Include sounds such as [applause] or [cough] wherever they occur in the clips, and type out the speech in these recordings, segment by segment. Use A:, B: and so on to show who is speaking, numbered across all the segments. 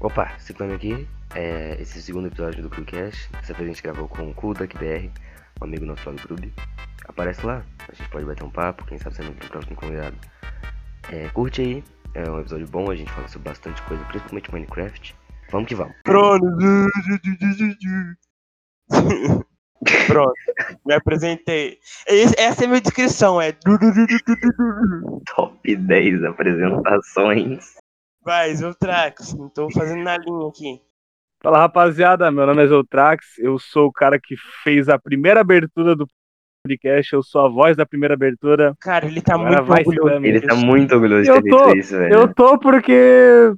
A: Opa, ciclando aqui, é, esse segundo episódio do Crewcast. Dessa vez a gente gravou com o Kudak BR, um amigo nosso lá do clube. Aparece lá, a gente pode bater um papo, quem sabe sendo o próximo convidado. É, curte aí, é um episódio bom, a gente fala sobre bastante coisa, principalmente Minecraft. Vamos que vamos.
B: Pronto, me apresentei. Esse- Essa é a minha descrição, é.
A: Top 10 apresentações.
B: Vai, Zultrax, não tô fazendo na linha aqui.
C: Fala rapaziada, meu nome é Zoltrax, eu sou o cara que fez a primeira abertura do podcast, eu sou a voz da primeira abertura.
B: Cara, ele tá
C: Agora
B: muito
C: vai,
B: orgulhoso.
C: Sam.
A: Ele tá muito orgulhoso de
C: Eu
A: ter feito
C: tô-
A: isso, velho.
C: Eu tô porque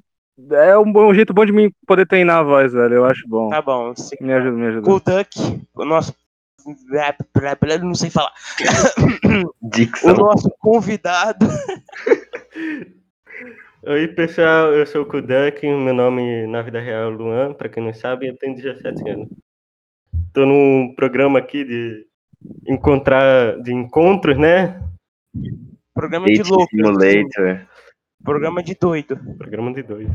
C: é um, bom- um jeito bom de mim poder treinar a voz, velho, eu acho bom.
B: Tá bom. se-
C: Me ajuda, me ajuda.
B: Cool Duck, o nosso. blá, blá, blá, Não sei falar. O
A: Dixon.
B: nosso convidado.
D: Oi, pessoal, eu sou o Kudak, meu nome na vida real é Luan, pra quem não sabe, eu tenho 17 anos. Tô num programa aqui de encontrar de encontros, né?
B: Programa de
A: Date
B: louco.
A: Simulator.
B: Programa de doido.
D: Programa de dois.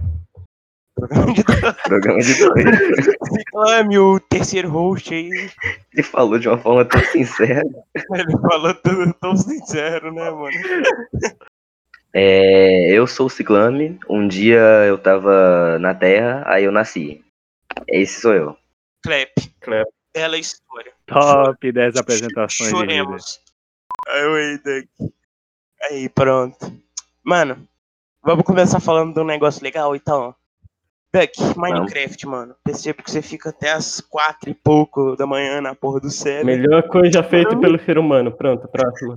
B: Programa de doido.
A: Programa de dois.
B: Reclame o terceiro host aí.
A: Ele falou de uma forma tão sincera.
B: Ele falou tudo tão sincero, né, mano?
A: É, eu sou o Ciclame. Um dia eu tava na Terra, aí eu nasci. Esse sou eu.
B: Clap.
D: Clap.
B: Bela história.
C: Top 10 apresentações. de vida.
B: Choremos. Aí o Eidek. Aí, pronto. Mano, vamos começar falando de um negócio legal então. Duck, Minecraft, mano. Percebo que você fica até as quatro e pouco da manhã na porra do server.
D: Melhor coisa feita pelo ser humano. Pronto, próximo.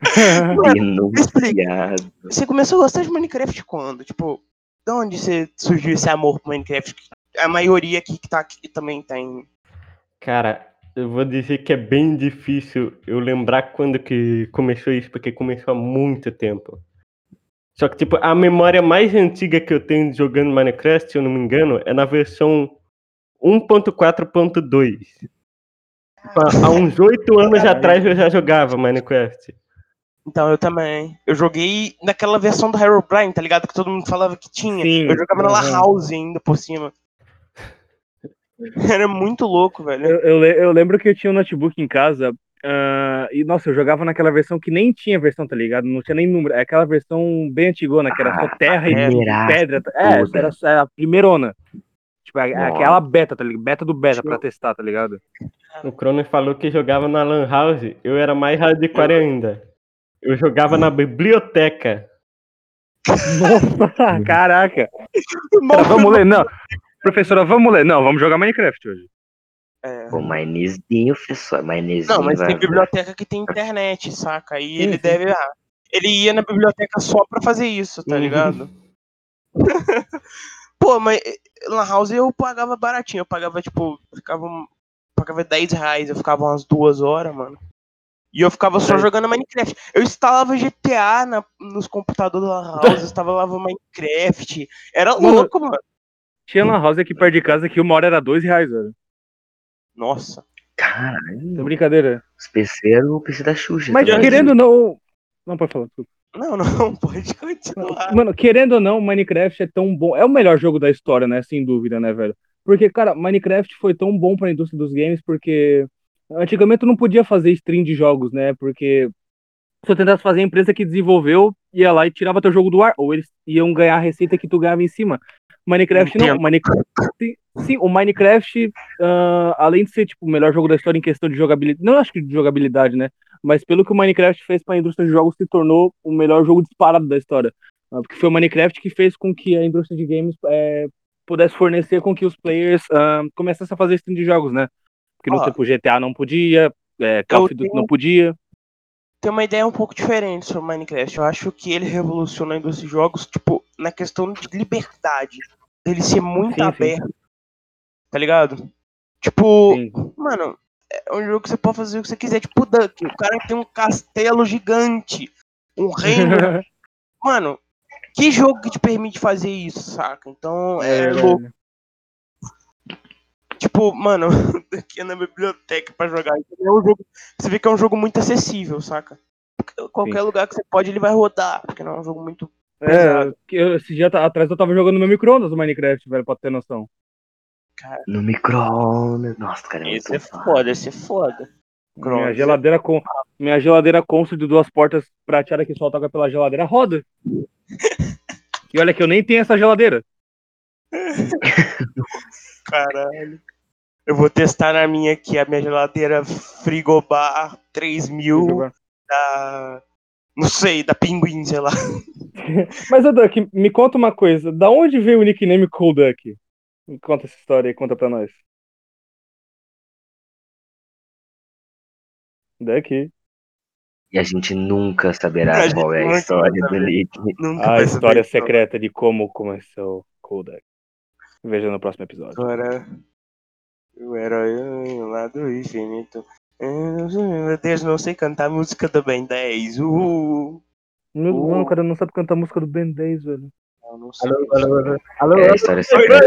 C: [laughs]
A: Denunciado.
B: Você começou a gostar de Minecraft quando? Tipo, de onde você surgiu esse amor pro Minecraft? A maioria aqui que tá aqui também tem.
D: Cara, eu vou dizer que é bem difícil eu lembrar quando que começou isso, porque começou há muito tempo. Só que, tipo, a memória mais antiga que eu tenho jogando Minecraft, se eu não me engano, é na versão 1.4.2. Tipo, Há há uns oito anos
B: Caralho.
D: atrás eu já jogava Minecraft.
B: Então, eu também. Eu joguei naquela versão do Herobrine, tá ligado? Que todo mundo falava que tinha.
C: Sim,
B: eu jogava na La
D: aham.
B: House ainda por cima. Era muito louco, velho.
C: Eu, eu le- eu lembro que eu tinha um notebook em casa. ah, e nossa, eu jogava naquela versão que nem tinha versão, tá ligado? Não tinha nem número. É aquela versão bem antigona, que era só terra e
A: Primeira.
C: pedra. tá- É,
A: Toda.
C: era, era a primeirona. Tipo, a-
A: Nossa.
C: aquela beta, tá ligado? Beta do beta pra testar, tá ligado? [laughs]
D: O Cronos falou que jogava na Lan House, eu era mais hardcore ainda. Eu jogava na biblioteca.
C: Nossa, caraca. Cara,
B: Mal-
C: vamos ler, não. Professora, vamos ler. Não, vamos jogar Minecraft hoje.
B: É.
A: Pô, Mainezinho, pessoal. Mainezinho.
B: Não, mas
A: vai-
B: tem biblioteca que tem internet, saca? Aí ele
D: sim.
B: deve. Ah, ele ia na biblioteca só pra fazer isso, tá
D: Uhum.
B: ligado? [laughs] Pô, mas eh, La House eu pagava baratinho. Eu pagava, tipo, ficava, um- pagava 10 reais, eu ficava umas duas horas, mano. E eu ficava só
D: Sério?
B: jogando Minecraft. Eu instalava GTA na- nos computadores da La House, eu instalava Minecraft. Era
C: Mano.
B: louco, mano.
C: Tinha uma rosa aqui perto de casa que uma hora era dois reais, velho.
B: Nossa.
C: Isso é
A: Caralho.
C: brincadeira.
A: Os PC eram o PC da Xuxa.
C: Mas
A: tá ligado?
C: querendo ou não. Não, pode falar. desculpa.
B: Não, [laughs] não, pode continuar.
C: Mano, querendo ou não, Minecraft é tão bom. É o melhor jogo da história, né? Sem dúvida, né, velho? Porque, cara, Minecraft foi tão bom pra indústria dos games porque antigamente tu não podia fazer stream de jogos, né? Porque se eu tentasse fazer a empresa que desenvolveu, ia lá e tirava teu jogo do ar, ou eles iam ganhar a receita que tu ganhava em cima. Minecraft não.
B: Entendo.
C: Minecraft, sim, o Minecraft, ah, além de ser tipo, o melhor jogo da história em questão de jogabilidade, não acho que de jogabilidade, né? Mas pelo que o Minecraft fez pra indústria de jogos, se tornou o melhor jogo disparado da história. Ah, Porque foi o Minecraft que fez com que a indústria de games eh, pudesse fornecer com que os players ah, começassem a fazer stream de jogos, né? Porque no
B: Ó.
C: tempo GTA não podia, eh, Call
B: Ah.
C: of
B: Eu
C: Duty
B: tenho-
C: não podia.
B: tem uma ideia um pouco diferente sobre Minecraft. Eu acho que ele revoluciona a indústria de jogos, tipo, na questão de liberdade. Ele ser muito
C: Sim, sim.
B: aberto. Tá ligado? Tipo,
C: Sim.
B: mano, é um jogo que você pode fazer o que você quiser. Tipo, Duck, o cara tem um castelo gigante, um
C: [laughs]
B: reino. mano, que jogo que te permite fazer isso, saca? Então, é,
C: É,
B: louco.
C: velho.
B: Tipo, mano, [laughs] daqui na biblioteca pra jogar. Então, É um jogo, você vê que é um jogo muito acessível, saca? Qualquer lugar que você pode, ele vai rodar, porque não é um jogo muito
C: É, que eu- esse dia tá- atrás eu tava jogando no meu micro-ondas o Minecraft, velho, pra ter noção.
A: No micro-ondas. Nossa, cara, é
B: Esse
A: muito
B: é foda, esse é foda.
C: Minha
B: Cronos.
C: geladeira com minha geladeira Consul de duas portas prateada que solta água pela
B: [laughs]
C: geladeira roda. E olha que eu nem tenho essa geladeira.
B: Caralho. Eu vou testar na minha aqui, a minha geladeira Frigobar 3000 da... Não sei, da Pinguim, sei lá. [laughs]
C: Mas, ô Duck, me conta uma coisa. Da onde veio o nickname Cool Duck? Me conta essa história aí, conta pra nós. Duck.
A: E a gente nunca saberá
B: A gente
A: qual é a
B: nunca
A: história
B: vai
A: do
B: saber.
A: Nick.
B: Nunca
C: A
B: vai saber
C: história
B: isso, não.
C: secreta de como começou Cool Duck. Veja no próximo episódio.
B: Agora, o herói lá do infinito. Meu Deus, não sei cantar música do Ben 10. Uhul.
C: Meu
B: Uh.
C: não, o cara não sabe cantar a música do Ben 10, velho.
B: Eu não sei.
D: Alô, alô, alô. Alô,
A: É a
D: alô.
A: história secreta.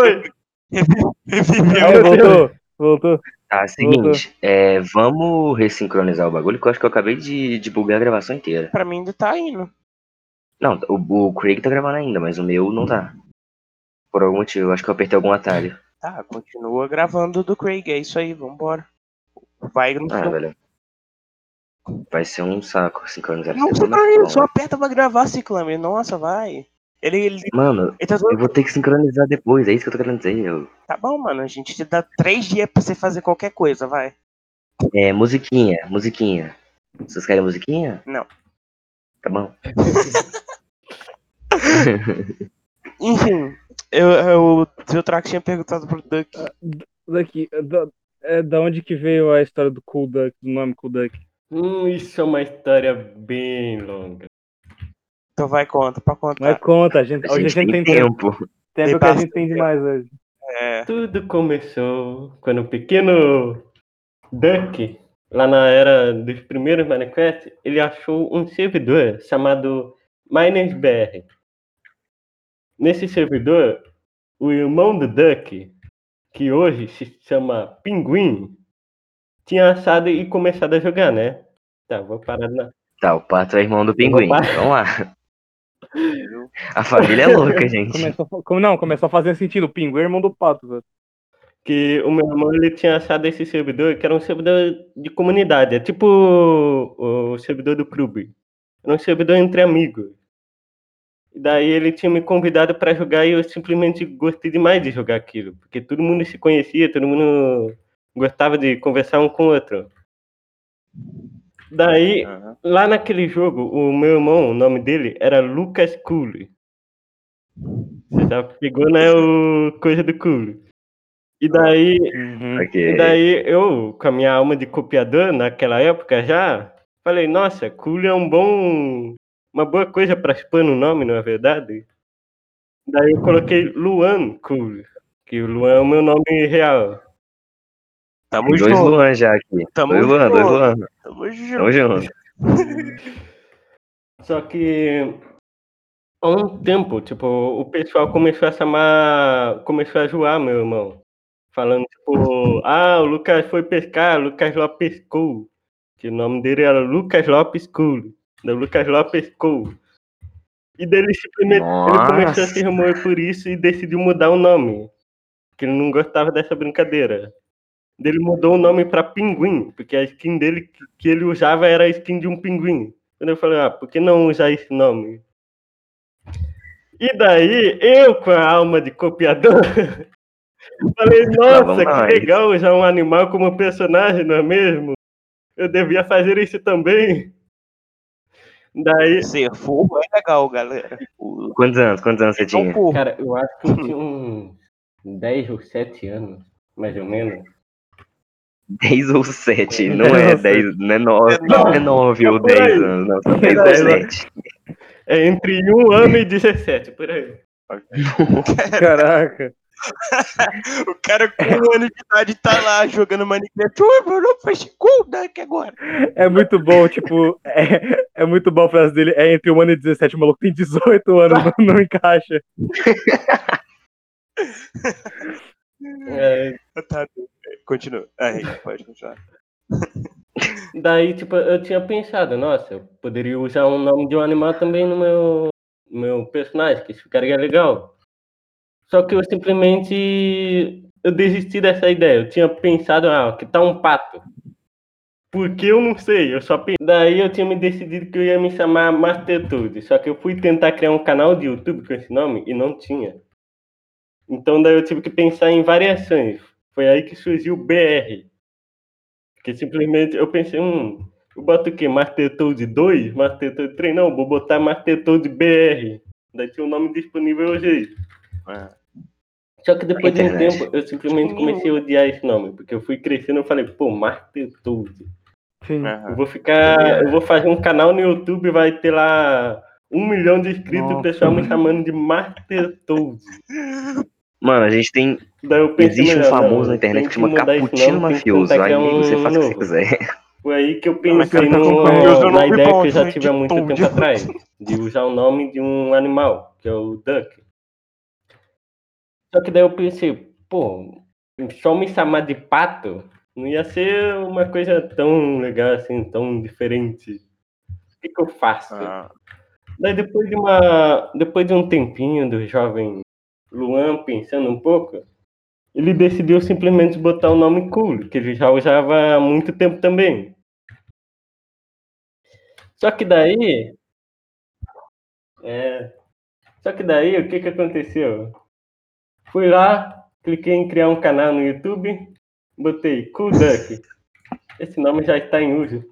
D: Oi.
B: Reviveu.
C: Ah, voltou, voltou.
A: Tá, seguinte. É, vamos ressincronizar o bagulho, que eu acho que eu acabei de, de bugar a gravação inteira.
B: [laughs] Pra mim ainda tá indo.
A: Não, o, o Craig tá gravando ainda, mas o meu não tá. Por algum motivo, eu acho que eu apertei algum atalho.
B: Tá, continua gravando do Craig. É isso aí, vambora. Vai no
A: Ah, velho. Vai ser um saco sincronizar
B: Não
A: esse
B: precisa
A: negócio,
B: pra
A: é, não.
B: isso, só aperta pra gravar, Ciclame. Nossa, vai. Ele, ele,
A: Mano,
B: ele tá
A: eu
B: zoando.
A: vou ter que sincronizar depois, é isso que eu tô querendo dizer. eu-
B: Tá bom, mano. A gente te dá três dias pra você fazer qualquer coisa, vai.
A: É, musiquinha, musiquinha. Vocês querem musiquinha?
B: Não.
A: Tá bom.
B: Enfim, eu, eu, eu Trax tinha perguntado pro Duck.
C: Daqui, da, é, da onde que veio a história do Cool Duck, do nome Cool Duck?
D: Hum, isso é uma história bem longa.
B: Então vai, conta, pra contar.
C: Mas conta, a gente,
A: A
C: hoje
A: gente tem
C: tempo,
A: tempo.
C: tempo que a gente tem demais hoje.
B: É,
D: Tudo começou quando o pequeno Duck, lá na era dos primeiros Minecraft, ele achou um servidor chamado MinersBR. Nesse servidor, o irmão do Duck, que hoje se chama Pinguim, tinha achado e começado a jogar, né? Tá, vou parar na.
A: Tá, o Pato é irmão do pinguim.
D: Opa.
A: Vamos lá. A família
B: [laughs]
A: é louca, gente.
C: Começou, como- não, começou a fazer sentido. O Pinguim é irmão do Pato, velho.
D: Que o meu irmão ele tinha achado esse servidor, que era um servidor de comunidade. É tipo o, o servidor do clube. Era um servidor entre amigos. E daí ele tinha me convidado para jogar e eu simplesmente gostei demais de jogar aquilo. Porque todo mundo se conhecia, todo mundo gostava de conversar um com o outro. Daí,
B: aham.
D: lá naquele jogo, o meu irmão, o nome dele era Lucas Cooley. Você já pegou, né? O coisa do Cooley. E daí, e
A: Porque
D: daí eu, com a minha alma de copiador naquela época já, falei, nossa, cool é um bom. uma boa coisa para expor no nome, não é verdade? Daí eu coloquei Luan Cool, que o Luan é o meu nome real.
B: Tamo
A: tem dois
B: junto,
A: Luan já aqui.
B: Tamo
A: dois Luan, dois
B: junto.
A: Luan.
B: tamo junto.
A: Tamo junto.
D: [laughs] Só que há um tempo, tipo, o pessoal começou a chamar, começou a zoar meu irmão, falando tipo, ah, o Lucas foi pescar, Lucas Lopes Cool, que o nome dele era Lucas Lopes Cool, da Lucas Lopes Cool. E dele simplesmente ele começou a se remoer por isso e decidiu mudar o nome, porque ele não gostava dessa brincadeira. Ele mudou o nome pra Pinguim, porque a skin dele que- que ele usava era a skin de um pinguim. Quando eu falei, ah, por que não usar esse nome? E daí, eu com a alma de copiador, [laughs] falei,
A: vamos
D: nossa,
A: nós."
D: que legal usar um animal como personagem, não é mesmo? Eu devia fazer isso também. Daí,
B: Ser fogo é legal, galera. um O-
A: Quantos anos? Quantos anos você
B: Não
A: tinha?
B: curva.
D: cara, eu acho que eu tinha uns 10 ou 7 anos, mais ou menos.
A: 10 ou 7,
D: É,
A: não é
D: nossa.
A: 10, não é 9,
B: Não,
A: não é 9 ou
D: tá por
A: 10
D: aí.
A: anos, não, são 10
D: por
A: ou
D: aí.
A: 7.
D: É entre 1 ano e 17, por aí.
C: Caraca.
B: O cara com um ano de idade tá lá jogando Minecraft. Ui, meu nome foi Chico, Duck agora.
C: É muito bom, tipo, é, é muito bom a frase dele. É entre 1 ano e 17, o maluco tem 18 anos, não, não encaixa.
D: É,
B: Tá, continua. Aí, pode continuar.
D: Daí, tipo, eu tinha pensado, nossa, eu poderia usar um nome de um animal também no meu, meu personagem, que esse cara é legal. Só que eu simplesmente eu desisti dessa ideia. Eu tinha pensado, ah, que tá um pato. Porque eu não sei, eu só pensei. Daí eu tinha me decidido que eu ia me chamar Mastertude. Só que eu fui tentar criar um canal de YouTube com esse nome e não tinha. Então daí eu tive que pensar em variações. Foi aí que surgiu o BR. Porque simplesmente eu pensei, hum, eu boto o quê? Mastertude 2? Mastertude 3? Não, vou botar Mastertude BR. Daí tinha o um nome disponível hoje.
B: É,
A: Ah,
D: Só que depois de um
A: Internet.
D: tempo eu simplesmente comecei a odiar esse nome. Porque eu fui crescendo e falei, pô, Mastertude.
C: Sim.
D: Eu
B: Aham.
D: vou ficar. Eu vou fazer um canal no YouTube, vai ter lá um milhão de inscritos, o
C: Nossa.
D: pessoal me chamando de Mastertoad.
A: Mano, a gente tem.
D: Daí eu pensei,
A: Existe um
D: melhor,
A: famoso
D: não,
A: na internet
D: tem
A: que chama
D: mudar esse
A: Caputino
D: nome, tem que
A: Mafioso.
D: tentar
A: Aí
D: criar um
A: você faz o que
D: novo.
A: você quiser. [laughs]
D: Foi aí que eu
B: mas
D: pensei
B: cara, tá
D: no-
B: confundindo o
D: na
B: nome
D: ideia
B: bom,
D: que eu já
B: né,
D: tive
B: de
D: há muito
B: Toad.
D: tempo atrás, de usar o nome de um animal, que é o Duck. Só que daí eu pensei, pô, só me chamar de pato não ia ser uma coisa tão legal assim, tão diferente. O que, que eu faço?
B: Ah,
D: Daí depois de uma. Depois de um tempinho do jovem Luan pensando um pouco, ele decidiu simplesmente botar o nome cool, que ele já usava há muito tempo também. Só que daí. É. Só que daí o que, que aconteceu? Fui lá, cliquei em criar um canal no YouTube, botei Cool Duck. Esse nome já está em uso.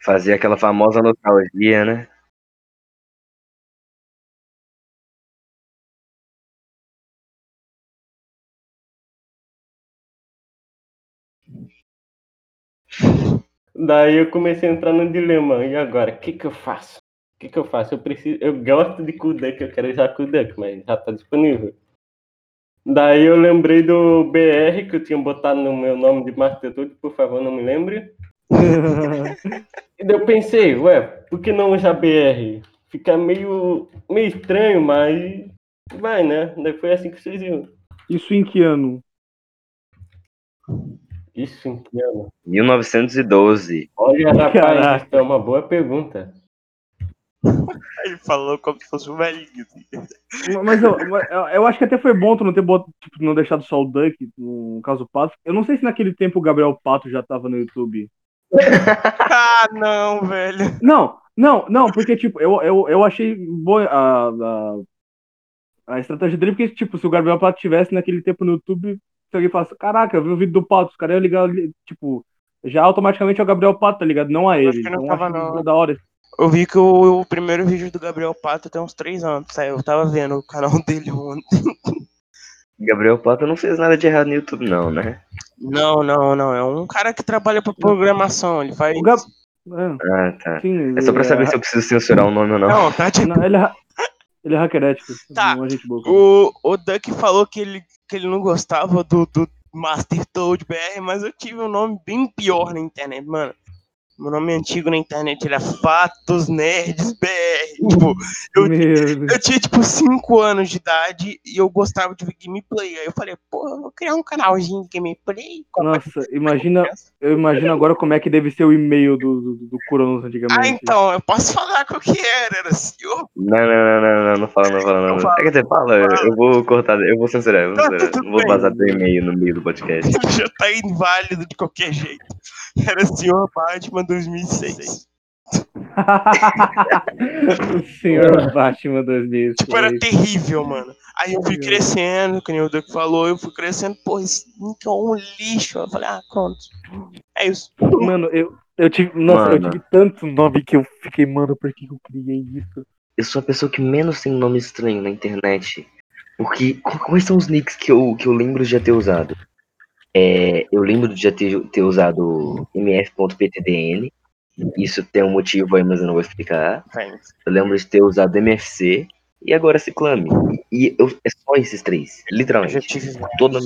A: Fazer aquela famosa nostalgia, né?
D: Daí eu comecei a entrar no dilema. E agora, o que que eu faço? O que que eu faço? Eu preciso, eu gosto de Kuduck, eu quero usar Kuduck, mas já tá disponível. Daí eu lembrei do BR que eu tinha botado no meu nome de Mastertude, por favor, não me lembre. E daí eu pensei, ué, por que não usar BR? Fica meio, meio estranho, mas vai, né? Daí foi assim que surgiu.
C: [laughs] Isso em que ano?
D: Isso, em que ano?
A: 1912.
D: Olha, rapaz,
C: Caraca.
D: isso é uma boa pergunta.
B: ele falou como se fosse um velhinho. assim.
C: Mas eu, mas eu- eu acho que até foi bom tu não ter bot... tipo, não deixado só o Duck, no caso o Pato. Eu não sei se naquele tempo o Gabriel Pato já tava no YouTube.
B: Ah, não, velho.
C: Não, não, não, porque, tipo, eu, eu, eu achei boa a, a, a estratégia dele, porque, tipo, se o Gabriel Pato tivesse naquele tempo no YouTube, se alguém falasse, caraca, eu vi o vídeo do Pato, os caras iam ligar, ali", tipo, já automaticamente é o Gabriel Pato, tá ligado? Não a ele.
B: acho que não
C: então,
B: tava,
C: acho que
B: não.
C: é da hora.
B: Eu vi que o, o primeiro vídeo do Gabriel Pato tem uns 3 anos. Aí eu tava vendo o canal dele ontem.
A: Gabriel Pato não fez nada de errado no YouTube, não, né?
B: Não, não, não. É um cara que trabalha pra programação. Ele faz.
C: O Gab... É,
A: Ah, tá.
C: sim,
A: É só pra
C: ele
A: saber
C: é-
A: se eu preciso censurar o nome ou não.
B: Não, tá de
C: Não, ele, é... ha- ele é hacker ético.
B: Tá.
C: não é gente boa.
B: O, o Duck falou que ele, que ele não gostava do, do Master Toad BR, mas eu tive um nome bem pior na internet, mano. Meu nome antigo na internet era Fatos Nerds BR. Tipo, eu-
C: Meu Deus.
B: [laughs] eu tinha tipo 5 anos de idade e eu gostava de ver gameplay. Aí eu falei, pô, eu vou criar um canalzinho de gameplay. com a-
C: Nossa, imagina, eu imagino agora como é que deve ser o e-mail do, do, do Cronos antigamente.
B: Ah, então, eu posso falar qual que era, era senhor.
A: Não, não, não, não, não, não fala, não fala, não.
B: Não fala.
A: É que você fala, eu vou cortar, eu vou censurar, eu vou
B: Tá,
A: censurar.
B: tudo
A: Não vou
B: bem.
A: vazar teu e-mail no meio do
B: [laughs]
A: podcast.
B: Já tá inválido de qualquer jeito. Era senhor Batman 2006.
C: o [laughs] senhor Batman 2000.
B: Tipo, era terrível, mano. Aí eu fui
C: Terrível.
B: crescendo, que nem o Duck falou, eu fui crescendo, porra, isso nunca é um lixo. Eu falei, ah, pronto. É isso.
C: Mano, eu, eu tive. Nossa, eu
A: Mano.
C: tive tanto nome que eu fiquei, mano, por que que eu criei isso?
A: Eu sou a pessoa que menos tem nome estranho na internet. Porque, qu- quais são os nicks que eu, que eu lembro de já ter usado? É, eu lembro de já ter, ter usado mf.ptdn. Isso tem um motivo aí, mas eu não vou explicar.
B: Friends.
A: Eu lembro de ter usado MFC. E agora Ciclame. E eu, é só esses três.
B: Eu já
A: Literalmente.
B: tive vários.
A: Toda...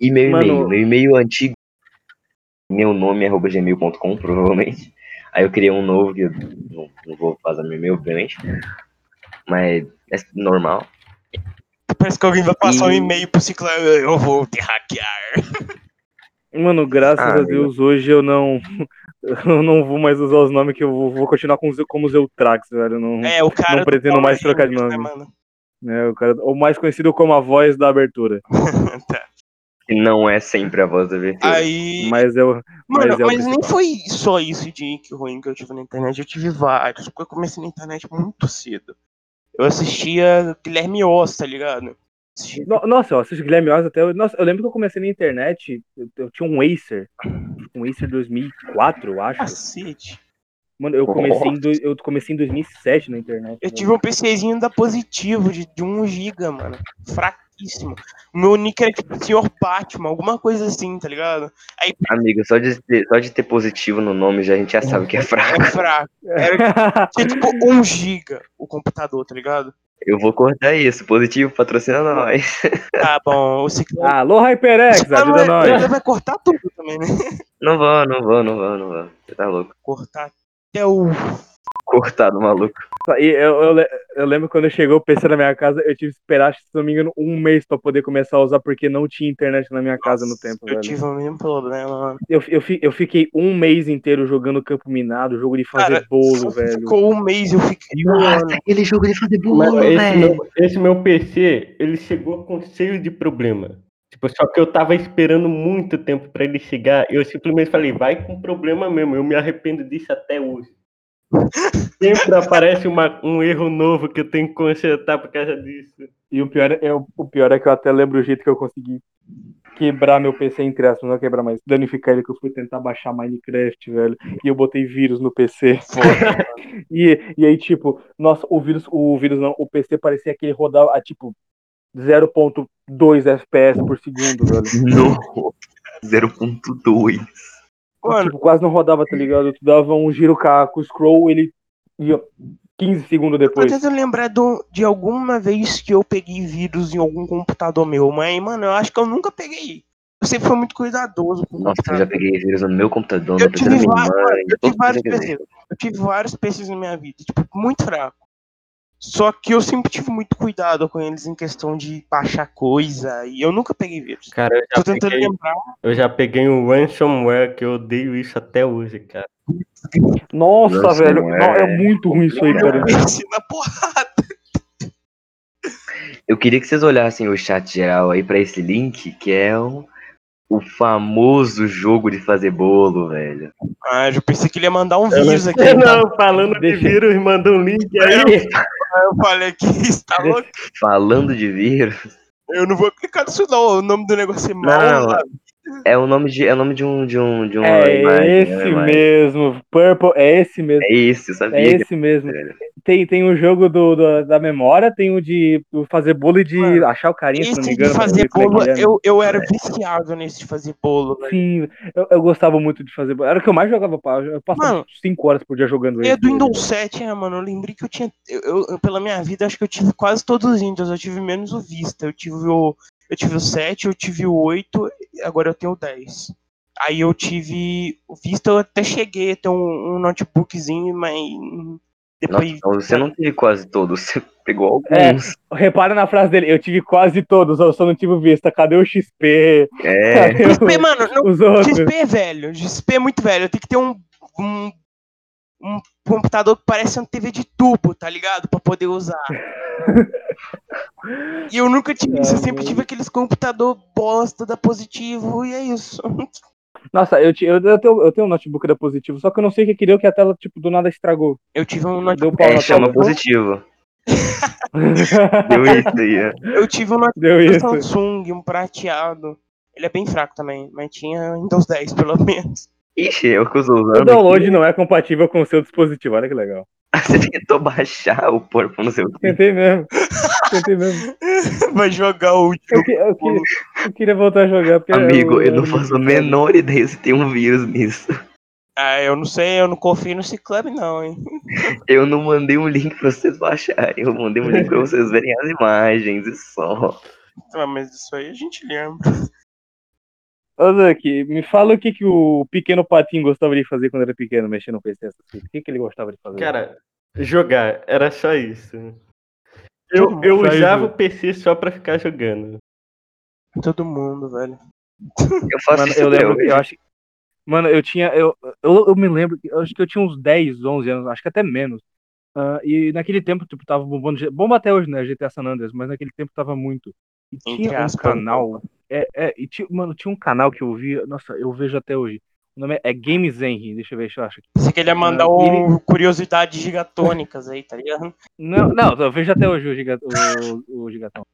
A: E meu
C: Mano-
A: e-mail. Meu e-mail antigo. Meu nome, é arroba gmail.com, provavelmente. Aí eu criei um novo, que eu não, não vou fazer meu e-mail, obviamente. Mas é normal.
B: Parece que alguém vai passar um
A: E-
B: e-mail pro Ciclame. Eu vou te hackear.
C: Mano, graças
A: Ah,
C: a Deus, hoje eu não. [laughs] Eu não vou mais usar os nomes que eu vou, vou continuar com, Zeu- como Zeutrax, velho. Não,
B: É, o cara.
C: Não pretendo mais trocar de nome. né, o, cara, o mais conhecido como a voz da abertura.
A: E não é sempre a voz da VT.
B: [laughs] Aí.
C: Mas eu. mas
B: Mano,
C: é o
B: mas nem
C: principal.
B: foi só isso de nick ruim que eu tive na internet. Eu tive vários. Porque eu comecei na internet muito cedo. Eu assistia Guilherme Oss, tá ligado? Assistia-
C: No- Nossa, eu assisto Guilherme Oz até. hoje. Nossa, eu lembro que eu comecei na internet. Eu, eu tinha um Acer. Um Acer 2004, eu acho.
B: Cacete.
C: Mano, eu comecei em, do- eu comecei em 2007 na internet. né?
B: Eu tive um PCzinho da Positivo, de, de 1 GB, mano. Fraquíssimo. O meu nick era tipo Senhor Batman, alguma coisa assim, tá ligado?
A: Amigo, só de, ter- só de ter positivo no nome já a gente já sabe que é fraco.
B: É fraco. Tinha tipo 1 GB o computador, tá ligado?
A: Eu vou cortar isso. Positivo, patrocina nós.
B: Tá bom, o ciclo.
C: [laughs] Alô, HyperX,
B: Ah,
C: É, ajuda
B: mas
C: nós.
B: ele vai cortar tudo também, né?
A: Não vou, não vou, não vou, não vou. Você tá louco.
B: Cortar até o.
A: Cortado, maluco.
C: E eu, eu le- eu lembro quando chegou o PC na minha casa, eu tive que esperar, se não me engano, um mês pra poder começar a usar, porque não tinha internet na minha casa no tempo,
B: Eu
C: velho.
B: tive o mesmo problema, mano.
C: Eu, fi- eu, fi- eu fiquei um mês inteiro jogando campo minado, jogo de fazer
B: Cara,
C: bolo,
B: só
C: velho.
B: Ficou um mês, eu fiquei um ano.
A: aquele jogo de fazer
D: Mano, esse meu, esse meu PC, ele chegou com cheio de problema. Tipo, só que eu tava esperando muito tempo pra ele chegar. Eu simplesmente falei, vai com problema mesmo. Eu me arrependo disso até hoje. Sempre aparece uma- um erro novo que eu tenho que consertar por causa disso.
C: E o pior, é, eu- o pior é que eu até lembro o jeito que eu consegui quebrar meu PC entre aspas, não quebrar mais, danificar ele que eu fui tentar baixar Minecraft, velho. E eu botei vírus no PC.
B: é
C: E, e aí, tipo, nossa, o vírus, o vírus não, o PC parecia que ele rodava a tipo 0.2 FPS por segundo, velho.
A: Não. 0.2.
B: [laughs] Mano,
C: Tipo, quase não rodava, tá ligado? Tu dava um giro com a- com o scroll, ele ia 15 segundos
B: Tô
C: depois.
B: tentando lembrar do- de alguma vez que eu peguei vírus em algum computador meu, mas, mano, eu acho que eu nunca peguei. Eu sempre fui muito cuidadoso com o
A: Nossa, eu já
B: computador.
A: peguei vírus no meu computador,
B: Eu
A: no PC da
B: tive
A: minha
B: va-
A: mãe.
B: eu tive
A: todo
B: vários
A: mundo quer dizer.
B: PCs. Eu tive vários PCs na minha vida, tipo, muito fraco. Só que eu sempre tive muito cuidado com eles em questão de baixar coisa, e eu nunca peguei vírus.
D: Cara, eu
B: Tô
D: já,
B: tentando
D: peguei,
B: lembrar.
D: eu já peguei um ransomware que eu odeio isso até hoje, cara.
C: Nossa,
A: Nossa,
C: velho,
A: não é-
C: não, é muito ruim isso aí, cara.
B: Eu [laughs] venci na porrada.
A: Eu queria que vocês olhassem o chat geral aí pra esse link, que é o, o famoso jogo de fazer bolo, velho.
B: Ah, eu pensei que ele ia mandar um
D: Eu
B: vírus
D: não-
B: aqui.
D: não, falando de
C: Deixa-
D: vírus, manda um link aí.
B: Eu falei que [laughs] está louco.
A: Falando de
C: [laughs]
A: vírus,
B: Eu não vou clicar nisso, não. O nome do negócio é mal.
A: Não, é o nome de, é o nome de um de um de uma
C: É
A: imagem, é uma
C: esse
A: imagem.
C: mesmo, Purple, é esse mesmo,
A: É isso, eu sabia.
C: é
A: que
C: esse mesmo.
A: era.
C: Tem, tem o jogo do, do- da memória, tem o de o fazer bolo e de
B: Mano,
C: achar o carinha, se
B: Esse
C: não me
B: de
C: engano.
B: fazer
C: mas não
B: bolo,
C: sei como é que
B: eu, eu era viciado nesse de fazer bolo,
C: é.
B: velho.
C: Sim, eu, eu gostava muito de fazer bolo. Era o que eu mais jogava, pá. eu passava
B: Mano,
C: 5 horas por dia jogando
B: É
C: isso.
B: do Windows 7, né, mano? Eu lembrei que eu tinha. Eu, eu- eu, pela minha vida, acho que eu tive quase todos os Windows. Eu tive menos o Vista. Eu tive o. Eu tive o 7, eu tive o 8, agora eu tenho o 10. Aí eu tive. O Vista eu até cheguei a ter um, um notebookzinho, mas. hum,
A: Nossa,
B: Depois.
A: então você não teve quase todos, você pegou
C: É.
A: alguns.
C: Repara na frase dele, eu tive quase todos, eu só não tive o vista. Cadê o XP?
A: É,
B: [laughs]
C: [laughs] Cadê
B: XP, mano, não,
C: o- os outros?
B: XP é velho. XP é muito velho. Tem que ter um, um, um computador que parece uma TV de tubo, tá ligado? Pra poder usar. e eu nunca tive isso. Eu
C: Ah,
B: sempre
C: mano.
B: tive aqueles computador bosta da Positivo e é isso. [laughs]
C: Nossa, eu, ti- eu, eu tenho, eu tenho um notebook da Positivo, só que eu não sei o que queria, que a tela, tipo, do nada estragou. [laughs]
B: Eu tive um, note-
C: Deu pau
A: é
C: na
A: chama
C: tela.
A: positivo. Deu isso aí, é.
B: eu tive um note-
C: Deu
B: um
C: isso.
B: Samsung, um prateado. Ele é bem fraco também, mas tinha Windows 10 pelo [laughs] menos.
A: Ixi, é o que eu estou
C: O
A: usando. [laughs]
C: download não é compatível com o seu dispositivo, olha que legal. [laughs]
A: Você tentou baixar o porco no seu.
C: Tentei mesmo. Tentei mesmo.
B: Vai jogar o
C: Eu, que- eu que- eu queria voltar a jogar. Porque
A: Amigo, eu não
C: era
A: faço a
C: muito bom.
A: menor ideia se tem um vírus nisso.
B: Ah, eu não sei, eu não confio nesse clube, não, hein? [laughs]
A: Eu não mandei um link pra vocês baixarem, eu mandei um link
C: [laughs]
A: pra vocês verem as imagens e só.
B: Ah, mas isso aí a gente lembra.
C: Ô, Zuck, me fala o que, que o pequeno patinho gostava de fazer quando era pequeno, mexendo no PC. essas coisas. O que, que ele gostava de fazer?
D: Cara, jogar, era só isso. Eu, eu
C: Só isso.
D: usava o PC só pra ficar jogando.
B: Todo mundo, velho.
A: Eu faço
C: Mano,
A: isso
C: eu
A: até
C: lembro,
A: hoje.
C: eu acho que- Mano, eu tinha. Eu, eu, eu me lembro, que- eu acho que eu tinha uns 10, 11 anos, acho que até menos. Ah, e naquele tempo, tipo, tava bombando. G- Bomba até hoje, né? GTA San Andreas, mas naquele tempo tava muito. E
B: Entre
C: tinha um
B: aspas,
C: canal. É, é, e tinha, mano, tinha um canal que eu via. Nossa, eu vejo até hoje. O nome é, é Games Henry, deixa eu ver se eu acho aqui.
B: Você queria mandar
C: Não, ele-
B: um curiosidades gigatônicas aí, tá ligado?
C: Não, não, eu vejo até hoje o, giga, o, o Gigatão.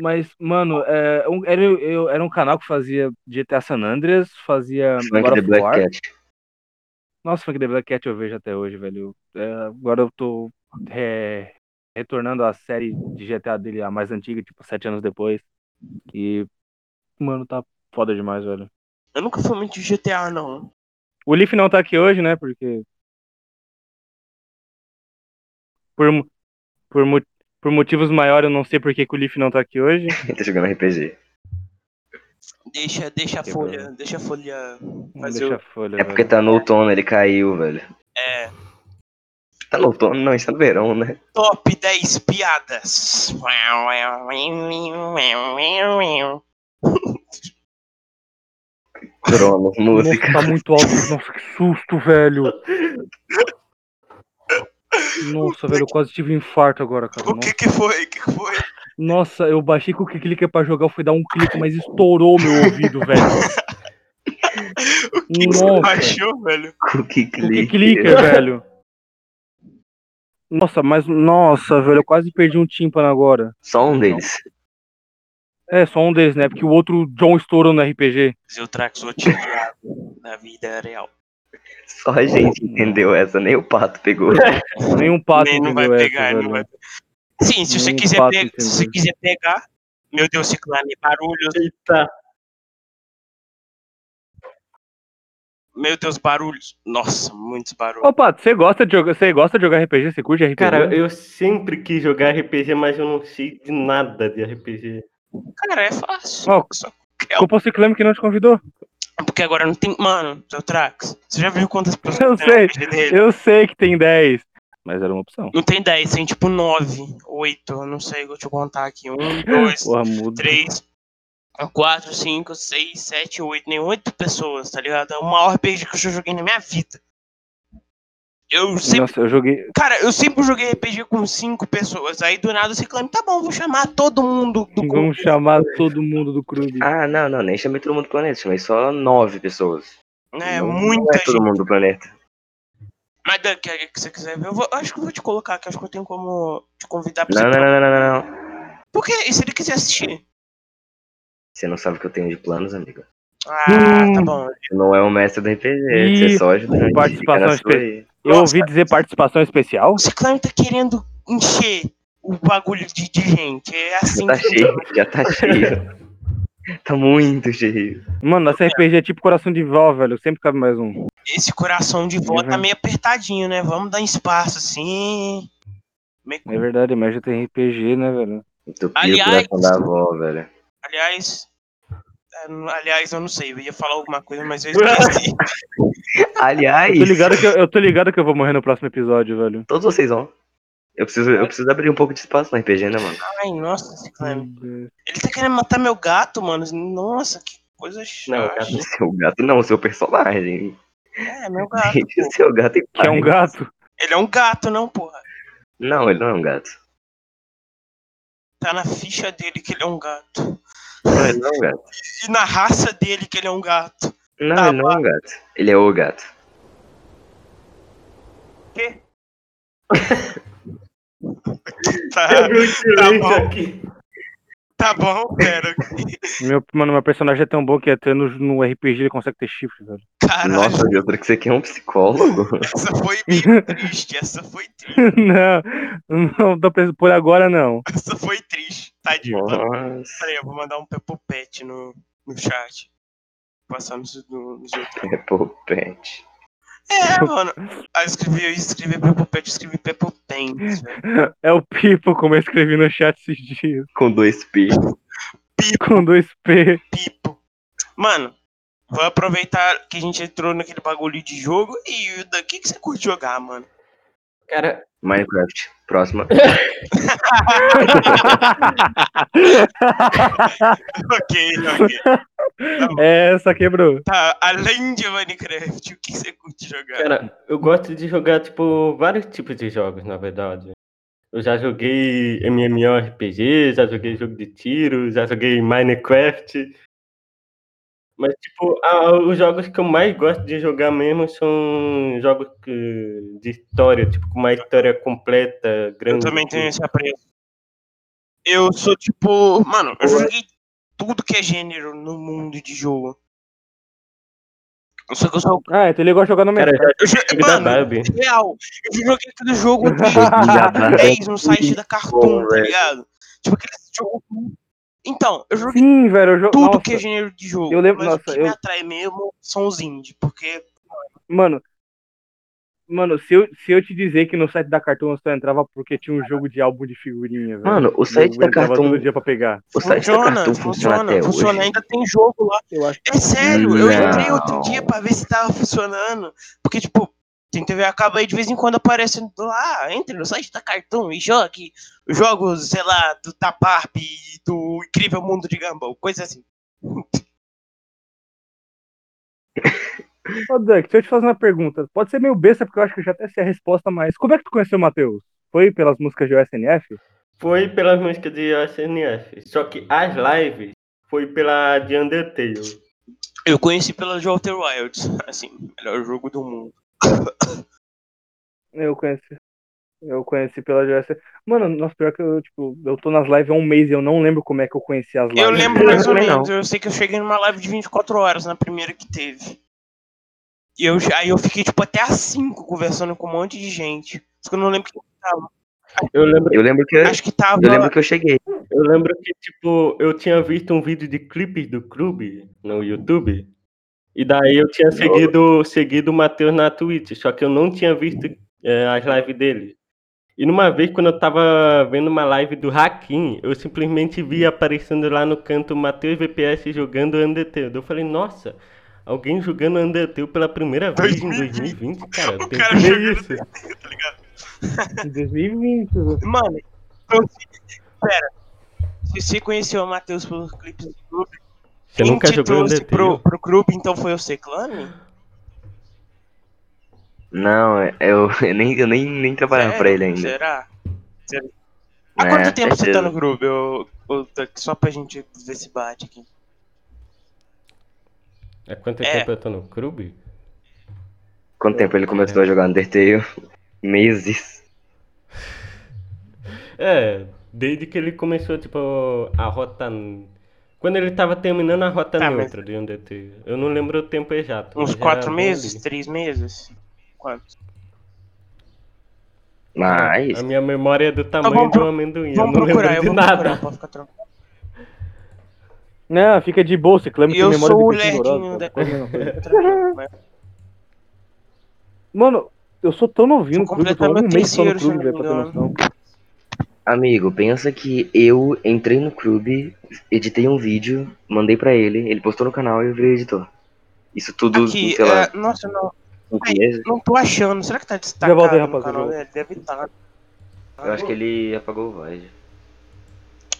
C: Mas, mano, é, um- era, eu, era um canal que fazia GTA San Andreas, fazia
A: Frank
C: God
A: the
C: of
A: Black
C: War.
A: Cat. [laughs]
C: Nossa, Funk The Black Cat eu vejo até hoje, velho. É, agora eu tô é, retornando à série de GTA dele, a mais antiga, tipo, sete anos depois. E, mano, tá foda demais, velho.
B: Eu nunca fui muito de GTA, não.
C: O Leaf não tá aqui hoje, né? Porque. Por, mo- por, mo- por motivos maiores, eu não sei por que, que o Leaf não tá
B: [laughs]
C: aqui hoje.
A: Ele tá jogando RPG.
B: Deixa, deixa a
C: Que
B: folha, deixa a folha
C: Mas
B: fazer
C: deixa
B: o...
C: a folha,
A: É porque
C: velho.
A: tá no outono, ele caiu, velho.
B: É,
A: Tá no outono? Não, está no verão, né?
B: top 10 piadas.
C: [laughs]
A: Trono,
C: Nossa,
A: música.
C: tá muito alto. Nossa, que susto, velho. Nossa, velho, eu quase tive um infarto agora, cara.
B: O que
C: Nossa.
B: que foi? O que que foi?
C: Nossa, eu baixei com o clique pra jogar, eu fui dar um clique, mas estourou meu ouvido, velho.
B: [laughs] O que que você
C: Nossa.
B: baixou, velho?
A: Cookie
C: O que
A: clicker.
C: clique, velho? Nossa, mas nossa, velho, eu quase perdi um tímpano agora.
A: Só um deles.
C: É, só um deles, né? Porque o outro John estourou no RPG.
B: Eu trago sua tia na vida real.
A: Só a gente entendeu essa, nem o pato pegou.
C: [laughs] Nenhum um pato
B: Nem- não vai
C: entendeu
B: pegar,
C: essa,
B: ele não
C: velho.
B: vai Sim, se você,
C: Nem
B: quiser
C: pato
B: pe- se você
C: entendeu.
B: quiser pegar. Meu Deus, Ciclane, barulhos.
D: Eita,
B: Meu Deus, barulhos. Nossa, muitos barulhos.
C: Ô, Pato, você gosta de jogar, você gosta de jogar RPG? Você curte RPG?
D: cara, eu sempre quis jogar RPG, mas eu não sei de nada de RPG.
B: Cara, é fácil.
C: Ó,
B: Só-
C: culpa o Ciclame que não te convidou.
B: Porque agora não tem. Mano, seu Trax, você já viu quantas pessoas
C: Eu
B: tem
C: sei,
B: no RPG dele?
C: eu sei que tem 10, mas era uma opção.
B: Não tem 10, tem tipo 9, 8, eu não sei, deixa eu contar aqui. 1,
C: [laughs]
B: 2,
C: Porra, muda.
B: 3, 4, 5, 6, 7, 8, nem 8 pessoas, tá ligado? É o maior RPG que eu já joguei na minha vida. Eu sempre.
C: Nossa, eu joguei,
B: Cara, eu sempre joguei RPG com 5 pessoas. Aí do nada você clama, tá bom, vou chamar todo mundo do grupo.
C: vamos chamar todo mundo do clube.
A: Ah, não, não, nem chamei todo mundo do planeta, chamei só nove pessoas.
B: É,
A: Não- não
B: muita
A: é
B: gente.
A: todo mundo do planeta.
B: Mas, Dan, que que você quiser ver, eu vou- acho que eu vou te colocar aqui, acho que eu tenho como te convidar pra
A: Não,
B: você.
A: não, não, não, não, não.
B: Porque e se ele quiser assistir?
A: Você não sabe o que eu tenho de planos, amigo.
B: Ah, tá
C: Hum.
B: bom.
A: Você não é um mestre do RPG,
C: Ih,
A: você é só ajudante.
C: participação
A: fica na sua aí.
C: Eu ouvi dizer participação especial?
B: O Ciclano tá querendo encher o bagulho de, de gente. É assim
A: Já tá
B: que
A: cheio, já tá
C: [laughs]
A: cheio. tá muito cheio.
C: Mano, nossa RPG é tipo coração de vó, velho. Sempre cabe mais um.
B: esse coração de vó tá
C: Uhum.
B: meio apertadinho, né? Vamos dar espaço assim. Meio-
C: É verdade, mas já tem RPG, né, velho?
A: Entupiu o
B: Aliás-
A: coração da avó, velho.
B: Aliás. é, n- Aliás, eu não sei, eu ia falar alguma coisa, mas eu esqueci.
A: Aliás,
C: Eu tô ligado que eu, eu tô ligado que eu vou morrer no próximo episódio, velho.
A: todos vocês vão. Eu preciso, eu preciso abrir um pouco de espaço no RPG, né, mano? [laughs]
B: Ai, nossa,
C: É.
B: Ciclano. Ele tá querendo matar meu gato, mano. Nossa, que coisa
D: Não,
B: chata.
D: cara,
A: Seu gato não, seu personagem.
B: É, meu gato.
A: Deixa
B: pô.
A: o [laughs] seu gato em
C: Que é um
A: paz.
C: gato.
B: Ele é um gato, não, porra.
A: Não, ele não é um gato.
B: Tá na ficha dele que ele é um gato.
A: Não, ele não é um gato.
B: E na raça dele que ele é um gato.
A: Não,
B: Ah,
A: ele não é um gato. Ele é o gato.
B: quê? tá,
D: Eu vi um silêncio
B: bom.
D: aqui.
B: Tá bom, cara.
C: Meu, mano, meu personagem é tão bom que até no, no RPG ele consegue ter chifre, velho. [laughs]
B: Caralho,
A: Nossa, Jandro, que você aqui é um psicólogo.
B: essa foi meio triste. Essa foi triste.
C: não, não tô pensando por agora, não.
B: Essa foi triste. Tadinho. Tá
A: Nossa.
B: Peraí, eu vou mandar um pepopete no, no chat. Passar nos, no- nos outros.
A: É popete.
B: É, mano. Aí eu escrevi, eu escrevi pepopete, eu escrevi pepopentes, velho.
C: É o Pipo, como eu escrevi no chat esses dias. [laughs]
A: Com dois P.
C: Com dois P. [laughs]
B: Pipo. Mano, vou aproveitar que a gente entrou naquele bagulho de jogo. E o Dan, o que, que você curte jogar, mano? [laughs]
D: Cara,
A: Minecraft. Próxima.
B: ok, ok.
C: Essa É, quebrou.
B: Tá, além de Minecraft, o que você curte jogar?
D: cara, eu gosto de jogar, tipo, vários tipos de jogos, na verdade. Eu já joguei MMORPG, já joguei jogo de tiro, já joguei Minecraft. Mas, tipo, a- os jogos que eu mais gosto de jogar mesmo são jogos que- de história, tipo, com uma história completa, grande.
B: Eu também tenho esse apreço. Eu sou tipo. Mano, eu joguei tudo que é gênero no mundo de jogo. Só que eu sou.
C: Ah, então ele gosta de jogar no
D: Cara,
C: mercado.
D: eu já
B: Eu jo-
D: joguei da
B: Tipo, Mano,
D: Barbie.
B: real. Eu joguei aquele jogo de
A: [laughs] Já tá.
B: 10 no site da Cartoon,
A: Bom,
B: tá
A: velho.
B: ligado? Tipo aquele jogo. Então, eu joguei
C: Sim, velho. Eu jo...
B: tudo
C: Nossa,
B: que é gênero de jogo.
C: Eu lembro-
B: mas o
C: nossa,
B: que me
C: eu-
B: atrai mesmo são os indie, porque.
C: Mano. Mano, se eu, se eu te dizer que no site da Cartoon eu só entrava porque tinha um jogo de álbum de figurinha, velho.
A: Mano, o site
C: eu
A: da
C: entrava
A: Cartoon.
C: todo dia pra pegar.
A: O site da Cartoon funciona, até hoje.
B: funciona, ainda tem jogo lá.
C: Eu acho.
B: É sério, eu entrei
A: Não.
B: outro dia pra ver se tava funcionando. Porque, tipo, tem TV acaba aí de vez em quando aparece lá, entre no site da Cartoon e jogue jogos, sei lá, do Taparp e do Incrível Mundo de Gumball, coisa assim.
C: Ô, Duck, deixa eu te fazer uma pergunta. Pode ser meio besta, porque eu acho que eu já até sei a resposta, mas. Como é que tu conheceu o Matheus? Foi pelas músicas de OSNF?
D: Foi pelas músicas de SNF. Só que as lives foi pela de Undertale.
B: Eu conheci pela de Outer Wilds, [laughs] assim, melhor jogo do mundo.
C: Eu conheci. Eu conheci pela de OSNF. Mano, nossa, pior que eu, tipo, eu tô nas lives há um mês e eu não lembro como é que eu conheci as lives.
B: Eu lembro mais ou
A: também não.
B: menos, eu sei que eu cheguei numa live de 24 horas na primeira que teve. E eu, já- aí eu fiquei, tipo, até às 5 conversando com um monte de gente. Só que eu não lembro que tava.
D: Eu lembro,
A: Eu lembro que eu,
B: Acho que tava.
A: lembro que eu cheguei.
D: eu lembro que, tipo, eu tinha visto um vídeo de clipes do clube no YouTube. E daí eu tinha seguido, seguido o Matheus na Twitch. Só que eu não tinha visto eh, as lives dele. E numa vez, quando eu tava vendo uma live do Hakim, eu simplesmente vi aparecendo lá no canto o Matheus VPS jogando Undertale. Eu falei, nossa, alguém jogando Undertale pela primeira vez em 2020, cara.
B: O
D: Tem
B: cara
D: que ver
B: jogando
D: isso.
C: [laughs] Em 2020. velho.
B: Mano, então, se- pera. Se você conheceu o Matheus pelos clipes do clube,
D: Você nunca
B: te
D: jogou
B: trouxe
D: Undertale?
B: pro, pro clube, então foi o Seclane?
A: Não, é- eu, [laughs] eu nem, eu nem, nem trabalhava
B: Sério?
A: pra ele ainda.
B: Será? Será? Há quanto
A: É,
B: tempo você tá
A: certeza.
B: no grupo? Eu, eu, tô aqui só pra gente ver se bate aqui.
D: Há quanto
B: É.
D: tempo eu tô no clube?
A: Quanto tempo ele começou a jogar Undertale? Meses.
D: É, desde que ele começou, tipo, a rota... Quando ele tava terminando a rota
B: Tá, mas-
D: neutra de Undertale. Eu não lembro o tempo exato.
B: Uns
D: mas era
B: quatro
D: bom
B: meses?
D: ali.
B: Três meses? Quantos?
A: Mas.
D: A minha memória é do tamanho
B: Então vamos
D: de
B: pro-
D: um amendoim.
B: Vamos
D: eu não
B: procurar, eu
D: lembro de
B: vou
D: nada.
B: procurar pra ficar tranquilo.
C: Não, fica de boa, você clama que
B: Eu
C: tem memória
B: sou
C: de
B: o
C: peixe
B: lerdinho
C: dourado,
B: da-
C: cara. Quase a mesma
A: [laughs]
C: coisa.
B: Tranquilo, mas-
C: Mano, eu sou tão novinho no
B: Vou
C: clube, eu tô
B: completar
C: há um
B: meu
C: mês só no
B: terceiro, se eu
C: clube,
B: não
C: velho,
B: me
C: pra ter
B: engano.
C: noção.
A: Amigo, pensa que eu entrei no clube, editei um vídeo, mandei pra ele, ele postou no canal e eu virei editor. Isso tudo,
B: Aqui,
A: sei lá,
B: é, nossa, não,
A: cinco meses.
B: não tô achando. Será que tá
C: Já
B: destacado
C: voltei,
B: no
C: rapaziada.
B: canal? É, deve estar.
A: Eu
B: tá
A: acho que ele apagou o voz.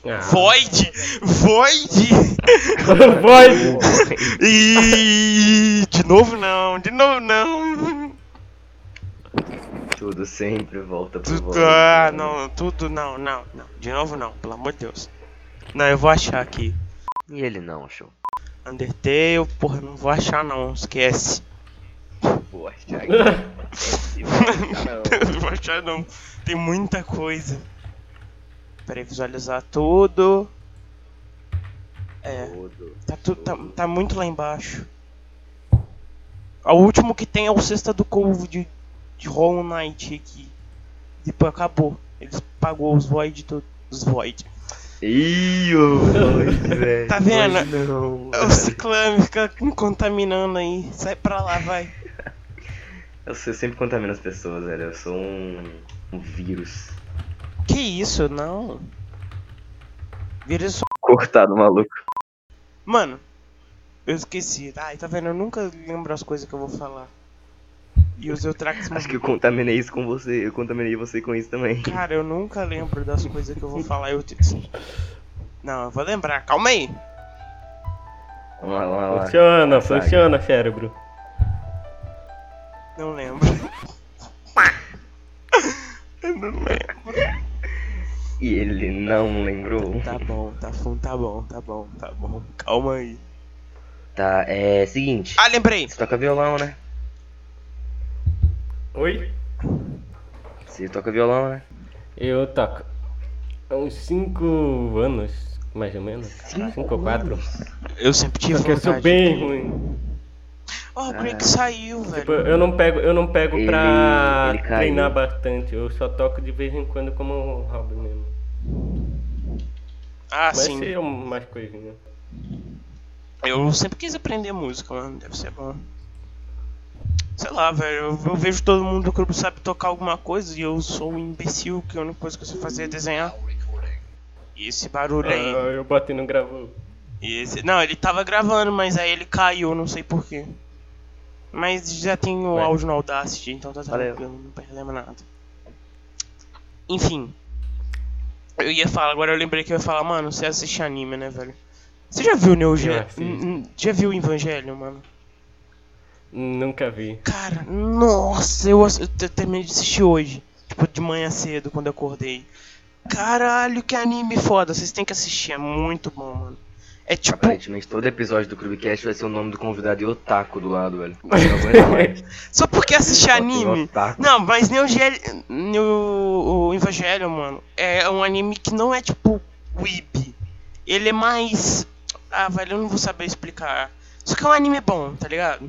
D: Ah.
B: Void! Void!
D: [laughs]
C: [laughs]
D: Void!
B: E de novo não, de novo não.
A: Tudo sempre volta pro né?
B: Tudo,
A: voz.
B: ah,
A: então.
B: não, tudo não, não, não. De novo não, pelo amor de Deus. Não, eu vou achar aqui.
A: E ele não, show.
B: Undertale, porra, não vou achar não, esquece. [laughs]
A: Vou achar que é né, não.
B: não vou achar não. Tem muita coisa. Peraí, visualizar tudo. É.
A: Todo.
B: Tá, tu- tá, tá muito lá embaixo. O último que tem é o Cesta do Corvo de, de Hollow Knight aqui. Depois acabou. Eles pagou os Void tudo. Os Void.
A: Ih, ô, Lloyd, velho.
B: Tá vendo?
A: Lloyd Não.
B: É O [laughs] Ciclame fica me contaminando aí. Sai pra lá, vai.
A: Eu sou- eu sempre contamino as pessoas, velho. Eu sou um, um vírus.
B: Que isso, não. Vira só.
E: Cortado, maluco.
B: Mano, eu esqueci. Ai, tá vendo? Eu nunca lembro as coisas que eu vou falar. E os [laughs] Eutrax
A: Acho que eu contaminei isso com você. Eu contaminei você com isso também.
B: Cara, eu nunca lembro das coisas que eu vou falar. Eu... te- Não, eu vou lembrar. Calma aí.
A: Vamos lá, vamos lá.
D: Funciona,
A: Saga.
D: funciona, cérebro.
B: Não lembro. Eu não lembro.
A: E ele não lembrou.
B: Tá bom, tá bom, tá bom, tá bom, tá bom. Calma aí.
A: Tá, é seguinte.
B: Ah, lembrei.
A: Você toca violão, né?
D: Oi?
A: Você toca violão, né?
D: Eu toco. Há uns 5 anos, mais ou menos. 5 ou 4.
B: Eu sempre tive
D: Porque eu sou
B: vontade.
D: bem ruim.
B: Oh, o Greg saiu, velho.
D: Tipo, eu não pego, eu não pego
A: Ele-
D: pra
A: ele caiu.
D: treinar bastante. Eu só toco de vez em quando como um hobby mesmo.
B: Ah,
D: Mas
B: sim.
D: isso é um- mais coisinha.
B: Eu sempre quis aprender música, mano. Deve ser bom. Sei lá, velho. Eu, eu vejo todo mundo do grupo sabe tocar alguma coisa e eu sou um imbecil que a única coisa que eu sei fazer é desenhar. E esse barulho
D: Ah,
B: aí.
D: eu bati no gravou.
B: E esse- Não, ele tava gravando, mas aí ele caiu, não sei porquê. Mas já tem o
D: Ué.
B: áudio no Audacity, então tá
A: Valeu.
B: tranquilo, não perdemos nada. Enfim. Eu ia falar, agora eu lembrei que eu ia falar, mano, você assiste anime, né, velho? Você já viu o Neo Geo?
D: assisto.
B: N- n- Já viu o Evangelho, mano?
D: Nunca vi.
B: Cara, nossa, eu, ass- eu te- terminei de assistir hoje. Tipo, de manhã cedo, quando eu acordei. Caralho, que anime foda. Vocês têm que assistir, é muito bom, mano. É tipo.
A: Aparentemente todo episódio do Clubecast vai ser o nome do convidado e Otaku do lado, velho. Eu não aguento
D: [laughs] Um
A: mais.
B: Só porque assistir
A: Só tem
B: anime.
A: Otaku.
B: Não, mas Neo Geo, Neo, o Evangelho, mano, é um anime que não é tipo Weeb. Ele é mais. Ah, velho, eu não vou saber explicar. Só que é um anime bom, tá ligado?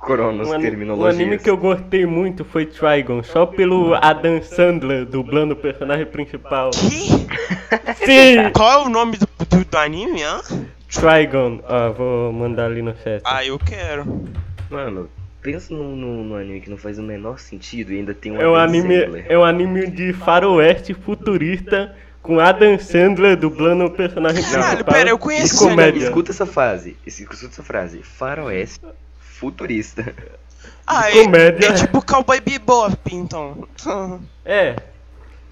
A: Cronos,
D: Um, ani- um
A: terminologias.
D: anime que eu gostei muito foi Trigon, só pelo Adam Sandler dublando o personagem principal.
B: Que?
D: Sim!
B: Qual é o nome do, do, do anime, hã?
D: Trigon. Ah, vou mandar ali no chat.
B: Ah, eu quero.
A: Mano, pensa num, num, num anime que não faz o menor sentido e ainda tem um
D: É um
A: Adam
D: anime,
A: Sandler.
D: é um anime de faroeste futurista com Adam Sandler dublando o personagem
B: Caralho,
D: principal.
B: pera, eu
D: de
B: conheço esse anime.
D: comédia.
A: Escuta essa frase. es- Escuta essa frase. Faroeste futurista.
B: Ah, é,
D: comédia.
B: é tipo Cowboy Bebop, então. [laughs]
D: É.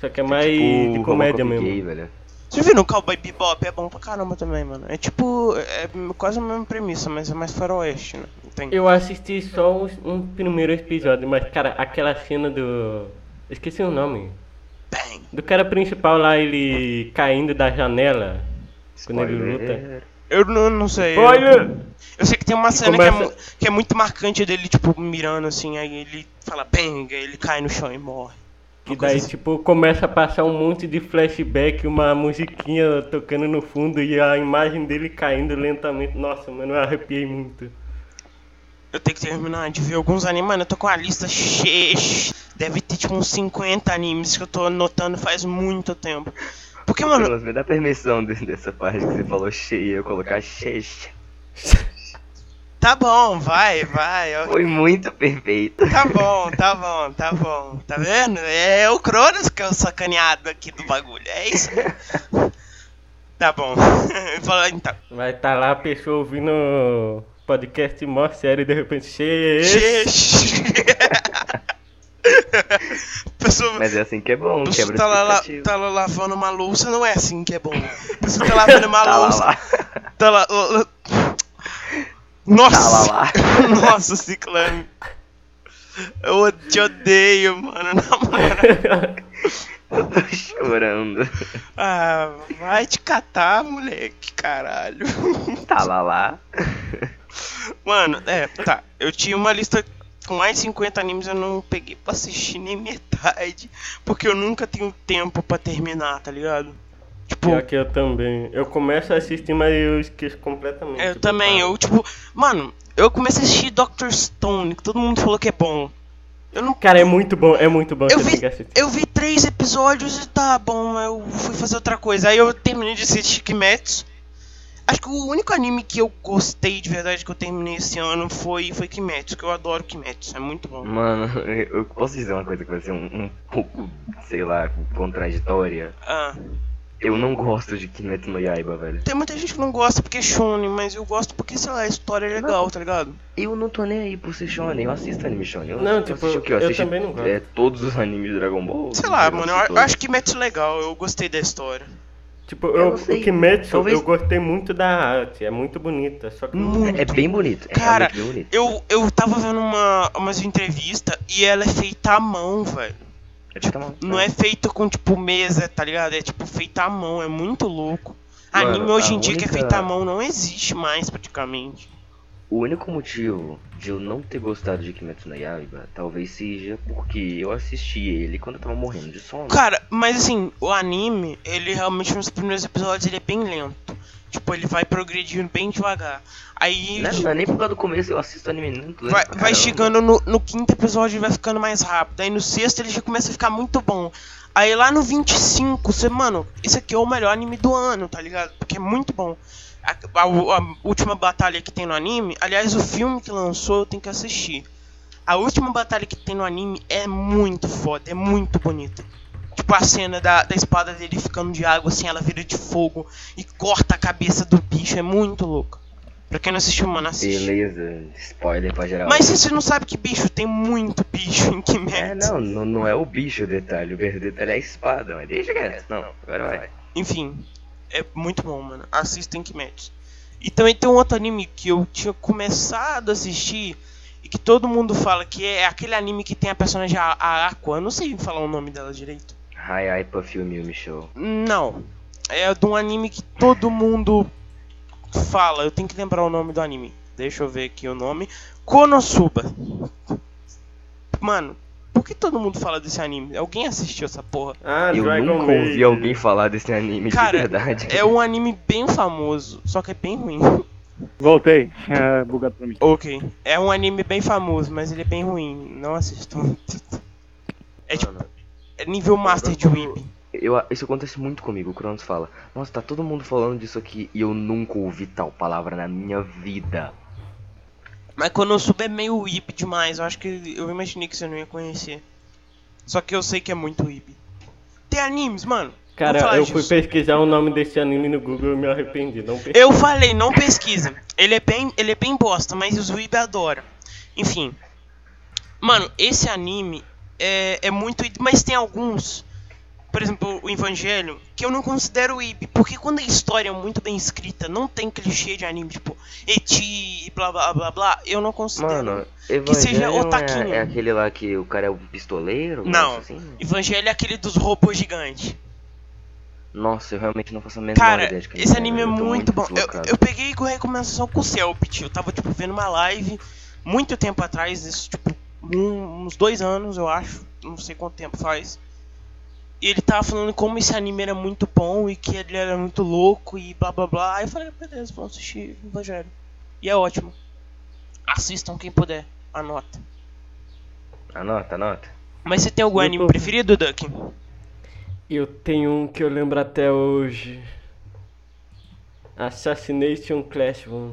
D: Só que é mais de
A: O tipo, Robocop
D: comédia
A: né?
D: mesmo.
A: Gay, velho.
B: Vocês viram Cowboy Bebop? É bom pra caramba também, mano. É tipo. É quase a mesma premissa, mas é mais faroeste, né? Tem.
D: Eu assisti só os- um primeiro episódio, mas cara, aquela cena do. Esqueci o nome.
B: Bang!
D: Do cara principal lá, ele caindo da janela. Quando ele luta.
A: Spoiler.
B: Eu não, não sei.
D: Olha!
B: Eu sei que tem uma cena que, é,
D: começa-
B: mu- que é muito marcante dele, tipo, mirando assim, aí ele fala bang, aí ele cai no chão e morre. assim.
D: E daí, tipo, começa a passar um monte de flashback, uma musiquinha tocando no fundo e a imagem dele caindo lentamente. Nossa, mano, eu arrepiei muito.
B: Eu tenho que terminar de ver alguns animes, mano, eu tô com a lista cheia. Deve ter tipo uns 50 animes que eu tô anotando faz muito tempo. Porque, mano,
A: Cronos, me dá permissão de- dessa parte que você falou cheia, eu colocar cheia.
B: tá bom, vai, vai. ó.
A: Foi muito perfeito.
B: Tá bom, tá bom, tá bom. Tá vendo? É o Cronos que é o sacaneado aqui do bagulho. É
D: [laughs]
B: isso. Tá bom. [laughs] Fala então.
D: Vai tá lá a pessoa ouvindo podcast mó sério e de repente cheio. [laughs]
B: Xixi. [laughs] Pessoa,
A: Mas é assim que é bom,
B: pessoa
A: quebra
B: tá, lá, lá-
A: expectativa.
B: tá lá lavando uma louça, não é assim que é bom. Pessoa tá
A: [laughs]
B: lavando uma louça, tá lá. lá- lá- Nossa!
A: Tá lá lá.
B: [laughs] Nossa, Ciclame. Eu o- te odeio, mano. Na moral.
A: [laughs] Eu tô chorando.
B: Ah, vai te catar, moleque, caralho.
A: Tá lá lá.
B: Mano, é, tá. Eu tinha uma lista com mais 50 animes, eu não peguei pra assistir nem metade. Porque eu nunca tenho tempo pra terminar, tá ligado? Tipo,
D: Pior que eu também. Eu começo a assistir, mas eu esqueço completamente.
B: eu também, eu, tipo, mano, eu comecei a assistir Doctor Stone, que todo mundo falou que é bom. Eu não.
D: Cara, é muito bom, é muito bom
B: Eu
D: você
B: vi-
D: tem que assistir.
B: Eu vi três episódios e tá bom, eu fui fazer outra coisa. Aí eu terminei de assistir Kimetsu. Acho que o único anime que eu gostei de verdade que eu terminei esse ano foi, foi Kimetsu, que eu adoro Kimetsu, é muito
D: Hum.
B: bom.
A: Mano, [laughs] eu posso dizer uma coisa que vai ser um, um pouco, sei lá, contraditória.
B: Ah,
A: Eu não gosto de Kimetsu no Yaiba, velho.
B: tem muita gente que não gosta porque é Shonen, mas eu gosto porque, sei lá, a história é legal, tá ligado?
A: Eu não tô nem aí por ser shonen, eu assisto anime shonen. Eu,
D: Não,
A: eu
D: tipo,
A: assisti o quê?
D: eu
A: assisti,
D: também não gosto.
A: É, todos os animes de Dragon Ball.
B: Sei lá,
A: eu
B: mano,
A: assisti
B: eu, eu
A: todos.
B: acho Kimetsu legal, eu gostei da história.
D: Tipo,
A: eu
D: eu,
A: não sei.
D: o Kimetsu,
A: Talvez-
D: eu gostei muito da arte, é muito bonita, só que...
B: Muito.
A: É bem bonito, é
B: Cara,
A: realmente bem bonito.
B: Eu, eu tava vendo uma, umas entrevistas e ela é feita à mão, velho.
A: É bem tamanho.
B: Não é feito com, tipo, mesa, tá ligado? É, tipo, feita à mão, é muito louco.
A: Mano,
B: Anime hoje em
A: a
B: dia que é
A: única-
B: feito à mão não existe mais, praticamente.
A: O único motivo de eu não ter gostado de Kimetsu no Yaiba, talvez seja porque eu assisti ele quando eu tava morrendo de sono.
B: Cara, mas assim, o anime, ele realmente nos primeiros episódios ele é bem lento. Tipo, ele vai progredindo bem devagar. Aí
A: Não, não é nem por causa do começo, eu assisto anime lento. lento
B: vai,
A: pra
B: vai
A: caramba.
B: chegando no, no quinto episódio e vai ficando mais rápido. Aí no sexto ele já começa a ficar muito bom. Aí lá no 25, você, mano, esse aqui é o melhor anime do ano, tá ligado? Porque é muito bom. A, a- a última batalha que tem no anime, aliás, o filme que lançou eu tenho que assistir. A última batalha que tem no anime é muito foda, é muito bonita. Tipo a cena da, da espada dele ficando de água, assim, ela vira de fogo e corta a cabeça do bicho, é muito louco. Pra quem não assistiu, mano, assiste.
A: Beleza, spoiler pra geral.
B: Mas se você não sabe que bicho, tem muito bicho em que
A: É, não, não, não é o bicho o detalhe, o verdadeiro detalhe é a espada, mas deixa
B: É,
A: que Não, agora vai.
B: Enfim, é muito bom, mano. Assistem Kimetsu. E também tem um outro anime que eu tinha começado a assistir e que todo mundo fala que é aquele anime que tem a personagem a, a Aqua. Eu não sei falar o nome dela direito.
A: Hi, hi, Puffy Yumi Show.
B: Não. É de um anime que todo mundo fala. Eu tenho que lembrar o nome do anime. Deixa eu ver aqui o nome. Konosuba. Mano, por que todo mundo fala desse anime? Alguém assistiu essa porra?
D: Ah,
A: Eu
D: Dragon
A: nunca ouvi
D: Maid.
A: alguém falar desse anime
B: Cara,
A: de verdade.
B: É um anime bem famoso, só que é bem ruim.
C: Voltei. É, bugado pra mim.
B: Ok. É um anime bem famoso, mas ele é bem ruim. Não assistam. É tipo, é nível Master de Whip.
A: Eu, isso acontece muito comigo, o Cronos fala, nossa, tá todo mundo falando disso aqui e eu nunca ouvi tal palavra na minha vida.
B: Mas quando eu subo é meio Whip demais. Eu acho que eu imaginei que você não ia conhecer. Só que eu sei que é muito Whip. Tem animes, mano. Vamos
D: Cara,
B: falar
D: eu
B: disso.
D: fui pesquisar o nome desse anime no Google e me arrependi, não pesquisei.
B: Eu falei, não pesquisa. Ele é bem, ele é bem bosta, mas os Weeb adoram. Enfim. Mano, esse anime é, é muito. id- Mas tem alguns. Por exemplo, o Evangelho, que eu não considero Weeb. Porque quando a história é muito bem escrita, não tem clichê de anime, tipo, Eti e blá blá blá blá, eu não considero.
A: Mano,
B: seja
A: Evangelion
B: otaquinho.
A: é, é aquele lá que o cara é um pistoleiro? um
B: Não.
A: negócio assim?
B: Evangelho é aquele dos robôs gigantes.
A: Nossa, eu realmente não faço a menor
B: Cara,
A: ideia de que
B: esse anime é
A: eu tô
B: muito bom. Eu,
A: deslocado.
B: eu peguei com recomendação com o Celpit. Eu tava, tipo, vendo uma live muito tempo atrás, isso, tipo, um- uns dois anos, eu acho. Não sei quanto tempo faz. E ele tava falando como esse anime era muito bom e que ele era muito louco e blá blá blá. Aí eu falei, "Ah, beleza, vamos assistir Evangelho. E é ótimo. Assistam quem puder, anota.
A: Anota, anota.
B: Mas você tem algum
D: Eu
B: anime
D: tô-
B: preferido, Duck?
D: Eu tenho um que eu lembro até hoje. Assassination Classroom.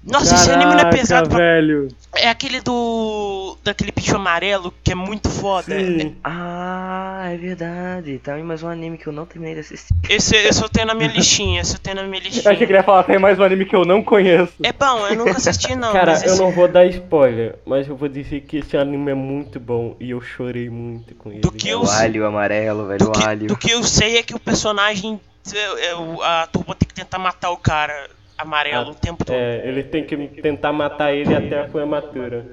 B: Nossa, esse anime não é pesado pra...
C: velho.
B: É aquele do. daquele bicho amarelo que é muito foda.
D: Sim.
A: Ah, é verdade. Tá aí mais um anime que eu não terminei de assistir.
B: Esse, esse eu tenho na minha listinha, esse eu tenho na
D: [laughs]
B: minha
C: Eu achei que ele
B: listinha.
C: ia falar, tem mais um anime que eu não conheço.
B: É bom, eu nunca assisti não,
D: Cara,
B: mas
D: eu
B: esse-
D: não vou dar spoiler, mas eu vou dizer que esse anime é muito bom e eu chorei muito com ele.
B: Do que
A: É
B: eu-
A: o alho amarelo, velho,
B: do,
A: o
B: que,
A: alho.
B: do que eu sei é que o personagem. é, é, o- a turma tem que tentar matar o cara amarelo
D: Ah,
B: o tempo todo.
D: É, ele tem que tentar matar ele até a formatura.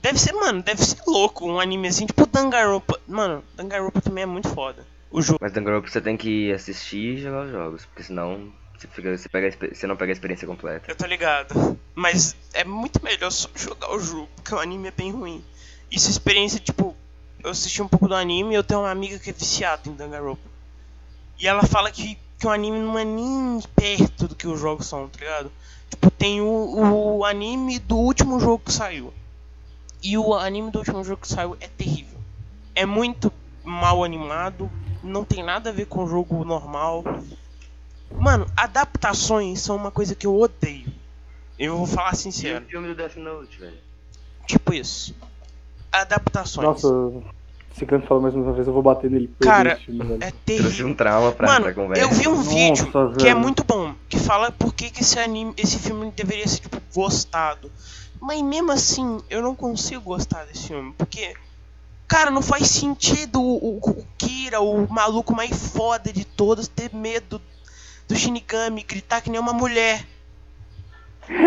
B: Deve ser, mano, deve ser louco um anime assim, tipo Danganronpa. Mano, Danganronpa também é muito foda. O jogo.
A: Mas Danganronpa você tem que assistir e jogar os jogos, porque senão você, fica, você, pega, a exper- você não pega a experiência completa.
B: Eu tô ligado. Mas é muito melhor só jogar o jogo, porque o anime é bem ruim. E sua experiência, tipo, é eu assisti um pouco do anime e eu tenho uma amiga que é viciada em Danganronpa. E ela fala que que o anime não é nem perto do que os jogos são, tá ligado? Tipo, tem o, o anime do último jogo que saiu. E o anime do último jogo que saiu é terrível. É muito mal animado, não tem nada a ver com o jogo normal. Mano, adaptações são uma coisa que eu odeio. Eu vou falar
A: E o
B: sincero.
A: filme do Death Note, velho.
B: Tipo isso. Adaptações.
C: Nossa, se Ciclano falou mais uma vez, eu vou bater nele. porque eu
B: Cara,
C: odeio esse filme, velho.
B: É
A: Trouxe
B: terrível.
A: um trauma pra,
B: Mano,
A: pra conversa.
B: eu vi um
C: Nossa,
B: vídeo que é
C: velho.
B: muito bom, que fala por que, que esse anime, esse filme deveria ser tipo gostado. Mas mesmo assim, eu não consigo gostar desse filme, porque cara, não faz sentido o, o, o Kira, o maluco mais foda de todos ter medo do Shinigami gritar que nem uma mulher.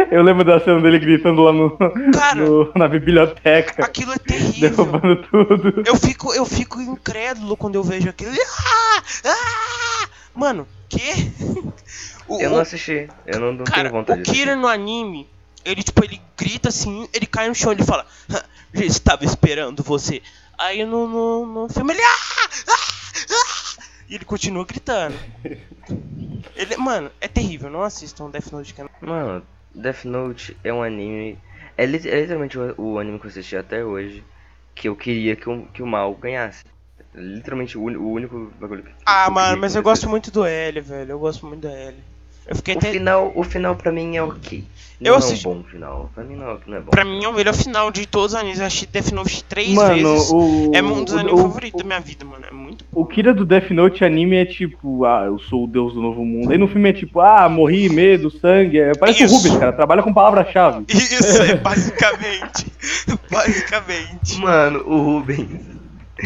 C: Eu lembro da cena dele gritando lá no,
B: Cara,
C: no- na biblioteca,
B: aquilo
A: [laughs]
B: é terrível.
C: derrubando tudo.
B: Eu fico, eu fico incrédulo quando eu vejo aquilo. [laughs] Ah! Ah! Mano, que? [laughs] O,
A: Eu
B: o-
A: não assisti. Eu não, não
B: cara,
A: tenho vontade
B: o
A: de assistir.
B: Kira no anime, ele tipo, ele grita assim, ele cai no chão, ele fala, "Ah, já estava esperando você. Aí no, no, no filme ele. Ah! Ah! Ah! E ele continua gritando. Ele, mano, é terrível, não assistam Death Note cara.
A: Mano, Death Note é um anime. É, lit- é literalmente o, o anime que eu assisti até hoje. Que eu queria que, o- que o mal ganhasse. Literalmente o, uni- o único bagulho que.
B: Ah,
A: que
B: mano,
A: queria
B: mas
A: que
B: eu gosto
A: acontecesse.
B: muito do L, velho. Eu gosto muito do L. Eu fiquei
A: O
B: até.
A: final, o final pra mim é ok. Não
B: Eu
A: é
B: assisti-
A: um bom final. Pra mim não, não é bom.
B: Pra mim é o melhor final de todos os animes. Eu achei Death Note três vezes.
C: o.
B: É um dos
C: o-
B: animes
C: o-
B: favoritos da minha vida, mano. É muito [laughs]
C: O Kira do Death Note anime é tipo, ah, eu sou o deus do novo mundo. Aí no filme é tipo, ah, morri, medo, sangue. É, parece
B: Isso.
C: o Rubens, cara. Trabalha com palavra-chave.
B: Isso é basicamente. [laughs] basicamente.
A: Mano, o Rubens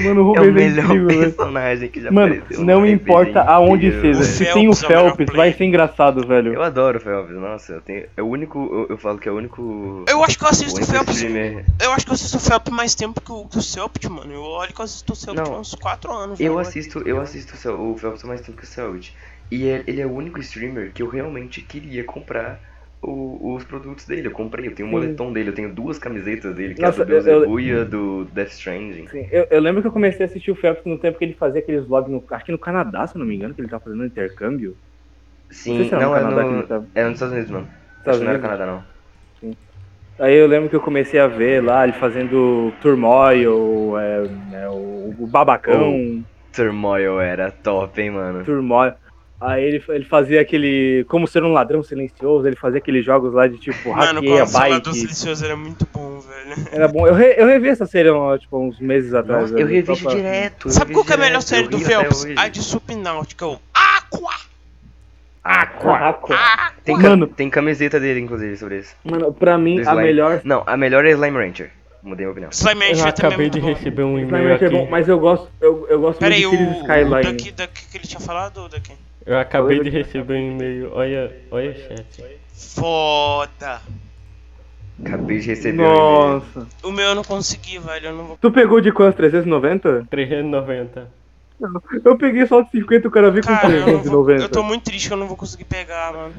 C: Mano, o
A: é o
C: Rubens é,
A: melhor [laughs]
C: incrível, velho.
A: personagem que já
C: Mano,
A: apareceu.
C: não
A: no
C: importa
A: RPG
C: aonde
A: inteiro,
C: seja.
A: velho.
C: Se
B: O
C: tem o
B: Phelps é o melhor
C: Phelps,
B: player.
C: vai ser engraçado, velho.
A: Eu adoro É o Felps, nossa, eu tenho, é o único, eu, eu falo que é o único.
B: Eu acho que eu
A: o
B: assisto o
A: único
B: Phelps.
A: streamer.
B: Eu acho que eu assisto o Phelps mais tempo que o, que o Celpit, mano. Eu olho que eu assisto o Celpit
A: Não.
B: há uns 4 anos.
A: Eu
B: velho.
A: assisto, eu assisto o Cel- o Phelps há mais tempo que o Celt. E ele, ele é o único streamer que eu realmente queria comprar o- os produtos dele. Eu comprei, eu tenho o
C: Sim.
A: moletom dele, eu tenho duas camisetas dele, que é
C: Nossa,
A: a do
C: eu- eu-
A: Beelzebub e a do Death Stranding.
C: Sim, eu, eu lembro que eu comecei a assistir o Phelps no tempo que ele fazia aqueles vlogs, no, acho que no Canadá, se eu não me engano, que ele tava fazendo um intercâmbio.
A: Sim,
C: não sei se era
A: não,
C: no
A: era,
C: Canadá que ele
A: no,
C: tava.
A: era nos Estados Unidos, mano. Acho
C: Estados
A: que não era
C: Unidos.
A: Canadá, não.
C: Aí eu lembro que eu comecei a ver lá ele fazendo Turmoil, é, né, o, o Babacão,
A: Turmoil era top, hein, mano.
C: Turmoil. Aí ele, ele fazia aquele. Como ser um ladrão silencioso, ele fazia aqueles jogos lá de tipo
B: Mano, o
C: hackeia
B: Consolador
C: bike.
B: Silencioso era muito bom, velho.
C: Era bom. Eu, re- eu revi essa série ó, tipo, uns meses atrás.
A: Nossa, eu
C: velho, só
A: revejo
C: pra-
A: direto. eu
B: Sabe
A: revejo
B: qual que é a melhor
A: direto,
B: série
A: eu
B: do
A: rio até
B: Phelps?
A: hoje.
B: A de Subnáutica. o Aqua!
A: Aqua.
B: Aqua!
A: Tem, ca-
C: Ah, Mano.
A: tem camiseta dele, inclusive, sobre isso.
C: Mano, pra mim,
A: Do
C: a
A: slime.
C: melhor.
A: Não, a melhor é Slime Rancher. Mudei minha opinião.
B: Slime
D: Eu
B: Rancher também é
D: acabei
B: muito
D: de
B: bom.
D: receber um e-mail
C: Slime é bom,
D: aqui.
C: mas eu gosto, eu, eu gosto
B: Pera aí,
C: muito de Cities
B: o, o
C: Skyline.
B: Duck, Duck que ele tinha falado, Duck?
D: Eu acabei de receber um e-mail. Olha, olha, chat.
B: Foda!
A: Acabei de receber um e-mail.
C: Nossa.
B: O meu eu não consegui, velho. Eu não vou.
C: Tu pegou de quanto? 390?
D: 390.
C: Eu peguei só de 50 o cara veio com
A: é
B: Cara, eu, não vou...
C: 390.
B: eu tô muito triste que eu não vou conseguir pegar, mano.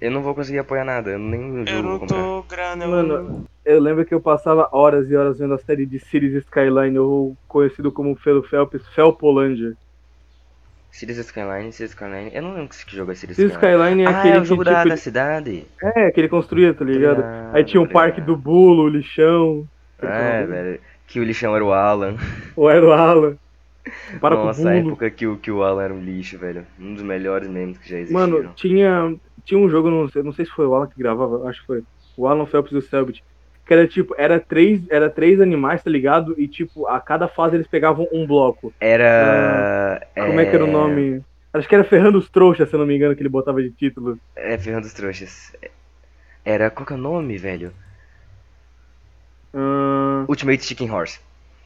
A: Eu não vou conseguir apoiar nada, eu nem no jogo
B: Eu
A: vou
B: não
A: comprar.
B: tô grana, eu
C: Mano, eu lembro que eu passava horas e horas vendo a série de Cities Skyline, ou conhecido como pelo Phelps, Felpolândia.
A: Cities Skyline, Cities Skyline. Eu não lembro que jogo é Cities
C: Cities
A: Skyline.
C: Skyline é
A: Ah,
C: aquele
A: é o jogo
C: que,
A: da,
C: tipo,
A: da cidade.
C: é, que ele construía, tá ligado?
A: Ah,
C: Aí tinha o
A: tá
C: Parque do
A: ligado.
C: Bulo, o Lixão, Então,
A: É, velho. Que o lixão era o Alan.
C: o Aeroala. Para
A: Nossa, é
C: com o
A: a
C: Bulo.
A: época que o, que o Alan era um lixo, velho. Um dos melhores memes que já existiram.
C: Mano, tinha, tinha um jogo, não sei, não sei se foi o Alan que gravava, acho que foi. O Alan Phelps e o Selbit. Que era tipo, era três, era três animais, tá ligado? E tipo, a cada fase eles pegavam um bloco.
A: era.
C: Como é que era o nome? Acho que era Ferrando os Trouxas, se eu não me engano, que ele botava de título.
A: É, Ferrando dos Trouxas. Era. Qual que é o nome, velho?
C: Ahn,
A: Ultimate Chicken Horse.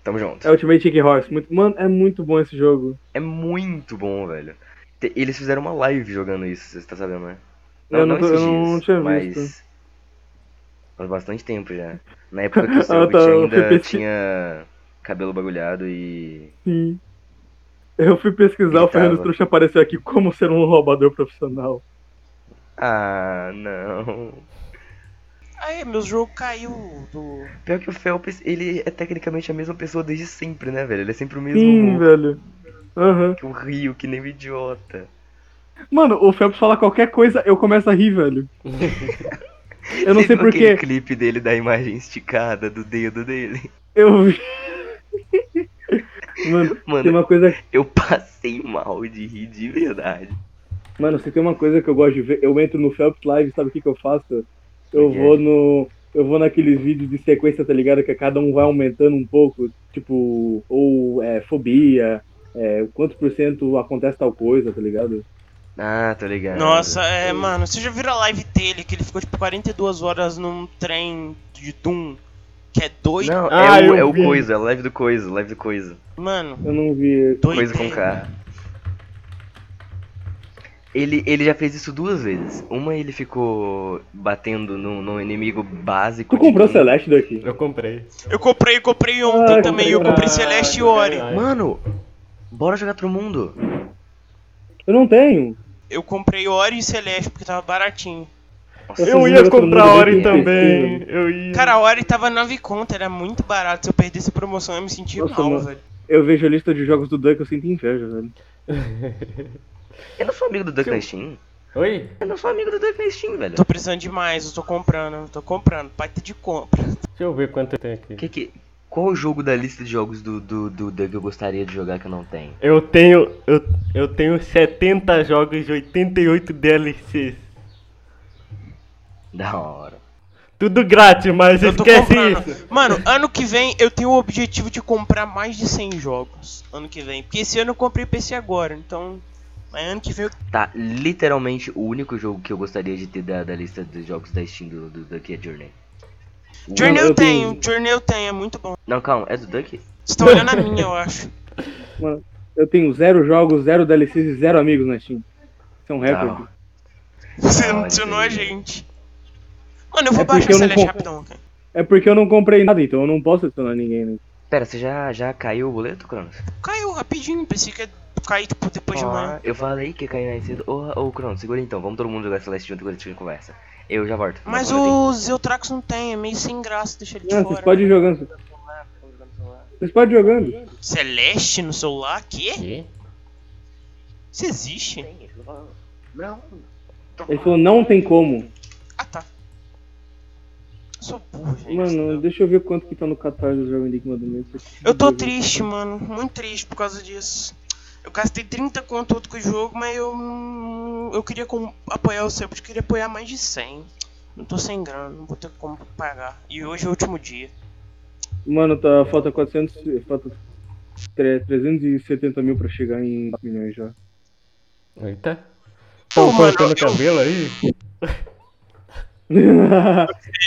A: Tamo junto.
C: Ah, é Ultimate Chicken Horse. Muito, mano, é muito bom esse jogo.
A: É muito bom, velho. Te- Eles fizeram uma live jogando isso, você tá sabendo, né?
C: Eu não tô-
A: esses
C: eu não
A: dias,
C: tinha
A: mas...
C: visto.
A: Faz bastante tempo já. Na época
C: [laughs]
A: que o Selbit
C: tá, eu fui
A: ainda
C: pesquisar.
A: tinha cabelo bagulhado e.
C: Sim. Eu fui pesquisar, o
A: Ele
C: Ferrando os
A: tava.
C: Trouxas apareceu aqui como ser um roubador profissional.
A: Ah, não.
B: Aí, meu jogo caiu do.
A: Pior que o Phelps, ele é tecnicamente a mesma pessoa desde sempre, né, velho? Ele é sempre o mesmo
C: Sim,
A: louco
C: velho. Aham.
A: que o Rio, que nem um idiota.
C: Mano, o Phelps fala qualquer coisa, eu começo a rir, velho. Eu
D: [laughs]
C: não
A: Você
C: sei
A: viu aquele
C: porquê.
A: clipe dele da imagem esticada do dedo dele. [laughs]
C: Eu vi. [laughs] Mano, tem
A: Mano,
C: uma coisa.
A: eu passei mal de rir de verdade.
C: Mano, se tem uma coisa que eu gosto de ver, eu entro no Phelps Live, sabe o que, que eu faço?
A: Por
C: Eu
A: quê?
D: é.
C: vou no. Eu vou naqueles vídeos de sequência, tá ligado? Que cada um vai aumentando um pouco, tipo, ou é, fobia, é, quantos por cento acontece tal coisa, tá ligado?
A: Ah, tô ligado.
B: Nossa, é,
A: Eu-
B: mano, você já viu a live dele que ele ficou tipo 42 horas num trem de Doom, que é doido,
A: Não,
D: Ah,
A: é, o,
D: eu
A: é o
D: vi.
A: coisa, é o live do coisa, live do coisa.
B: mano,
C: Eu não vi.
B: doido.
A: Coisa com K. Ele, ele já fez isso duas vezes. Uma ele ficou batendo num, num inimigo básico.
C: Tu comprou
A: de-
C: Celeste daqui?
D: Eu comprei.
B: Eu comprei, eu comprei ontem também,
C: Ah, comprei
B: eu
C: pra-
B: comprei Celeste e Ori.
A: Mano, bora jogar pro mundo.
C: Eu não tenho.
B: Eu comprei Ori e Celeste porque tava baratinho.
A: Nossa,
C: Essas
D: Eu
C: outras
D: ia comprar
C: não
D: Ori
A: tem
D: também. Eu ia.
B: Cara, a Ori tava 9 conto, era muito barato. Se eu perdesse a promoção, eu me sentia
C: Nossa,
B: mal,
C: mano.
B: velho.
C: Eu vejo a lista de jogos do Duck, eu sinto inveja, velho.
A: Eu não sou amigo do Duck na Steam.
D: Oi?
A: Eu não sou amigo do Duck na Steam, velho.
B: Tô precisando demais, eu tô comprando, eu tô comprando. Pai tá de compra.
D: Deixa eu ver quanto eu tenho aqui.
A: Que que- Qual o jogo da lista de jogos do, do, do Duck eu gostaria de jogar que eu não tenho? [laughs]
D: Eu tenho. Eu, eu tenho 70 jogos e 88 DLCs.
A: Da hora.
D: Tudo grátis, mas [laughs]
B: Eu tô
D: esquece
B: comprando.
D: isso.
B: Mano, ano que vem eu tenho o objetivo de comprar mais de 100 jogos. Ano que vem. Porque esse ano eu comprei PC agora, então. Mas ano que vem eu.
A: Tá, literalmente o único jogo que eu gostaria de ter da, da lista dos jogos da Steam do, do Duck é Journey.
B: Journey
C: eu
B: eu tenho,
C: tenho-
B: Journey eu tenho, é muito bom.
A: Não, calma, é do Duck?
B: Vocês estão
C: [laughs]
B: olhando a minha, eu acho.
C: Eu tenho zero jogos, zero DLCs e zero amigos na Steam. Isso é um recorde.
A: Não.
B: Você
A: Ah,
B: mencionou a
A: entendi.
B: gente. Mano, eu vou
C: É porque
B: baixar
C: eu
B: o
C: não
B: Celeste
C: comp-
B: rapidão, cara.
C: É porque eu não comprei nada, então eu não posso adicionar ninguém, né?
A: Pera, você já, já caiu o boleto, Cronos?
B: Caiu rapidinho, pensei que ia cair tipo, depois de manhã.
A: eu falei que ia cair mais cedo. Ô, ô, Cronos, segura aí então, vamos todo mundo jogar Celeste junto enquanto a gente conversa. Eu já volto.
B: Mas
A: Volta,
B: o Zeutrax não tem, é meio sem graça, deixa ele de
C: é, Não,
B: fora.
C: vocês podem ir jogando. Vocês podem ir jogando.
B: Celeste no celular? Quê?
D: Que?
B: Isso existe?
C: Ele falou, não tem como.
B: Ah tá. Eu sou burro, gente.
C: Mano, deixa eu ver quanto que tá no catálogo do Jovem Enigma do mês.
B: eu tô triste, mano. Muito triste por causa disso. Eu gastei 30 conto outro com o jogo, mas eu. não- Eu queria com- apoiar o Celput, queria apoiar mais de 100. Não tô sem grana, não vou ter como pagar. E hoje é o último dia.
C: Mano, tá, falta 400. e- Falta tre- 370 mil pra chegar em 4 milhões já. [laughs]
D: Eita. Estão
B: Pô, mano, é
D: cortando
B: eu-
D: cabelo aí?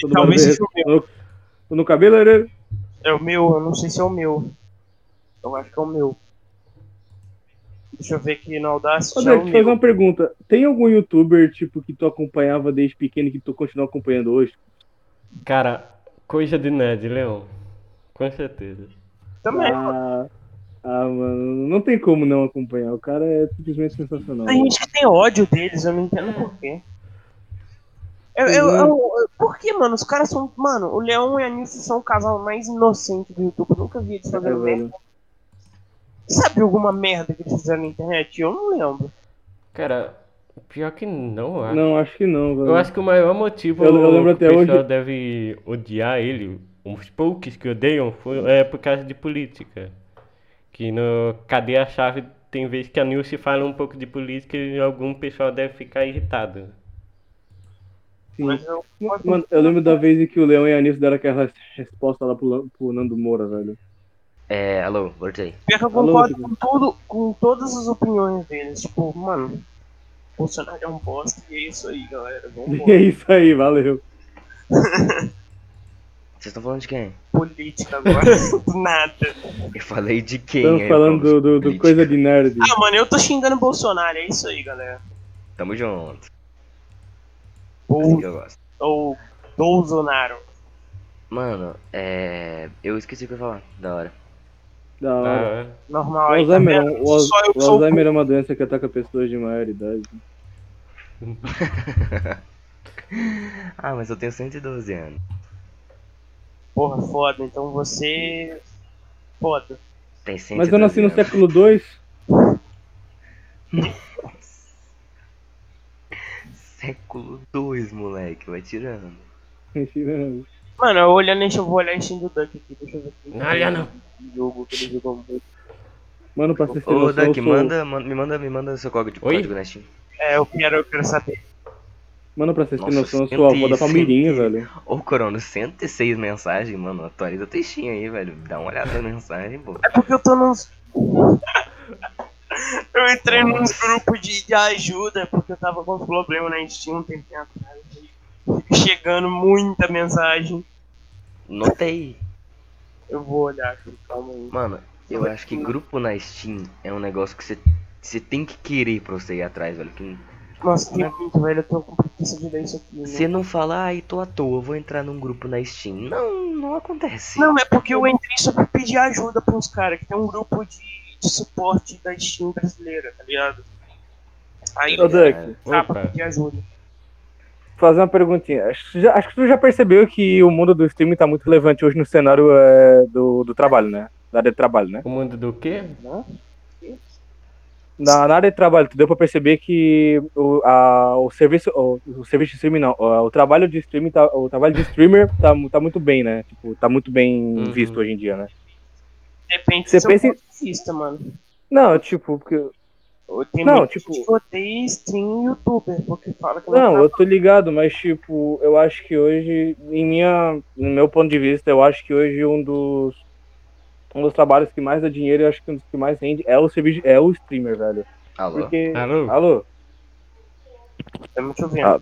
C: Todo
B: Talvez
C: mundo-
B: seja o meu.
C: Tô no cabelo, né? era.
B: É o meu, eu não sei se é o meu. Eu acho que é o meu. Deixa eu ver aqui no Audacity.
C: Deixa
B: É
C: eu
B: o
C: te fazer
B: meu.
C: uma pergunta. Tem algum youtuber, tipo, que tu acompanhava desde pequeno e que tu continua acompanhando hoje?
D: Cara, coisa de nerd, Leão. Com certeza.
B: Também.
C: Ah, ah, mano, não tem como não acompanhar. O cara é simplesmente sensacional.
B: Tem gente que tem ódio deles, eu não entendo por quê. Eu, eu, eu- eu- por que, mano? Os caras são. Mano, o Leão e a Nilce são o casal mais inocente do YouTube. Eu nunca vi eles
C: É,
B: fazendo merda.
C: velho.
B: Sabe alguma merda que eles fizeram na internet? Eu não lembro.
D: Cara, pior que não, eu acho.
C: Não, acho que não, velho.
D: Eu acho que o maior motivo
C: Eu- eu lembro
D: que
C: até
D: o pessoal
C: hoje-
D: deve odiar ele, os poucos que odeiam, foi- é por causa de política. Que no Cadê a Chave tem vez que a Nilce fala um pouco de política e algum pessoal deve ficar irritado.
C: Sim.
B: Mas eu,
C: Mano, eu lembro da vez em que o Leão e a Nilce deram aquela resposta lá pro, Lan- pro Nando Moura, velho.
A: É, alô, voltei.
B: pior que eu
C: Alô,
B: concordo
C: tipo-
B: com tudo, com todas as opiniões deles. Tipo, mano, Bolsonaro é um bosta e é isso aí, galera.
C: [laughs]
B: Vamos
C: E é isso aí, valeu.
A: Vocês estão falando de quem?
B: política
C: [laughs]
B: agora. Do nada.
A: Eu falei de quem? É,
C: Estamos
D: é
A: aí,
C: falando
A: Cronos?
C: do, do- do
A: Blitz.
C: coisa de nerd.
B: Ah, mano, eu tô xingando Bolsonaro, é isso aí, galera.
A: Tamo junto. Assim
B: Ou,
A: que eu gosto.
B: ou Bolsonaro.
A: Mano, é. Eu esqueci o que eu ia falar. Da hora.
C: Da hora.
D: Ah,
C: O
B: Normal. aí, tá
C: Alzheimer, é
B: vendo?
C: um- o Al-
B: Só eu
C: o
B: que sou
C: Alzheimer é uma doença que ataca pessoas de maior idade.
A: Ah, mas eu tenho 112 anos.
B: porra foda, então você. Foda.
D: é
A: Tem 112
C: [laughs] Mas eu nasci no
A: anos.
C: século II.
A: século 2, moleque. Vai tirando.
C: Tirando.
B: Mano, eu olhando, deixa eu vou olhar esse do Duck aqui, deixa eu ver aqui.
D: Não, olha não.
B: Jogo que ele jogou muito.
C: Mano, pra vocês terem
A: Ô,
C: noção, eu
A: Duck,
C: sou-
A: manda, manda- me manda, me manda seu código,
D: Oi?
A: código na Steam.
B: É, eu quero, eu quero saber.
C: Mano, pra vocês terem
A: Nossa,
C: noção, eu sou a avó da
A: 106.
C: Palmeirinha, velho.
A: Ô, Corona, 106 mensagens, mano. Atualiza o textinho aí, velho. Dá uma olhada na mensagem, pô.
B: É porque eu tô nos. [laughs] eu entrei num grupo de, de ajuda, porque eu tava com problema na Steam um tempinho atrás. Fica Chegando muita mensagem.
A: Notei.
B: Eu vou olhar aqui, calma aí.
A: Mano, eu acho que grupo na Steam é um negócio que você- você tem que querer pra você ir atrás, velho. Que
B: Nossa, tem muito, velho. Eu tô com preguiça de ler isso aqui. né?
A: Você não fala, ai, tô à toa, vou entrar num grupo na Steam. Não, não acontece.
B: Não, é porque eu entrei só pra pedir ajuda pra uns caras, que tem um grupo de, de suporte da Steam brasileira, tá ligado? Aí
C: Ô,
B: eu
C: Duck,
B: tá pra
D: Opa.
B: pedir ajuda.
C: fazer uma perguntinha. Acho, que já- acho que tu já percebeu que o mundo do streaming tá muito relevante hoje no cenário é, do, do trabalho, né? Da área de trabalho, né?
D: O mundo do quê?
C: Na, na área de trabalho, tu deu pra perceber que o, a- o serviço o, o serviço de streaming não, o, o trabalho de streaming, tá- o trabalho de streamer tá, mu- tá muito bem, né? Tipo, tá muito bem
D: Uhum.
C: visto hoje em dia, né?
B: Depende
C: Você
B: do seu
C: pensa em-
B: ponto de vista, mano.
C: Não, tipo, porque
B: Tem
C: Não,
B: muita
C: tipo-
B: gente que odeia stream youtuber, porque fala que
C: Não,
B: tá-
C: eu tô ligado, mas tipo, eu acho que hoje, em minha, no meu ponto de vista, eu acho que hoje um dos um dos trabalhos que mais dá dinheiro, eu acho que um dos que mais rende é o serviço, é o streamer, velho.
A: Alô.
C: Porque
D: Alô?
C: Alô,
B: Tá te ouvindo.
C: Ah.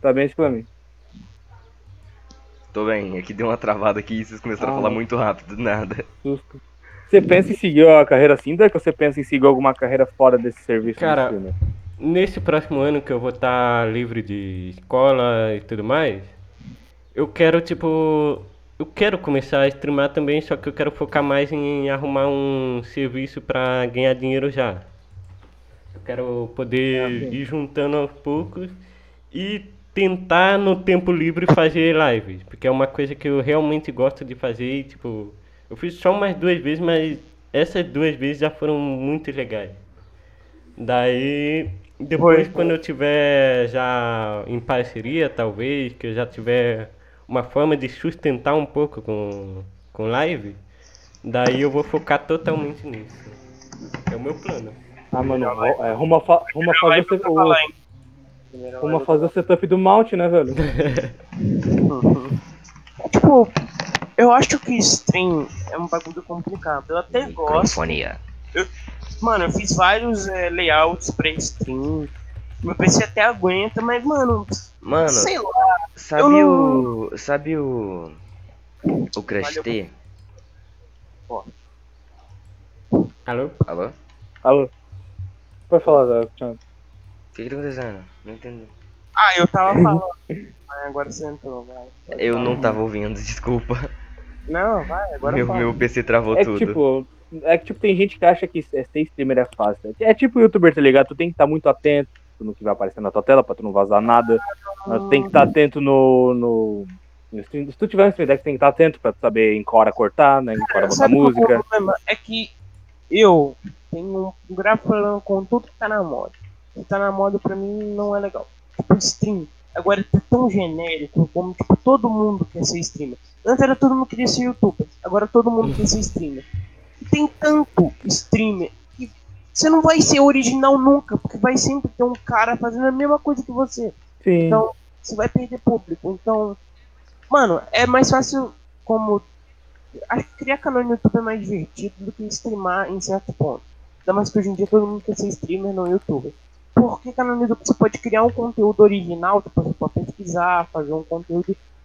C: tá bem isso pra mim.
A: Tô bem, aqui deu uma travada aqui e vocês começaram a
C: Ah,
A: falar
C: não.
A: muito rápido, [laughs] nada.
C: Justo. Você pensa em seguir a carreira assim, Duck, ou você pensa em seguir alguma carreira fora desse serviço de
D: Cara,
C: streamer?
D: Nesse próximo ano que eu vou estar livre de escola e tudo mais, eu quero, tipo. Eu quero começar a streamar também, só que eu quero focar mais em arrumar um serviço pra ganhar dinheiro já. Eu quero poder ir juntando aos poucos e tentar no tempo livre fazer lives, porque é uma coisa que eu realmente gosto de fazer e, tipo, eu fiz só umas duas vezes, mas essas duas vezes já foram muito legais. Daí, depois,
B: Foi.
D: quando eu tiver já em parceria, talvez, que eu já tiver uma forma de sustentar um pouco com, com live, daí eu vou focar totalmente nisso. É o meu plano.
C: Ah, mano, é, rumo a, fa rumo a fazer
B: Vai
C: o, se-
B: pra
C: o-
B: falar, né? hein? Primeira
C: rumo a
B: live.
C: fazer o setup do Mount, né, velho? [laughs]
B: Tipo, eu acho que stream é um bagulho complicado. Eu até gosto.
A: Microfonia.
B: Mano, eu fiz vários eh, layouts pra stream. Meu PC até aguenta, mas, mano,
A: Mano,
B: sei lá. eu
A: sabe
B: não-
A: o. Sabe o. O Crash
B: Valeu.
A: T?
D: Alô?
A: Alô? O
C: Alô. Pode falar, Duck, tchau.
A: que que tá acontecendo? Não entendi.
B: Ah, eu tava falando. Mas agora você entrou, vai.
A: Eu não tava ouvindo, [laughs] desculpa.
B: Não, vai, agora
A: meu,
B: fala.
A: meu PC travou
C: É que,
A: tudo.
C: tipo, é que, tipo, tem gente que acha que ser streamer é fácil. né? É tipo youtuber, tá ligado? Tu tem que estar muito atento no que vai aparecer na tua tela pra tu não vazar nada. Mas Tu tem que estar atento no. no... no stream. Se tu tiver um stream deck, tem que estar atento pra tu saber em que hora cortar, né? Em que hora botar
B: Sabe qual é o
C: música.
B: problema? É que eu tenho um gráfico problema com tudo que tá na moda. O que tá na moda pra mim não é legal. Tipo, stream. Agora tá tão genérico como tipo, todo mundo quer ser streamer. Antes era todo mundo queria ser youtuber, agora todo mundo quer ser streamer. E tem tanto streamer que você não vai ser original nunca, porque vai sempre ter um cara fazendo a mesma coisa que você
C: Sim.
B: Então, você vai perder público. Então, mano, é mais fácil como. Acho que criar canal no YouTube é mais divertido do que streamar em certo ponto. Ainda mais que hoje em dia todo mundo quer ser streamer no YouTube. Porque canal no YouTube você pode criar um conteúdo original, tipo, você pode pesquisar, fazer um conteúdo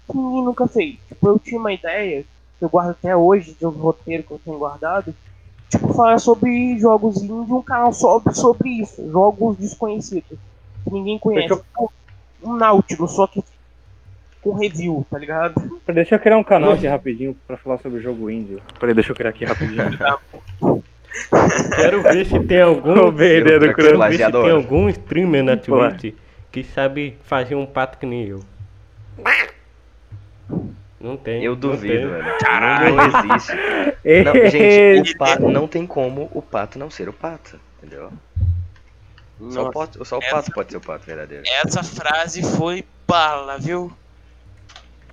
B: que ninguém nunca fez. Tipo, eu tinha uma ideia, que eu guardo até hoje, de um roteiro que eu tenho guardado, tipo, falar sobre jogos indie, um canal só sobre isso, jogos desconhecidos, que ninguém conhece.
C: Fechou.
B: Tipo, um Nautilus, só que com review, tá ligado?
C: Peraí, Deixa eu criar um canal aqui rapidinho pra falar sobre o jogo índio. Peraí, deixa eu criar
A: [laughs]
C: aqui rapidinho.
D: Quero ver se tem algum.
C: Roubei a ideia do
D: Quero
C: Crono.
D: ver se
A: Plagiador.
D: tem algum streamer na
C: Ué.
D: Twitch que sabe fazer um pato que nem eu. Não tem.
A: Eu
D: não
A: duvido,
D: tem.
A: velho. Caralho. Não existe. Não,
C: Ei, [laughs]
A: gente, o pato, não tem como o pato não ser o pato, entendeu? Só o,
B: Nossa,
A: pato, só o
B: essa-
A: pato pode ser o pato verdadeiro.
B: essa frase foi bala, viu?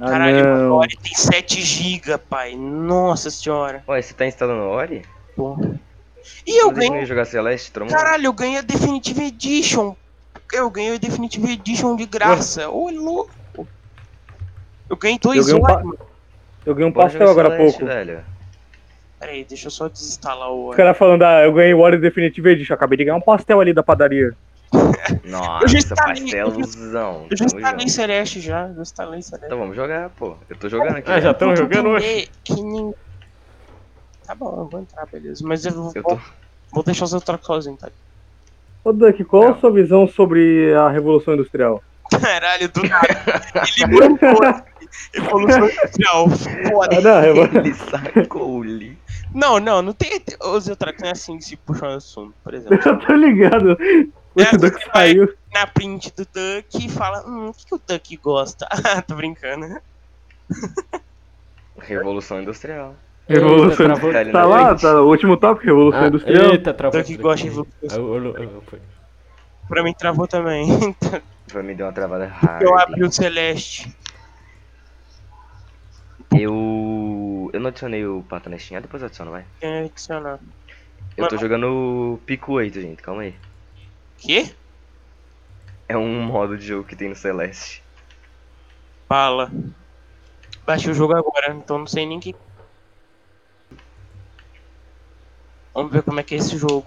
C: Ah,
B: Caralho, mano,
C: não.
B: o Ori tem 7 GB, pai. Nossa senhora.
A: Ué, você tá instalando Ori?
B: Pô. E
A: Você
B: eu
A: não
B: ganhei.
A: ia jogar Celeste, Tron?
B: Caralho, eu ganhei a Definitive Edition. Eu ganhei a Definitive Edition de graça. Ô, louco. Eu ganhei
C: Eu
B: dois
C: ganhei um,
B: Ori,
C: pa-
B: mano.
C: eu ganhei um
A: Bora
C: pastel
A: jogar
C: agora há
A: Celeste,
C: pouco.
A: Velho.
B: Peraí, deixa eu só desinstalar o
C: Os
B: Ori.
C: caras falando, ah, eu ganhei o Warriors Definitive Edition. Acabei de ganhar um pastel ali da padaria.
B: Eu já
A: Nossa,
B: instalei,
A: pastelzão.
B: Eu já
A: Tamo
B: instalei
A: junto.
B: Celeste já. Já instalei Celeste.
A: Então vamos jogar, pô. Eu tô jogando aqui.
D: Ah,
A: velho.
D: já estão
B: Tem que
D: jogando hoje?
B: entender que nin- Tá bom, eu vou entrar, beleza. Mas eu vou,
A: Eu
B: [laughs]
A: tô...
B: vou deixar os outros sozinho, tá?
C: Ô, Duck, qual
A: Não.
C: a sua visão sobre a
B: [laughs]
C: Revolução Industrial?
B: Caralho, do nada. Ele mudou. Ele falou social. Foda.
C: Ah, não, a Revo-
A: Ele sacou o li.
B: Não, não, não tem. tem- Os outros não é assim que se puxam no assunto, por exemplo.
C: [laughs] eu tô ligado.
B: É,
C: Esse Duck
B: você vai-
C: saiu.
B: Na print do Duck e fala: Hum, o que, que o Duck gosta? [laughs] Ah, tô brincando. né?
A: Revolução Industrial.
C: Revolução
D: Eita, travou.
A: Tá ali
C: Tá
A: na
C: lá,
B: né?
A: frente.
C: tá lá, o último tópico, Revolução
D: Ah,
C: Industrial.
D: Eita, travou.
B: Duck gosta de
D: Ah, olhou, olhou, foi.
B: Pra mim travou também. [laughs]
A: Pra mim deu uma travada hard.
B: Eu abri o Celeste.
A: Eu. Eu não adicionei o pato na Steam, ah, depois eu adiciono, vai.
B: Tem que adicionar.
A: Eu tô
B: Mano.
A: jogando o Pico 8, gente, calma aí.
B: Quê?
A: É um modo de jogo que tem no Celeste.
B: Fala. Baixei o jogo agora, então não sei nem que. Vamos ver como é que é esse jogo.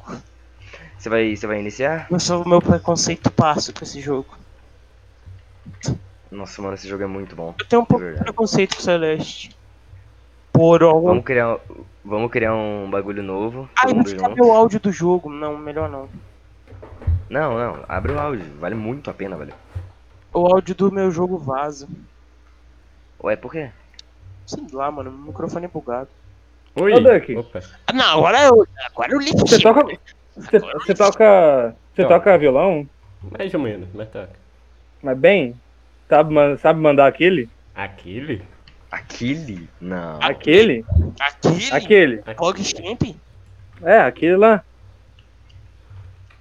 A: Você vai, você vai iniciar?
B: Eu sou o meu preconceito passo com esse jogo.
A: Nossa, mano, esse jogo é muito bom.
B: Eu tenho um pouco de
A: verdade.
B: preconceito com o Celeste. Por algum.
A: Vamos criar, um, vamos criar um bagulho novo,
B: Ai,
A: todo
B: não
A: mundo
B: fica
A: junto.
B: meu áudio do jogo. Não, melhor não.
A: Não, não, abre o áudio, vale muito a pena, velho.
B: O áudio do meu jogo vaza.
A: Ué, por quê?
B: Sei lá, mano, meu microfone é bugado.
D: Oi.
C: Ô, Duck.
D: Opa.
B: Ah, Não, agora eu. Agora é eu li
C: Você toca. Você, você toca. Você
D: Não.
C: toca violão?
D: Mais ou menos, mas tá.
C: Mas bem. Sabe, man- sabe mandar aquele?
D: Aquele?
A: Aquele? Não.
C: Aquele?
B: Aquele? Aquele.
C: Aquele.
B: Rogue Champ?
C: É, aquele lá.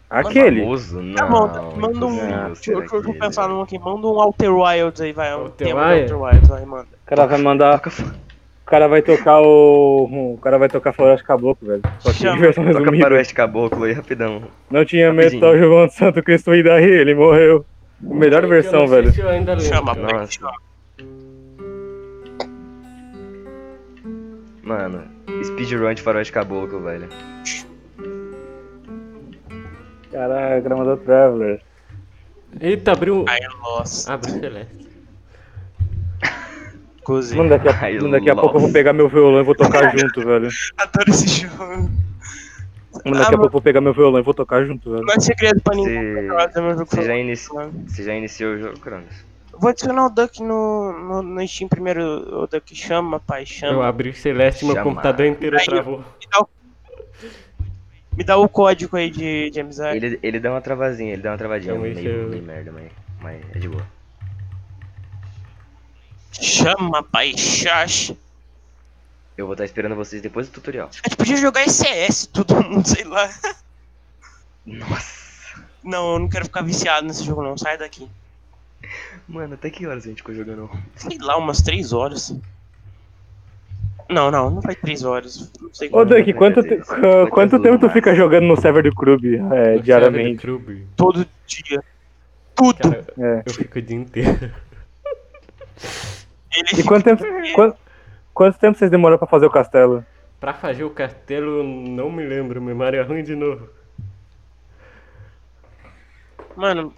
C: Aquele.
A: Famoso? Não.
B: Ah, manda, manda um.
A: impossível
B: Deixa
A: ser
B: eu, deixa eu
A: aquele.
B: pensar num aqui. Manda um Outer Wilds aí, vai. Um
D: Outer
B: tema
D: Wilds?
B: do Outer Wilds, vai, manda.
C: O cara vai mandar.
A: Toca,
C: O cara vai tocar o. O cara vai tocar Floresta Caboclo, velho. Só que
B: Chama.
C: versão
A: toca
C: resumida.
A: para o Oeste Caboclo aí, rapidão.
C: Não tinha medo
A: Rapidinho.
C: metal jogando Santo Cristo e daí ele morreu. A melhor versão,
D: Eu não sei
C: velho.
D: se eu ainda lembro.
B: Chama,
A: Nossa.
B: peraí, chama.
A: Mano, speedrun de faroeste caboclo, velho.
C: Caraca, grama da Traveler.
D: Eita, abriu.
B: Ai, nossa.
D: Abriu o Celeste.
B: Cozinha.
C: Mano, daqui a,
A: Ai,
C: mano, daqui a
A: nossa.
C: pouco eu vou pegar meu violão e vou [laughs] tocar junto, velho.
B: Adoro esse jogo.
C: Mano, daqui a
B: mano.
C: pouco eu vou pegar meu violão e vou tocar junto, velho.
B: Não é segredo pra ninguém.
A: Você
B: Outer Wilds é meu jogo
A: você já,
B: favorito,
A: inici...
B: mano.
A: você já iniciou o jogo, Cronos?
B: Vou adicionar o Duck no, no, no Steam primeiro. O Duck chama, pai,
D: Eu
B: chama.
D: abri o Celeste, meu
A: Chama.
D: computador inteiro
B: Aí,
D: travou.
B: Me dá o código aí de, de amizade.
A: Ele, ele deu uma travazinha, ele deu uma travadinha.
D: Calma aí,
A: Meio,
D: eu-
A: meio merda, mas, mas é de boa.
B: Chama, pai, xax.
A: Eu vou estar esperando vocês depois do tutorial.
B: A gente podia É tipo jogar ECS, todo [laughs] mundo, sei lá.
A: Nossa!
B: Não, eu não quero ficar viciado nesse jogo, não. Sai daqui.
A: Mano, até que horas a gente ficou jogando?
B: Sei lá, umas três horas. Não, não, não vai três horas. Não sei
C: Ô,
B: quanto.
C: Duck, quanto, te- qu- quanto tempo tu fica jogando no server do clube é,
D: No
C: diariamente?
D: server do clube.
B: Todo dia. Tudo.
D: Cara,
C: É.
D: eu fico o dia inteiro. [laughs]
B: Ele
C: E quanto tempo, quan- quanto tempo vocês demoram pra fazer o castelo?
D: Pra fazer o castelo, eu não me lembro. Memória ruim de novo.
B: Mano,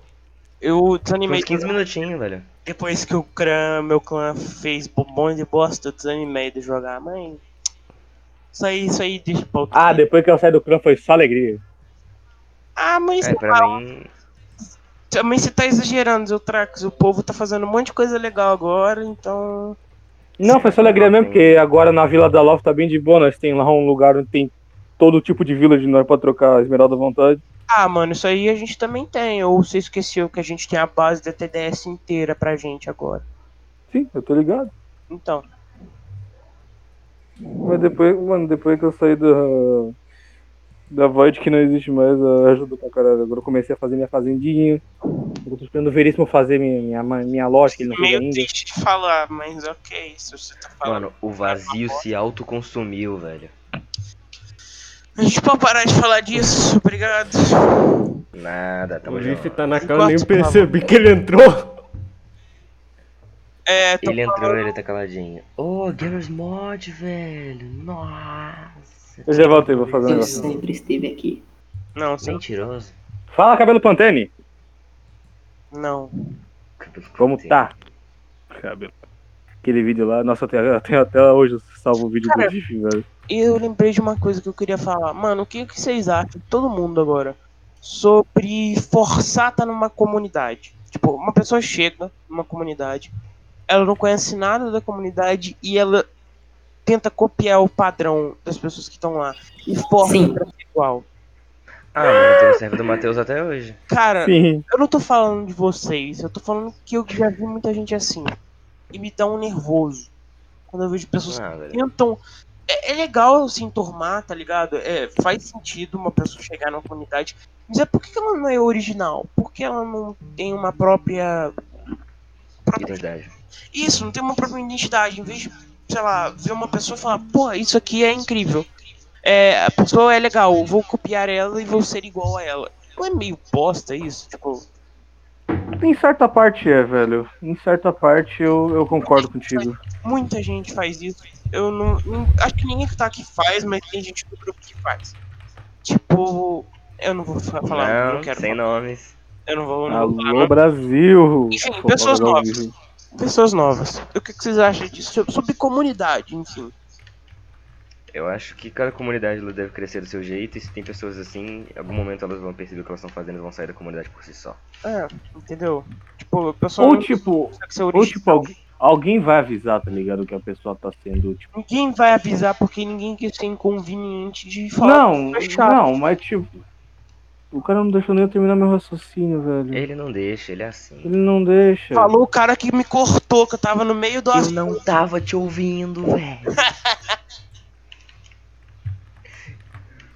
B: eu desanimei.
A: Uns 15 minutinhos, velho.
B: Depois que o clã, meu clã fez bombom de bosta, eu desanimei de jogar. Mãe. Isso aí, isso aí, deixa pra outro
C: Ah,
B: dia.
C: depois que eu saí do clã foi só alegria.
B: Ah, mas
A: É, pra mim.
B: também você tá exagerando, Zeutrax. O povo tá fazendo um monte de coisa legal agora, então.
C: Não, foi só alegria
A: Não,
C: mesmo,
A: tem-
C: porque agora na Vila da Love tá bem de boa, nós tem lá um lugar onde tem todo tipo de vila de nós pra trocar a esmeralda à vontade.
B: Ah, mano, isso aí a gente também tem. Ou você esqueceu que a gente tem a base da TDS inteira pra gente agora.
C: Sim, eu tô ligado.
B: Então,
C: Mas depois, mano, depois que eu saí do. da Void que não existe mais ah, ajudou pra caralho. Agora eu comecei a fazer minha fazendinha. Eu tô esperando o Veríssimo fazer minha, minha, ma- minha loja, que ele não fez
B: Meio
C: ainda.
B: triste de falar, mas ok, se você tá falando.
A: Mano, o vazio se autoconsumiu, velho.
B: A gente pode parar de falar disso, obrigado.
A: Nada,
D: O
A: tamo
D: Ulisses
A: junto.
D: tá na casa, nem
B: Enquanto-
D: percebi que ele entrou. [laughs]
B: É, tô
A: Ele entrou, ele tá caladinho. Ô, oh, Gamers Mod, velho. Nossa.
C: Eu já voltei, vou fazer um
E: Eu
C: negócio.
E: sempre esteve aqui.
B: Não, sim.
A: Mentiroso.
C: Fala, cabelo Pantene!
B: Não.
C: Vamos tá. Cabelo. Aquele vídeo lá, nossa, eu tenho, eu tenho até hoje, eu salvo o vídeo
B: Cara,
C: do GIF, velho.
B: E eu lembrei de uma coisa que eu queria falar. Mano, o que, que vocês acham, todo mundo agora, sobre forçar tá numa comunidade? Tipo, uma pessoa chega numa comunidade, ela não conhece nada da comunidade e ela tenta copiar o padrão das pessoas que estão lá e força
E: Sim.
B: pra ser igual.
A: Ah, mano, tem o server do Matheus até hoje.
B: Cara,
C: Sim.
B: eu não tô falando de vocês, eu tô falando que eu já vi muita gente assim. E me dá um nervoso quando eu vejo pessoas
A: Ah, velho.
B: tentam. É, é legal se enturmar, tá ligado? É, faz sentido uma pessoa chegar numa comunidade. Mas é por que que ela não é original? Por que ela não tem uma própria. própria-
A: Identidade.
B: Isso, não tem uma própria identidade. Em vez de, sei lá, ver uma pessoa e falar, pô, isso aqui é incrível. É, a pessoa é legal, vou copiar ela e vou ser igual a ela. Não é meio bosta isso? Tipo,
C: Em certa parte é, velho. Em certa parte eu, eu concordo contigo.
B: muita gente faz isso. Eu não, não- Acho que ninguém que tá aqui faz, mas tem gente do grupo que faz. Tipo. Eu não vou fa- falar, não,
A: Não,
B: quero
A: sem
B: falar.
A: nomes.
B: Eu não
A: Tá
B: vou. Não vou falar,
C: Alô, Brasil!
B: Enfim,
C: Pô,
B: pessoas
C: agora eu
B: novas.
C: vi.
B: não. Pessoas novas. O que, que vocês acham disso? Sobre- Sobre comunidade, enfim.
A: Eu acho que cada comunidade ela deve crescer do seu jeito e se tem pessoas assim, em algum momento elas vão perceber o que elas estão fazendo e vão sair da comunidade por si só.
B: É, entendeu? Tipo, a pessoa
C: Ou
B: não
C: tipo,
B: consegue ser
C: ou
B: original.
C: tipo, algu- alguém vai avisar, tá ligado? Que a pessoa tá sendo, tipo.
B: Ninguém vai avisar porque ninguém quer ser inconveniente de falar.
C: Não,
B: é chato.
C: não, mas tipo. O cara não deixou nem eu terminar meu raciocínio,
B: Hum.
C: velho.
A: Ele não deixa, ele é assim.
C: Ele não deixa.
B: Falou o cara que me cortou, que eu tava no meio do assunto.
A: tava te ouvindo, velho.
B: [laughs]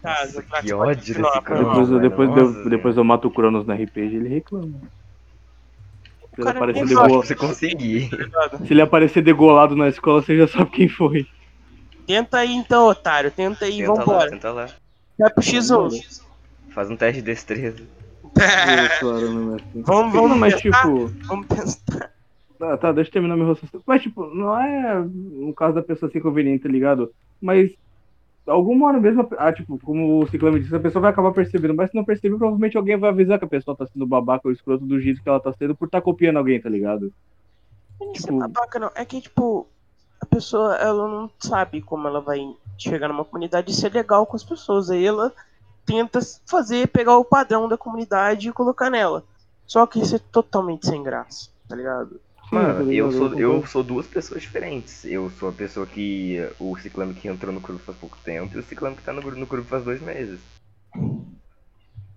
B: Tá,
A: Nossa,
B: Zac,
A: que
B: pode
A: ódio
B: continuar,
A: desse
B: pode
A: cara.
B: continuar.
C: Depois, eu,
A: Não,
C: depois,
A: velho,
C: eu-
A: nossa,
C: depois eu mato o Cronos na RPG, ele reclama. Se ele,
B: cara
C: aparecer
B: nem fala.
C: degol-
A: Você conseguir.
C: se ele aparecer degolado na escola, você já sabe quem foi.
B: Tenta aí então, otário. Tenta aí,
A: Tenta lá,
B: vambora.
A: tenta lá.
B: Vai pro X1.
A: Faz um teste de destreza.
C: Eu, claro, não é assim.
B: Vamos,
C: Não,
B: vamos,
C: mas
B: pensar,
C: tipo.
B: [laughs] vamos pensar.
C: Tá, tá, deixa eu terminar meu raciocínio. Mas, tipo, não é um caso da pessoa ser conveniente, tá ligado? Mas alguma hora mesmo, ah, tipo, como o Ciclame disse, a pessoa vai acabar percebendo. Mas se não perceber, provavelmente alguém vai avisar que a pessoa tá sendo babaca ou escroto do jeito que ela tá sendo por tá copiando alguém, tá ligado?
B: Não é ser
C: Tipo-
B: babaca, não. É que, tipo, a pessoa, ela não sabe como ela vai chegar numa comunidade e ser legal com as pessoas. Aí ela tenta fazer, pegar o padrão da comunidade e colocar nela. Só que isso é totalmente sem graça, tá ligado?
A: Mano, eu
C: Sim, tá ligado?
A: sou, eu sou duas pessoas diferentes. Eu sou a pessoa que. O Ciclano que entrou no grupo faz pouco tempo e o Ciclano que tá no, gru- no grupo faz dois meses.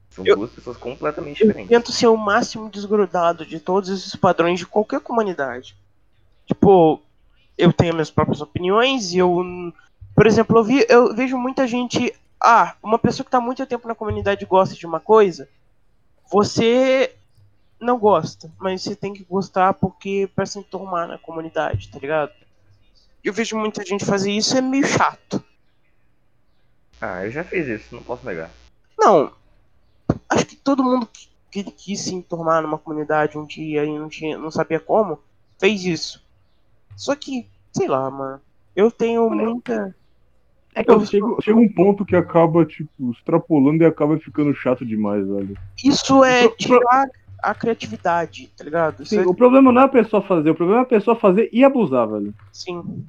A: São
B: Eu-
A: duas pessoas completamente
B: Eu
A: diferentes.
B: tento ser o máximo desgrudado de todos esses padrões de qualquer comunidade. Tipo, eu tenho minhas próprias opiniões e eu. Por exemplo, eu, vi, eu vejo muita gente. Ah, uma pessoa que tá muito tempo na comunidade e gosta de uma coisa, você não gosta, mas você tem que gostar porque pra se enturmar na comunidade, tá ligado? Eu vejo muita gente fazer isso é meio chato.
A: Ah, eu já fiz isso, não posso negar.
B: Não. Acho que todo mundo que, que quis se enturmar numa comunidade um dia e não, tinha, não sabia como, fez isso. Só que, sei lá, mano. Eu tenho muita.
C: É que
F: Eu
C: eu
F: chego, chega um ponto que acaba, tipo, extrapolando e acaba ficando chato demais, velho.
B: Isso é
C: Pro- pro-
B: tirar a criatividade, tá ligado? Isso
C: Sim, o problema não é a pessoa fazer, o problema é a pessoa fazer e abusar, velho.
B: é, sim.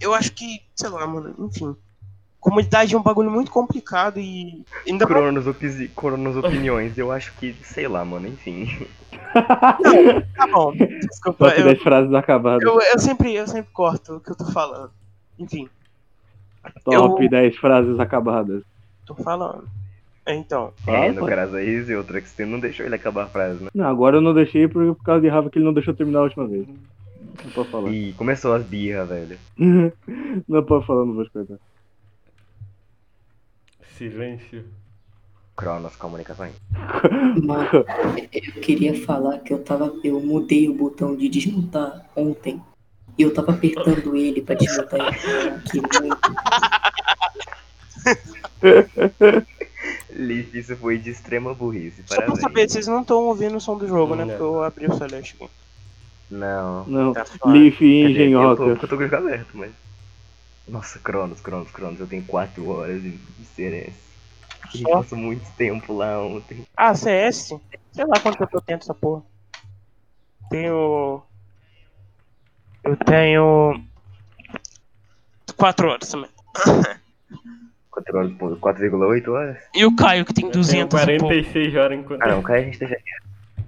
B: Eu acho que, sei lá, mano, enfim. Comunidade é um bagulho muito complicado e. Ainda mais
A: Cronos, opi- Cronos opiniões, eu acho que, sei lá, mano, [laughs] enfim.
B: tá bom.
C: Só
B: Desculpa,
C: que
B: eu,
C: 10 frases acabadas.
B: eu, eu sempre, eu sempre corto o que eu tô falando. Enfim.
C: Top
B: eu-
C: 10 frases acabadas.
B: Tô falando. Então,
A: É,
C: Ah,
A: no
C: pô.
A: caso é esse e outra que você não deixou ele acabar a frase, né?
C: Não, agora eu não deixei por, por causa de raiva que ele não deixou terminar a última vez. Não pode falar.
A: Ih, começou as birras, velho.
C: não pode falar, não vou escutar.
D: Silêncio.
A: Cronos Comunicações.
E: Mano, eu queria falar que eu tava. Eu mudei o botão de desmontar ontem. E eu tava apertando ele pra desmontar ele. aqui, mano.
A: Liff, isso foi de extrema burrice.
B: Só pra
A: Parabéns.
B: saber, vocês não estão ouvindo o som do jogo, né?
D: Não.
B: Porque eu abri o Celeste. aqui.
A: Não.
C: Não.
B: Tá suave.
C: Leaf
A: Quer dizer, Eu
C: engenhoca.
A: tô, eu tô com É, o jogo aberto, mas. Nossa, Cronos, Cronos, Cronos, eu tenho 4 horas de de CRS. Eu
B: Só-
A: passo muito tempo lá ontem.
B: Ah, CS? Sei lá quanto tempo eu tenho essa porra. Tenho. Eu tenho. 4 horas também.
A: 4 horas, pô, 4,8 horas?
B: E o Caio, que tem
D: Eu tenho
B: 200 e pouco.
D: 46 horas enquanto.
A: Ah, não, cai a gente deixa aqui,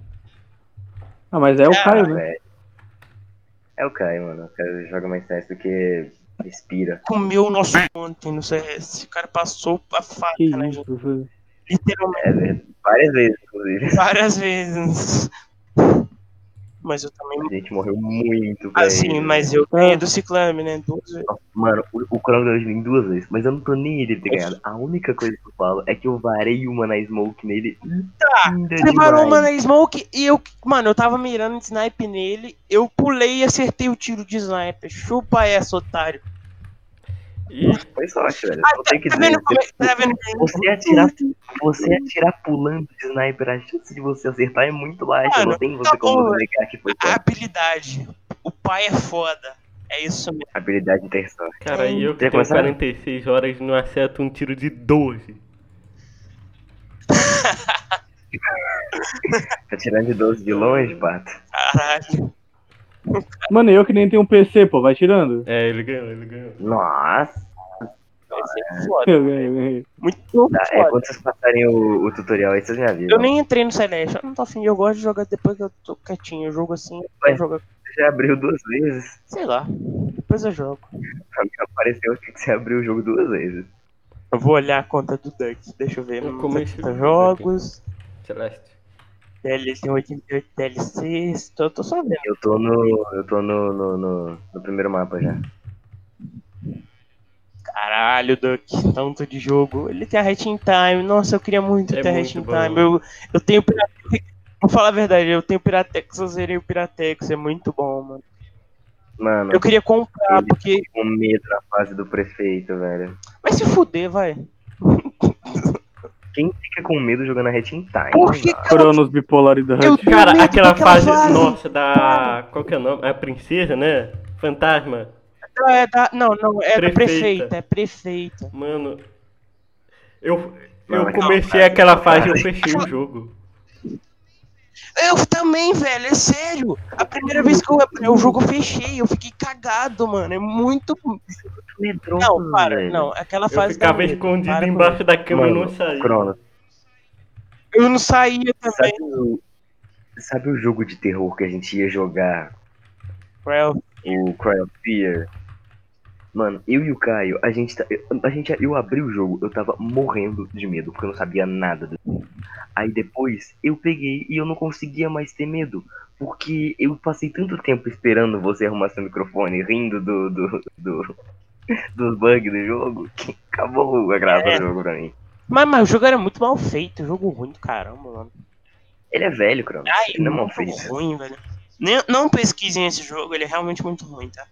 C: Ah, mas é o Caio, né?
A: velho. É o Kai, mano. O Kai joga mais CS do que respira.
B: Comeu o nosso ontem no CS. O cara passou a faca,
C: Que
A: tá
B: né, gente?
C: isso, velho.
B: Literalmente
A: É verdade. Várias vezes, inclusive.
B: várias vezes. Mas eu também.
A: A gente morreu muito, velho.
B: Assim, mas eu ganhei do Ciclame, né? Duas vezes.
A: Mano, o, o Cronos ganhou de mim duas vezes, mas eu não tô nem ele ter ganhado. A única coisa que eu falo é que eu varei uma na smoke nele. Linda
B: Você parou
A: demais.
B: uma na smoke e eu, mano, eu tava mirando snipe nele, eu pulei e acertei o tiro de sniper. Chupa essa, otário.
D: E
A: Foi sorte, velho. Não tem que
B: Tá
A: dizer.
B: vendo como é que tá vendo?
A: Você atirar,
B: Uhum.
A: você atirar pulando de sniper, a chance de você acertar é muito baixa.
B: Mano,
A: Não tem você
B: tá bom,
A: como negar que foi
B: é? A
A: sorte.
B: habilidade. O pai é foda. É isso mesmo.
A: Habilidade de ter sorte.
D: cara, e eu que
A: Quer
D: tenho
A: começar?
D: 46 horas não acerto um tiro de 12.
A: Atirando Tá de 12 de longe, pato.
B: Caralho.
C: Mano, eu que nem tenho um PC, pô, vai tirando.
D: É, ele ganhou, ele ganhou.
A: Nossa.
B: Vai ser foda.
C: Eu ganhei, eu ganhei.
B: Muito foda.
A: Tá, é, quando vocês passarem o, o tutorial aí, vocês me avisam.
B: Eu nem entrei no Celeste, eu não tô afim, eu gosto de jogar depois que eu tô quietinho, eu jogo assim,
A: Ué.
B: eu jogo,
A: Você já abriu duas vezes.
B: sei lá, depois eu jogo.
A: Pra mim apareceu aqui que você abriu o jogo duas vezes.
B: Eu vou olhar a conta do Duck, deixa eu ver,
D: Eu comecei-
B: 70 jogos,
D: Celeste.
B: DLC tem 88 DLCs, tô, tô só vendo.
A: Eu tô no. Eu tô no, no, no- no primeiro mapa já.
B: Caralho, Duck, tanto de jogo. Ele tem a Hatching Time. Nossa, eu queria muito
D: É
B: ter a
D: muito
B: Hatching
D: bom.
B: Time. Eu, eu tenho Piratex. Vou falar a verdade, eu tenho Piratex, eu zerei o Piratex. É muito bom, mano.
A: Mano,
B: Eu queria comprar,
A: Ele-
B: porque.
A: com medo na fase do prefeito, velho.
B: Vai se fuder, vai.
A: Quem fica com medo jogando a Hatch in Time?
B: Por que,
A: mano?
B: cara?
C: Cronos bipolaridade.
B: Eu tenho
D: Cara,
B: medo
D: aquela
B: daquela
D: fase, nossa, da. Qual que é o nome? A princesa, né? Fantasma.
B: Não, é da- não, não, é da
D: Prefeita.
B: prefeita, é prefeita.
D: Mano. Eu,
A: Não,
D: eu
A: não,
D: comecei
A: cara,
D: aquela fase e eu
A: cara.
D: fechei o jogo.
B: Eu também, velho, é sério. A primeira vez que eu abri o jogo, eu fechei. Eu fiquei cagado, mano. É muito.
A: Medroso,
B: Não, para,
A: velho.
B: não. Aquela
D: Eu
B: fase. dá
D: ficava
B: medo,
D: escondido
B: para com
D: embaixo da cama e
A: Mano,
D: não saía.
A: Cronos,
B: isso. Eu não saía também.
A: sabe o, sabe o jogo de terror que a gente ia jogar?
B: Well,
A: O Cry of Fear? Mano, eu e o Caio, a gente, tá, a gente. Eu abri o jogo, eu tava morrendo de medo, porque eu não sabia nada do Aí depois eu peguei e eu não conseguia mais ter medo. Porque eu passei tanto tempo esperando você arrumar seu microfone, rindo do, do, do- dos bugs do jogo, que acabou a graça
B: É.
A: do jogo pra mim.
B: Mas, mas o jogo era muito mal feito, jogo ruim do caramba, mano.
A: Ele é velho, Cronos.
B: Ai,
A: Ele não é mal
B: muito
A: feito.
B: ruim, velho. Nem- não pesquisem esse jogo, ele é realmente muito ruim, tá?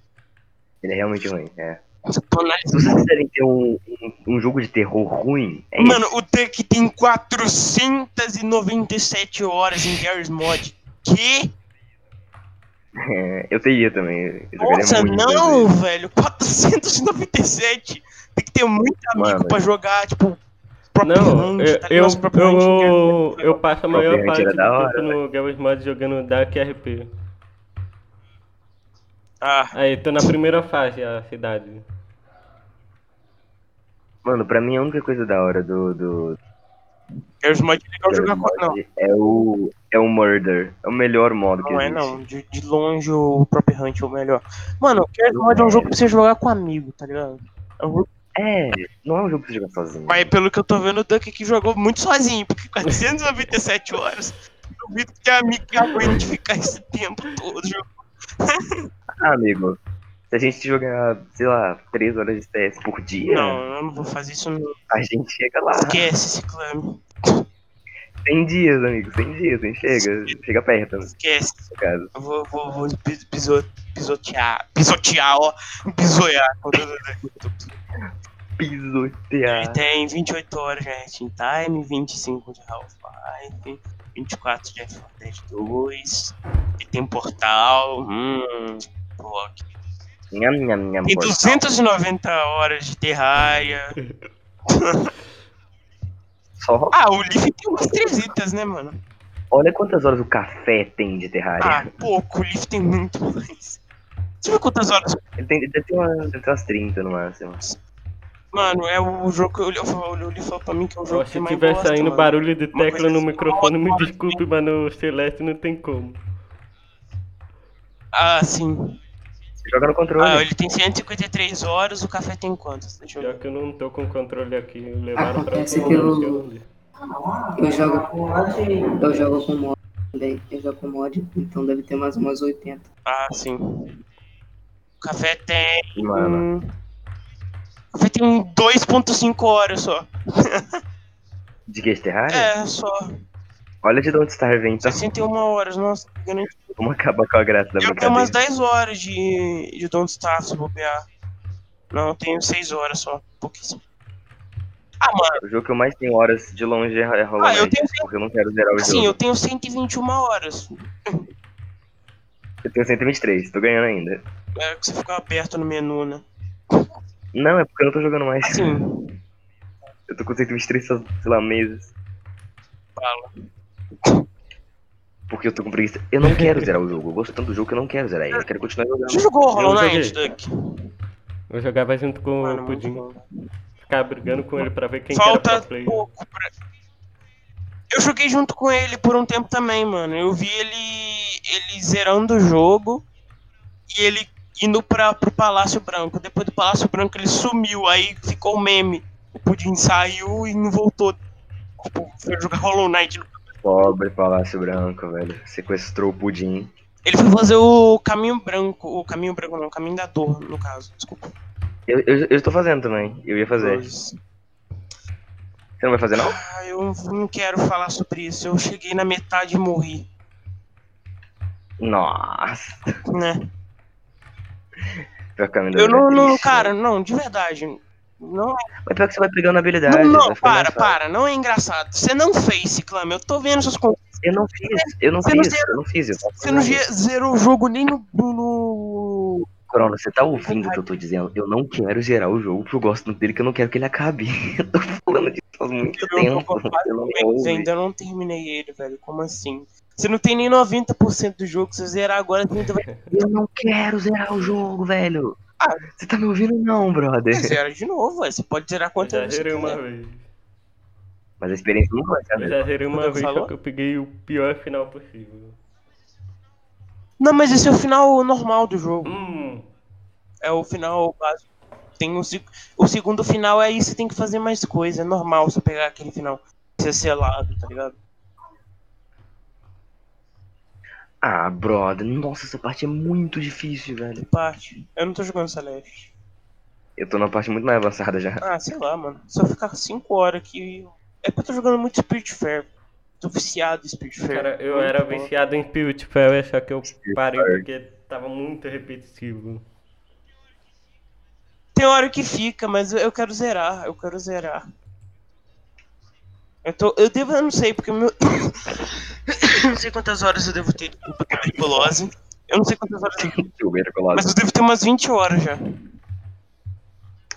A: Ele é realmente ruim, é.
B: Você tá
A: Se
B: analisando-
A: vocês quiserem ter um, um, um jogo de terror ruim, é
B: Mano,
A: isso.
B: o Duck tem 497 horas em Garry's Mod. Que?
A: É, eu teria também. Eu jogaria
B: Nossa,
A: é muito
B: não,
A: vezes.
B: velho. 497. Tem que ter muito amigo
A: Mano.
B: pra jogar, tipo, próprio tá
D: Não, eu, eu,
B: é
D: eu, eu passo a maior
A: Propriamente
D: parte
A: era
D: do
A: da hora, né?
D: tempo no Games Mod jogando Dark RP.
B: Ah,
D: Aí, tô na primeira fase, a cidade.
A: Mano, pra mim a única coisa da hora do. do
B: Garry's Mod é legal jogar com... Não,
A: é o. É o Murder. É o melhor modo que
B: Não é
A: existe.
B: não, de, de longe o Prop Hunt é o melhor. Mano, o Gears Mod é um jogo pra você jogar com amigo, tá ligado? É um jogo-
A: É, não é um jogo pra você jogar sozinho.
B: Mas pelo que eu tô vendo, o Duck aqui jogou muito sozinho, porque [laughs] 497 horas. Duvido que tem amigo que aguente ficar esse tempo todo jogando.
A: Ah, amigo. Se a gente jogar, sei lá, 3 horas de CS por dia,
B: Não, eu não vou fazer isso. Não.
A: a gente chega lá.
B: Esquece esse clã.
A: 100 dias, amigo, 100 dias, a gente chega. Chega perto, no
B: Esquece.
A: caso.
B: Eu vou, vou, vou pis- piso- pisotear. Pisotear, ó. Pisoiar. Ele
A: Pisotear.
B: tem 28 horas de Reacting Time, 25 de Half-Life, 24 de F1 Dead 2. Ele tem portal. Hum. pô,
A: Nham, nham, nham,
B: Tem
A: portal.
B: 290 horas de Terraria.
A: Só
B: Ah, o Leaf tem umas 300, né, mano?
A: olha quantas horas o café tem de
B: Ah,
A: Terraria.
B: pouco. O Leaf tem muito mais. Deixa eu ver quantas horas
A: Ele tem, deve, ter umas, deve ter umas 30 no máximo.
B: Mano, é o jogo que eu olhei, eu falei, eu olhei e falou pra mim que é o jogo que
D: Se
B: eu mais
D: tiver
B: gosto,
D: saindo
B: mano.
D: barulho de tecla
B: coisa
D: no
B: assim,
D: microfone, me
B: uma hora
D: desculpe, mas no Celeste não tem como.
B: Ah, sim.
A: Você joga no controle.
B: Ah, ele tem 153 horas, o café tem quantas? Deixa eu
D: Já
B: ver.
D: que eu não tô com o controle aqui, levaram pra né?
E: Acontece
D: outro
E: que
D: lugar,
E: eu-
D: não sei onde.
E: Eu jogo com Eu jogo com mod também. Eu jogo com mod, então deve ter mais umas 80.
B: Ah, sim. O café tem. um-
A: Mano,
B: Hum. O café tem um 2.5 horas só.
A: de que de Terraria?
B: É, só.
A: Olha de onde Star vem, então.
B: 61 horas, nossa. Eu, nem...
A: Vamos acabar com a graça da
B: eu tenho umas
A: brincadeira.
B: 10 horas de, de Don't Starve se bobear. Não, eu tenho 6 horas só. Pouquíssimo. Ah, mano,
A: O jogo que eu mais tenho horas de longe é é Hollow
B: Ah, eu
A: Knight,
B: tenho-
A: porque eu não quero zerar o
B: assim, eu
A: jogo.
B: tenho 121 horas.
A: Eu tenho 123, tô ganhando ainda.
B: É que você ficar aberto no menu, né?
A: Não, é porque eu não tô jogando mais.
B: Assim,
A: [laughs] Eu tô com 123, faz, sei lá, meses.
B: fala.
A: Porque eu tô com preguiça. Eu não quero zerar o jogo. Eu gosto tanto do jogo que eu não quero zerar ele. Eu quero continuar
B: Você [laughs]
A: jogando.
B: jogou Hollow
D: Eu
B: Knight,
D: joguei.
B: Duck?
D: Eu jogava junto com
B: Mano, é
D: o
B: muito
D: Pudim,
B: bom.
D: ficar brigando com ele pra ver quem que era
B: Falta
D: pro play.
B: pouco pra... Eu joguei junto com ele por um tempo também, mano. Eu vi ele, ele zerando o jogo e ele indo pra, pro Palácio Branco. Depois do Palácio Branco ele sumiu, aí ficou o meme. O Pudim saiu e não voltou. Tipo, foi jogar Hollow Knight.
A: Pobre Palácio Branco, velho. Sequestrou o Pudim.
B: Ele foi fazer o Caminho Branco. O Caminho Branco não, o Caminho da Dor, no caso. Desculpa.
A: Eu, eu, eu tô fazendo também. Eu ia fazer.
B: Mas-
A: Você não vai fazer, não?
B: Ah, eu não quero falar sobre isso. Eu cheguei na metade e morri,
A: Nossa.
B: né?
A: Pior que a minha
B: Eu não,
A: é
B: não,
A: triste,
B: cara, não, né? de verdade. Não,
A: né? Mas pior que você vai pegando habilidade.
B: não, não,
A: vai ficando mais
B: para,
A: fácil.
B: para, não é engraçado. Você não fez ciclame, eu tô vendo suas contas.
A: Eu não fiz. Eu não
B: Você não
A: fiz. Eu não fiz. Eu
B: Você não ge- zerou o jogo nem no. no...
A: Corona, você tá ouvindo o que eu tô dizendo? Eu não quero gerar o jogo porque eu gosto tanto dele que eu não quero que ele acabe. [laughs] Eu tô falando disso há muito
B: [laughs] Eu tô
A: tempo.
B: com
A: Você não me
B: Eu
A: ouve.
B: ainda não terminei ele, velho. Como assim? Você não tem nem 90% do jogo, se você zerar agora, você ainda vai
A: Eu não quero zerar o jogo, velho.
B: Ah. é.
A: Você tá me ouvindo não,
B: [laughs]
A: brother?
B: zerar de novo, velho. Você pode zerar
D: Eu
B: quantas
D: já
B: vezes.
D: zerei
B: você
D: uma
B: quiser.
D: vez.
A: Mas a experiência não vai ser a
D: Eu
A: mesma.
D: já zerei uma
B: Quando
D: vez,
B: falou?
D: só que eu peguei o pior final possível.
B: Não, mas esse é o final normal do jogo.
D: Hum,
B: É o final básico. Tem o, se- o segundo final é isso, você tem que fazer mais coisa. É normal você pegar aquele final. Ser selado, tá ligado?
A: Ah, brother. Nossa, essa parte é muito difícil, velho.
B: Parte. Eu não tô jogando Celeste.
A: Eu tô numa parte muito mais avançada já. [laughs]
B: Ah, sei lá, mano. Se eu ficar 5 horas aqui. É porque eu tô jogando muito Spirit Fair. Tô viciado em Spirit Fair.
D: cara, eu
B: Muito
D: era
B: bom.
D: viciado em Spirit Fair, só que eu parei porque tava muito repetitivo.
B: Tem hora que fica, mas eu- eu quero zerar. Eu quero zerar. Eu tô. Eu devo. Eu não sei, porque meu. [coughs] eu não sei quantas horas eu devo ter de tuberculose. Eu não sei quantas horas eu Mas eu devo ter umas 20 horas já.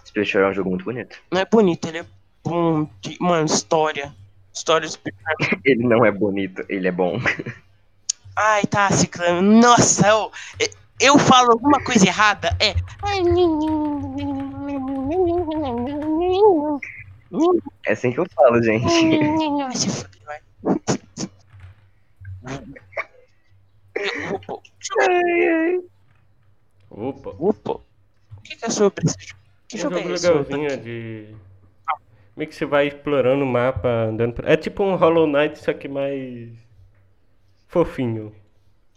A: Space Shore é um jogo muito bonito.
B: Não é bonito, ele é bom. De... Mano, história. História explicada.
A: Ele não é bonito, ele é bom.
B: Ai, tá, Ciclano. Nossa, eu, eu falo alguma coisa errada? É.
A: É assim que eu falo, gente.
B: Se fuder, vai. Upo.
D: Opa.
B: Upo. O que, que é sobre esse jogo? Que
D: Um
B: jogo é
D: jogo
B: esse?
D: legalzinho de. Meio que você vai explorando o mapa, andando pra... É tipo um Hollow Knight, só que mais. fofinho.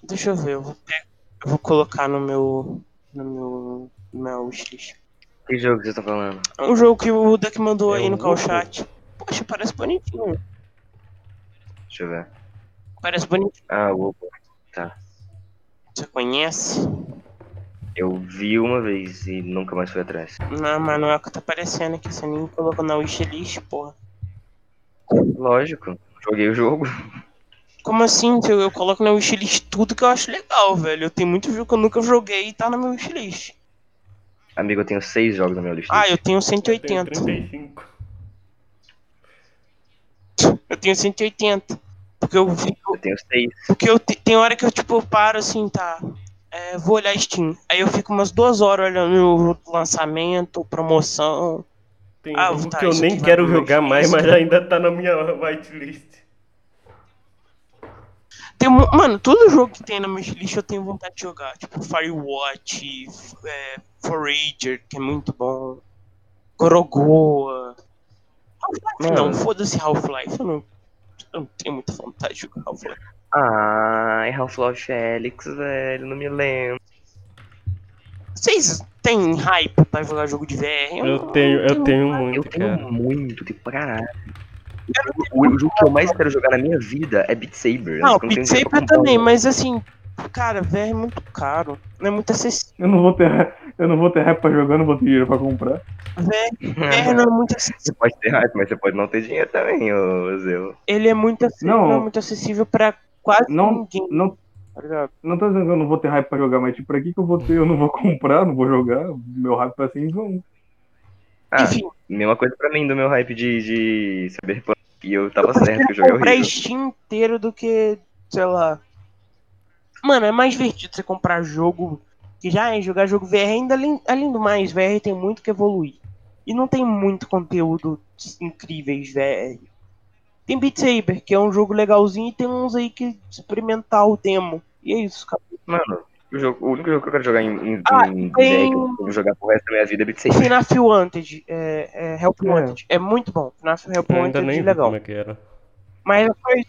B: Deixa eu ver, eu vou, pe- eu vou colocar no meu. no meu, no meu X.
A: [laughs] Que jogo que você tá falando?
B: É um jogo que o Duck mandou
D: É
B: aí
D: um
B: no call
D: jogo?
B: chat. Poxa, parece bonitinho.
A: Deixa eu ver.
B: Parece bonitinho.
A: Ah, o Opa.
B: Você conhece?
A: Eu vi uma vez e nunca mais fui atrás.
B: Não, mas não é o que tá aparecendo aqui. Você nem colocou na wishlist, porra.
A: Lógico, joguei o jogo.
B: Como assim? tio? Eu coloco na wishlist tudo que eu acho legal, velho. Eu tenho muito jogo que eu nunca joguei e tá na minha wishlist.
A: Amigo, eu tenho seis jogos na minha lista.
B: Ah, eu tenho
D: Eu tenho
B: 180.
D: 35.
B: Eu tenho 180. Porque eu vi.
A: eu tenho seis.
B: Porque eu te- tem hora que eu, tipo, eu paro assim, tá? é, vou olhar Steam. Aí eu fico umas duas horas olhando o lançamento, promoção.
D: Tem
B: Ah,
D: jogo
B: tá,
D: que eu
B: isso
D: nem
B: aqui
D: quero
B: vai pro
D: jogar mais,
B: wishlist.
D: mas ainda tá na minha [laughs] whitelist.
B: Tem, mu- mano, todo jogo que tem na minha lista eu tenho vontade de jogar. Tipo, Firewatch, f- é, Forager, que é muito bom. Gorogoa. Half-Life não,
A: Mano.
B: foda-se Half-Life. Eu não, eu não tenho muita vontade de jogar Half-Life.
A: Ai, Half-Life Felix, velho, não me lembro.
B: Vocês têm hype pra jogar jogo de VR?
D: Eu
B: não-
D: tenho, eu tenho
A: Eu
D: muito,
A: tenho
D: cara.
A: muito, tipo, pra caralho. O, o jogo que eu mais quero jogar na minha vida é Beat Saber.
B: Não,
A: Eu tenho
B: Beat
A: dinheiro pra comprar
B: Saber
A: um
B: também,
A: jogo.
B: mas assim, cara, VR é muito caro. Não é muito acessível.
F: Eu não vou ter, eu não vou ter rap pra jogar, não vou ter dinheiro pra comprar.
B: VR, VR não é muito acessível.
A: [laughs] Você pode ter hype, mas você pode não ter dinheiro também, ô Zeu.
B: Ele é muito acessível,
F: Não.
B: não. é muito acessível pra quase
F: Não.
B: ninguém.
F: Não,
B: tá ligado?
F: não tô dizendo que eu não vou ter hype pra jogar, mas tipo, pra que que eu vou ter? Eu não vou comprar, não vou jogar. Meu hype vai ser em vão.
A: Ah,
B: Enfim,
A: mesma coisa pra mim do meu hype de, de Cyberpunk. E eu tava
B: eu
A: certo que o
B: prefiro
A: jogo é
B: comprar
A: horrível.
B: Steam inteiro do que, sei lá. Mano, é mais divertido você comprar jogo que já é jogar jogo VR. Ainda além, além do mais, VR tem muito que evoluir. E não tem muito conteúdo incríveis VR. Tem Beat Saber, que é um jogo legalzinho, e tem uns aí que experimentar o demo. E é isso, cara.
A: Mano, o, jogo, o único jogo que eu quero jogar em, em,
B: Ah,
A: em
B: tem-
A: VR que eu vou jogar pro resto da minha vida é Beat Saber.
B: FNAF Wanted, é, é, Help
F: É.
B: Wanted, é muito bom. FNAF Help
D: Eu ainda
B: Wanted
D: nem
B: é
D: vi
B: legal.
D: como é que era.
B: Mas foi.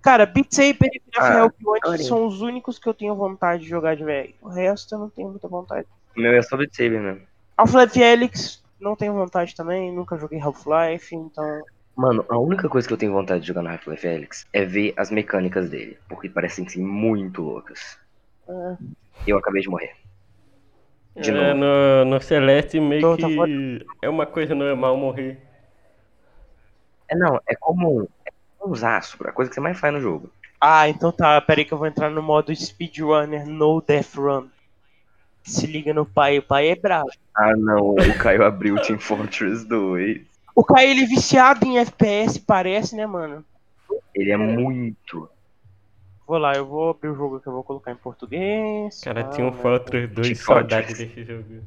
B: Cara, Beat Saber e Graph
A: Ah,
B: Help Wanted
A: olha.
B: são os únicos que eu tenho vontade de jogar de VR. O resto eu não tenho muita vontade.
A: O meu é só Beat Saber mesmo.
B: Half-Life Helix, não tenho vontade também. Nunca joguei Half-Life, então.
A: Mano, a única coisa que eu tenho vontade de jogar no Half-Life Felix é ver as mecânicas dele, porque parecem ser muito loucas.
B: É.
A: Eu acabei de morrer. De
D: É, no, no Celeste meio
B: Tô-
D: que
B: tá fora.
D: é uma coisa normal morrer.
A: É não, é comum. É um zaço, a coisa que você mais faz no jogo.
B: Ah, então tá. Peraí que eu vou entrar no modo Speedrunner No Death Run. Se liga no pai, o pai é bravo.
A: Ah não, o Caio abriu o Team Fortress 2.
B: O Kai ele é viciado em FPS, parece, né, mano?
A: Ele é muito.
B: Vou lá, eu vou abrir o jogo que eu vou colocar em português.
D: Cara,
B: Ah,
D: tinha um
B: né?
D: Fortress 2
A: Team
D: saudade
A: Fortress.
D: desse jogo.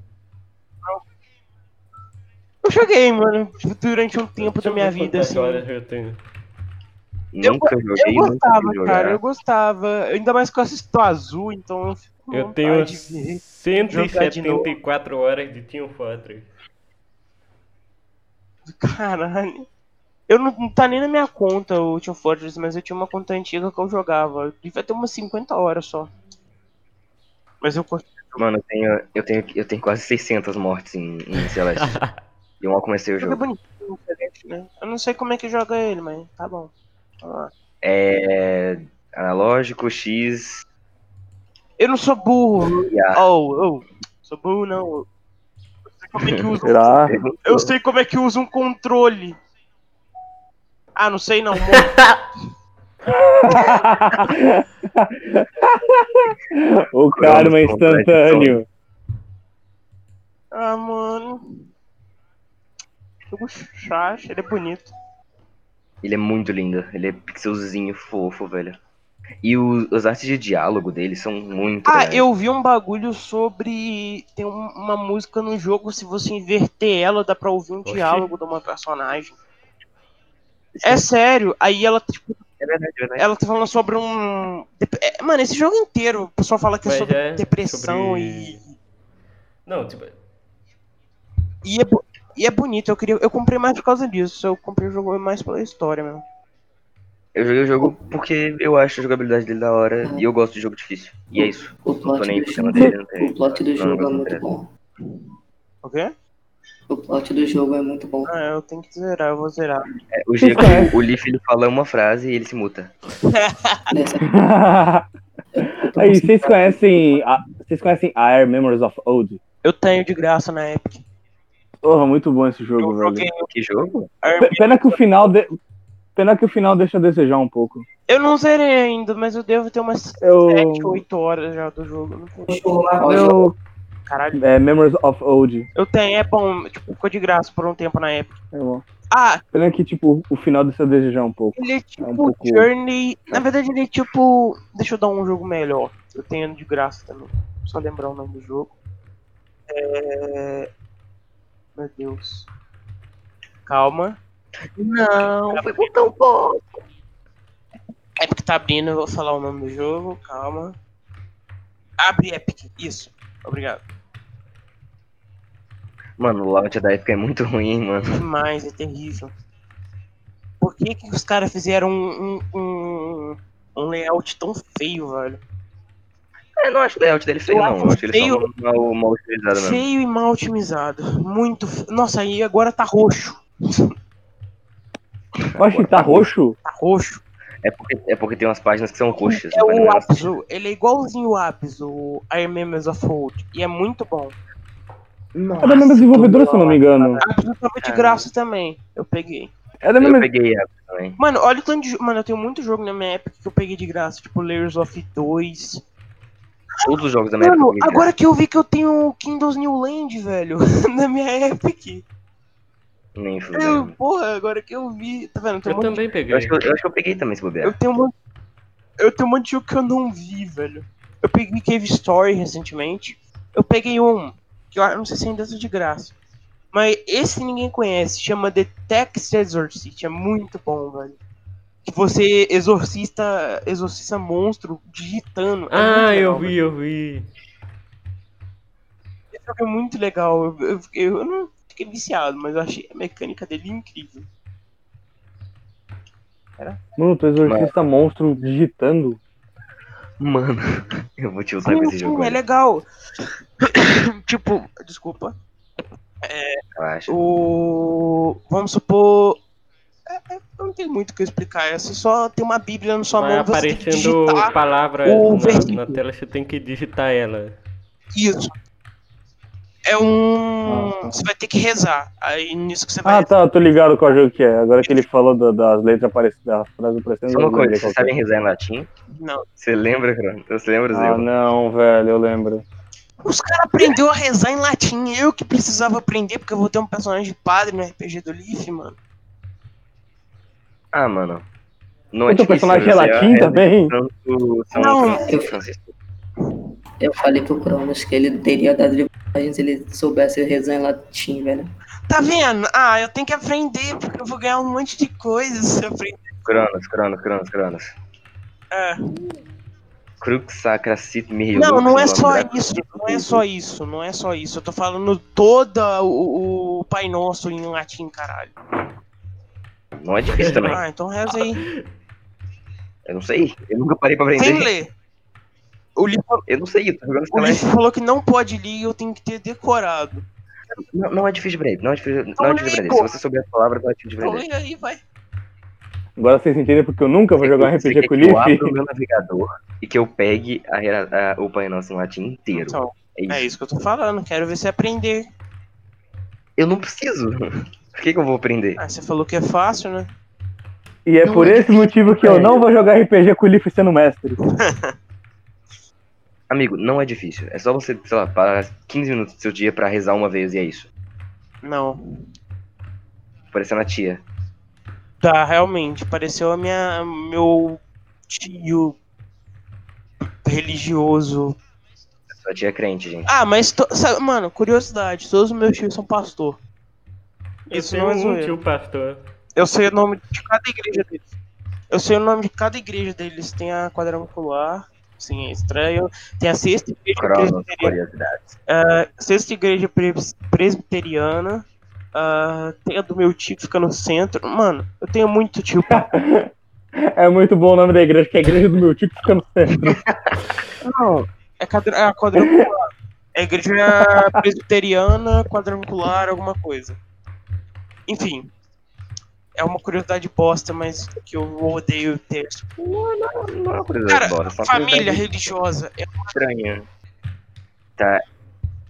B: Eu joguei, mano, durante um tempo da minha vida, assim.
D: Horas eu tenho.
A: Nunca
B: Eu
A: joguei, nunca
B: gostava,
A: fui jogar.
B: cara, eu gostava. Ainda mais com essa do azul, então eu fico com
D: Eu
B: vontade
D: tenho
B: de-
D: 174 horas de Team Fortress.
B: [laughs] Caralho. Eu não, não tá nem na minha conta o Team Fortress, mas eu tinha uma conta antiga que eu jogava. Eu devia ter umas 50 horas só. Mas eu curti.
A: Mano, eu tenho, eu, tenho, eu tenho quase 600 mortes em, em
B: [laughs]
A: Celeste. eu mal comecei o
B: O jogo é
A: jogo.
B: bonitinho, diferente, né? Eu não sei como é que joga ele, mas tá bom. Vamos lá.
A: É. Analógico, X.
B: Eu não sou burro.
A: E A.
B: Oh, oh. Sou burro, não. Eu sei como é que
C: [laughs]
B: usa
C: Será?
B: Eu sei como é que usa um controle. Ah, não sei não. mo-
A: É,
C: o karma instantâneo.
B: ah, mano. Jogo chato, ele é bonito.
A: Ele é muito lindo. Ele é pixelzinho fofo, velho. E o- as artes de diálogo dele são muito.
B: Ah,
A: legais.
B: eu vi um bagulho sobre. Tem um- uma música no jogo, se você inverter ela, dá pra ouvir um
D: Oxi.
B: diálogo de uma personagem. É sério, aí ela, tipo,
A: É verdade, é verdade.
B: ela tá falando sobre um. dep- é, Mano, esse jogo inteiro, o pessoal fala que é
D: Mas
B: sobre
D: é
B: depressão
D: sobre-
B: e.
D: Não, tipo,
B: E é, bo- e é bonito, eu queria. Eu comprei mais por causa disso. Eu comprei o jogo mais pela história mesmo.
A: Eu joguei o jogo porque eu acho a jogabilidade dele da hora
E: Ah.
A: e eu gosto de jogo difícil. E é isso.
E: O
A: Não tô
E: plot
A: nem aí
E: do
A: porque ela
E: jogo,
A: dele não tem.
E: o plot do
A: não,
E: jogo é
A: não
E: muito
A: interessa.
E: bom.
B: O quê?
E: O plot do jogo é muito bom.
B: Ah, eu tenho que zerar, eu vou zerar.
A: É, o jeito que o, o Leaf ele fala uma frase e ele se muta.
E: Nessa,
C: [laughs]
E: eu tô
C: Aí,
E: conseguindo-
C: vocês conhecem. a- Vocês conhecem a Air Memories of Old?
B: Eu tenho de graça na Epic.
C: Porra, muito bom esse
B: Eu
C: jogo, velho.
B: joguei
A: Que jogo?
B: Armin.
C: P- Pena que o final. de- Pena que o final deixa a desejar um pouco.
B: Eu não zerei ainda, mas eu devo ter umas
C: Eu.
B: 7, 8 horas já do jogo. Não tem-
E: Qual
C: eu
E: jogo?
B: Caralho.
C: é, Memories of Old.
B: Eu tenho, é bom. Tipo, ficou de graça por um tempo na Epic.
C: É bom.
B: Ah,
C: Pena que, tipo, o final deixa a desejar um pouco.
B: ele é tipo
C: um pouco-
B: Journey. Na verdade, ele é tipo. Deixa eu dar um jogo melhor. Eu tenho de graça também. Só lembrar o nome do jogo. É. Meu Deus. Calma.
A: Não, foi tão bom.
B: É porque tá abrindo, eu vou falar o nome do jogo, calma. Abre Epic, isso. Obrigado.
A: Mano, o launch da época é muito ruim, hein, mano.
B: Demais, é terrível. Por que, que os caras fizeram um, um, um, um layout tão feio, velho?
A: Eu É, não acho o layout dele feio, não. Eu acho ele só
B: Feio.
A: mal, mal utilizado mesmo.
B: Feio e mal otimizado. Muito. fe- Nossa, aí agora tá roxo.
C: Eu acho que tá roxo.
B: Tá roxo.
A: É porque, é porque tem umas páginas que são roxas.
B: É
A: mas não
B: o
A: é-
B: Apso. Ele é igualzinho o Apso, o Iron Memories of Old. E é muito bom.
C: É da mesma desenvolvedora, se eu não me engano.
B: O Apso tava de graça também. Eu peguei.
C: É da
A: Eu
C: mesma.
A: peguei a também.
B: Mano, olha o tanto de. jo- Mano, eu tenho muito jogo na minha época que eu peguei de graça. Tipo, Layers of 2.
A: Todos os jogos da minha
B: Mano,
A: época. eu peguei.
B: agora que eu vi que eu tenho o Kindles New Land, velho, [laughs] na minha Epic.
A: Nem
B: Eu,
A: fudeu.
B: porra, agora que eu vi. Tá vendo? Tem um
D: Eu
B: monte
D: também
A: Eu
D: peguei.
A: acho, que eu, eu acho que eu peguei também esse
B: de- eu
A: bobear.
B: tenho um monte. Eu tenho um monte de jogo que eu não vi, velho. Eu peguei Cave Story recentemente. Eu peguei um, que eu não sei se ainda tá de graça. Mas esse ninguém conhece, chama The Text Exorcist. É muito bom, velho. Que você exorcista, exorcista monstro digitando. É muito
D: Ah, eu
B: legal,
D: vi, eu vi.
B: Esse jogo é muito legal. Eu, eu- eu não fiquei viciado, mas eu achei a mecânica dele incrível.
C: Mano, tu exorcista monstro digitando.
A: Mano, [laughs] eu vou te usar com esse
B: Sim,
A: jogo.
B: é
A: velho,
B: legal. [coughs] tipo, desculpa.
A: Eu acho.
B: O. Vamos supor. é, é, não tem muito o que eu explicar. É, Você só tem uma bíblia na sua
D: Vai
B: mão, você tem que
D: aparecendo
B: digitar
D: palavras
B: o
D: na- na,
B: versículo.
D: tela, você tem que digitar ela.
B: isso. É um. Você vai ter que rezar. Aí nisso que você vai.
C: Ah, tá, eu tô ligado qual jogo que é. Agora que ele falou da- das letras aparecendo, da frase aparecendo.
A: Só
C: eu
A: uma coisa,
C: lembrei
A: vocês
C: qual que é.
A: sabem rezar em latim?
B: Não.
A: Você lembra, cara? Você lembra, Zé?
C: Ah, não, velho, eu lembro.
B: Os caras aprendeu a rezar em latim. Eu que precisava aprender, porque eu vou ter um personagem de padre no RPG do Leaf, mano.
A: Ah, mano. Não é
C: O teu
A: difícil.
C: personagem é
A: você
C: latim
A: reza
C: também?
A: Santo, São
B: Não.
A: Francisco, Francisco.
E: Eu falei pro Cronos que ele teria dado vantagem se ele soubesse rezar em latim, velho.
B: Tá vendo? Ah, eu tenho que aprender, porque eu vou ganhar um monte de coisas se eu aprender.
A: Cronos, Cronos, Cronos, Cronos.
B: É.
A: Crux sacra sit mihi
B: Não,
A: lux,
B: não é
A: nome
B: só
A: da-
B: isso, não é só isso, não é só isso. Eu tô falando toda o, o Pai Nosso em latim, caralho.
A: Não é difícil também.
B: Ah, então reza aí.
A: Eu não sei. Eu nunca parei pra
B: Sem
A: aprender.
B: ler. O livro,
A: Eu não sei, eu tô jogando
B: o
A: Celeste.
B: livro falou que não pode ler e eu tenho que ter decorado.
A: Não, não é difícil de aprender. Não é difícil, não é
B: Então
A: difícil de
B: lê,
A: aprender. Se
B: pô.
A: você souber as palavras, não é difícil de
B: Então
A: aprender.
B: lê aí, vai.
C: Agora vocês entendem porque eu nunca vou jogar um
A: Você
C: RPG
A: quer
C: com o
A: que Eu
C: Leaf.
A: abro o meu navegador e que eu pegue a, rela- a- o Pai Nosso em latim inteiro.
B: Então,
A: é isso.
B: é isso que eu tô falando, quero ver se aprender.
A: Eu não preciso. Por que, que eu vou aprender?
B: Ah, você falou que é fácil, né?
C: E é
A: Não
C: por
A: é
C: esse motivo que eu
A: velho.
C: não vou jogar RPG com o Leaf sendo mestre.
A: Amigo, não é difícil. É só você, sei lá, parar 15 minutos do seu dia pra rezar uma vez e é isso.
B: Não.
A: Parecendo a tia.
B: Tá, realmente, pareceu a minha meu tio religioso
A: Sua tia é crente, gente.
B: Ah, mas, to- sabe, mano, curiosidade, todos os meus tios são pastor.
D: Eu
B: Isso
D: tenho
B: não é
D: um
B: zoeira.
D: tio pastor.
B: Eu sei o nome de cada igreja deles. Eu sei o nome de cada igreja deles. Tem a quadrangular, sim, é estranho. Tem a sexta igreja
A: Cronos,
B: presbiteriana.
A: curiosidade.
B: ah, sexta igreja pres- presbiteriana. ah, tem a do meu tio que fica no centro. Mano, eu tenho muito tio.
F: É muito bom o nome da igreja, que é a igreja do meu tio que fica no centro.
B: Não, é quadra- ah, quadrangular. É igreja presbiteriana, quadrangular, alguma coisa. Enfim. É uma curiosidade bosta, mas que eu odeio o texto.
A: Não é uma coisa
B: Cara,
A: bosta, só uma
B: Família
A: curiosidade
B: religiosa é uma
A: estranha. Tá,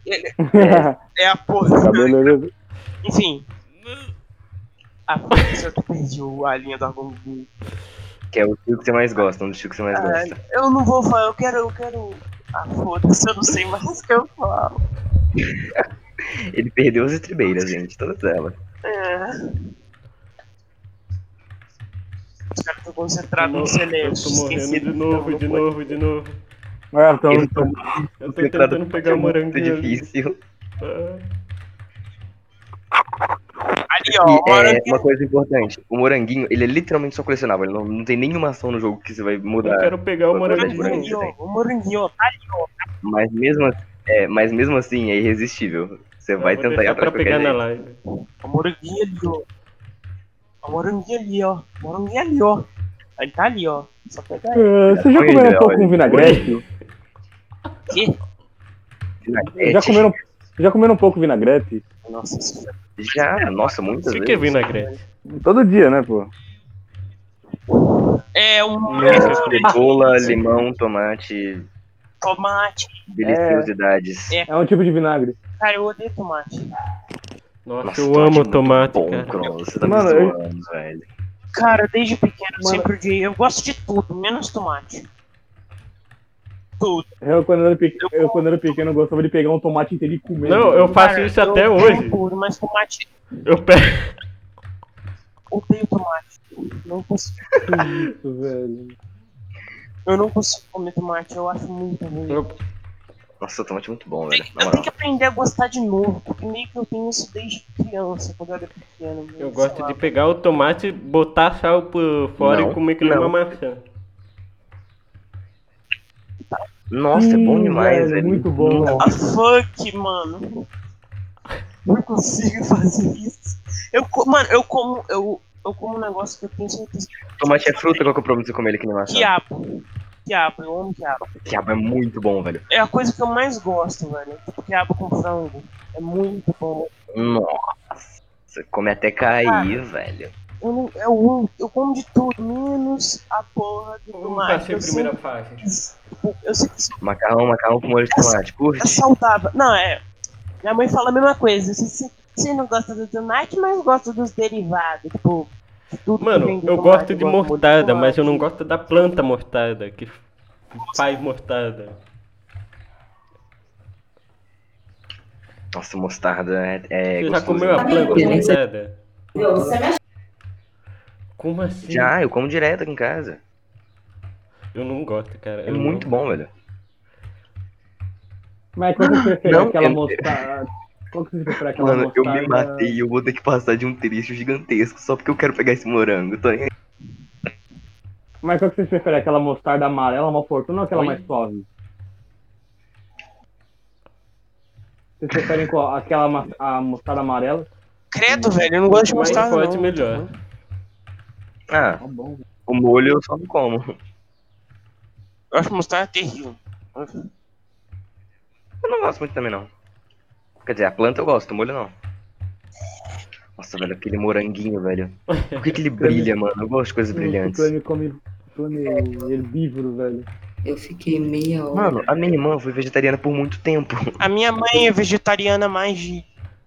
F: [laughs]
B: É a
F: Tá
B: porra.
F: beleza.
A: é
B: Enfim. A porra, eu perdi a linha do argumento.
A: que é o tio que você mais gosta, um dos tios que você mais gosta.
B: Ah, eu não vou falar, eu quero, eu quero. Ah, foda-se, eu não sei mais o que eu falo.
A: Ele perdeu as estribeiras, gente, todas elas.
B: É. Os caras estão concentrados no
D: Nossa, eu
B: silêncio.
D: tô morrendo
B: esqueci
D: de novo,
B: então não
D: de
B: foi.
D: novo, de novo.
F: É, então,
A: Ele tá
D: Eu tô
A: concentrado
D: tentando
A: porque
D: pegar o
A: é muito
D: moranguinho. ali.
A: difícil.
D: Ah,
B: Ali, ó,
A: E,
B: hora
A: é,
B: que
A: uma coisa importante, o moranguinho, ele é literalmente só colecionável, ele não, não tem nenhuma ação no jogo que você vai
D: Eu
A: mudar.
D: quero pegar o
A: É, Uma coisa
B: o
A: por aí.
D: moranguinho.
B: moranguinho, ó, o moranguinho, ó, tá
A: Mas mesmo, assim- é, mas mesmo assim é irresistível. Você
D: Eu
A: vai
D: vou
A: tentar ir
D: deixar
A: atrás
D: pra
A: de qualquer
D: pegar na
A: jeito.
D: live.
B: O moranguinho ali, ó. tá? O moranguinho ali, ó. O moranguinho ali, ó. Ele tá ali, ó. Só pegar ele.
F: é, Vocês já
A: Olha,
F: comeram pão
A: olha.
F: com vinagrete?
A: É,
F: Já comeram, já comeram pão com vinagrete?
B: Nossa, isso foi
A: Já, nossa, muitas
D: Você
A: vezes.
D: quer vinagrete?
F: Todo dia, né, pô?
B: É um
A: Cebola, limão, tomate,
B: tomate.
A: deliciosidades.
B: É.
F: É um tipo de vinagre.
B: Cara, eu odeio tomate.
D: Nossa,
A: Nossa, é
D: eu amo
A: muito
D: tomate,
A: Bom,
D: cara.
A: Cronos, você tá
F: Mano,
A: me
F: eu-
A: zoando, velho.
B: Cara, desde pequeno eu
F: Mano.
B: sempre odiei. Eu gosto de tudo, menos tomate. Tudo.
F: Eu quando, era pe- eu, quando era pequeno, eu gostava de pegar um tomate inteiro e comer.
D: Não, eu faço
B: Cara,
D: isso
B: eu
D: até
B: como
D: hoje.
B: Tudo, mas tomate,
D: Eu pego.
B: odeio tomate. Não consigo.
F: isso, velho.
B: Eu não consigo comer tomate, eu acho muito ruim.
D: Eu-
A: Nossa, o tomate é muito bom,
B: Tem-
A: velho. Na
B: Eu tenho
A: moral.
B: que aprender a gostar de novo, porque meio que eu tenho isso desde criança, quando eu era pequeno.
D: Eu
B: sei
D: gosto
B: lá.
D: de pegar o tomate, botar sal por fora
A: Não,
D: e comer que nem
A: não.
D: uma maçã.
A: [laughs] Nossa, é bom
F: Hum,
A: demais, velho.
F: Muito bom.
B: Ah, fuck, mano. Não consigo fazer isso. Eu, co- mano, eu como. Eu, eu como um negócio que eu tenho certeza.
A: Tomate é fruta, qual que é o problema de você comer ele que nem maçã?
B: Quiabo. Quiabo, eu amo quiabo.
A: Quiabo é muito bom, velho.
B: É a coisa que eu mais gosto, velho. Tipo, quiabo com frango. É muito bom.
A: Nossa, come até cair, velho.
B: Eu, não, eu, amo- eu como de tudo, menos a porra do
D: Eu
B: tomate.
D: passei a
B: Eu um
D: primeira
B: sempre,
D: fase.
B: quis- tipo, eu sempre quis
A: Macarrão, macarrão com molho de tomate,
B: é
A: curte?
B: saudável. Não, é. Minha mãe fala a mesma coisa. Você, você- você não gosta do tomate, mas gosta dos derivados. Tipo, de tudo que vem
D: Mano,
B: do
D: eu
B: tomate,
D: gosto de
B: muito
D: mostarda,
B: tomate.
D: mas eu não gosto da planta mostarda, que faz mostarda.
A: Nossa, mostarda é, é
D: Você já
A: gostoso.
D: comeu a planta
E: Beleza.
D: mostarda? Como assim?
A: Já, eu como direto aqui em casa.
D: Eu não gosto, cara.
A: É
D: eu não-
A: muito bom, velho.
F: Mas qual que você prefere?
A: Ah, Não,
F: aquela
A: eu-
F: mostarda. Qual que você prefere? Aquela
A: Mano, eu me
F: mostarda-
A: matei e eu vou ter que passar de um trecho gigantesco só porque eu quero pegar esse morango. tá Tô... nem-
F: Mas qual que vocês preferem? Aquela mostarda amarela, uma fortuna ou aquela
D: Oi?
F: mais suave? Vocês preferem qual? Aquela ma- a mostarda amarela?
B: Credo, velho, eu não gosto de
D: Mais
B: mostarda.
D: forte,
B: não.
D: melhor.
A: Ah,
F: Tá bom.
A: o molho eu só não como.
B: Eu acho mostarda terrível.
A: Eu não gosto muito também, não. Quer dizer, a planta eu gosto, o molho não. Nossa, velho, aquele moranguinho, velho. Por que, que [laughs] ele brilha, mano? Eu gosto de coisas brilhantes.
F: Plane come plane herbívoro, velho.
E: Eu fiquei meia hora.
A: Mano, a minha irmã foi vegetariana por muito tempo. [laughs]
B: A minha mãe é vegetariana há mais de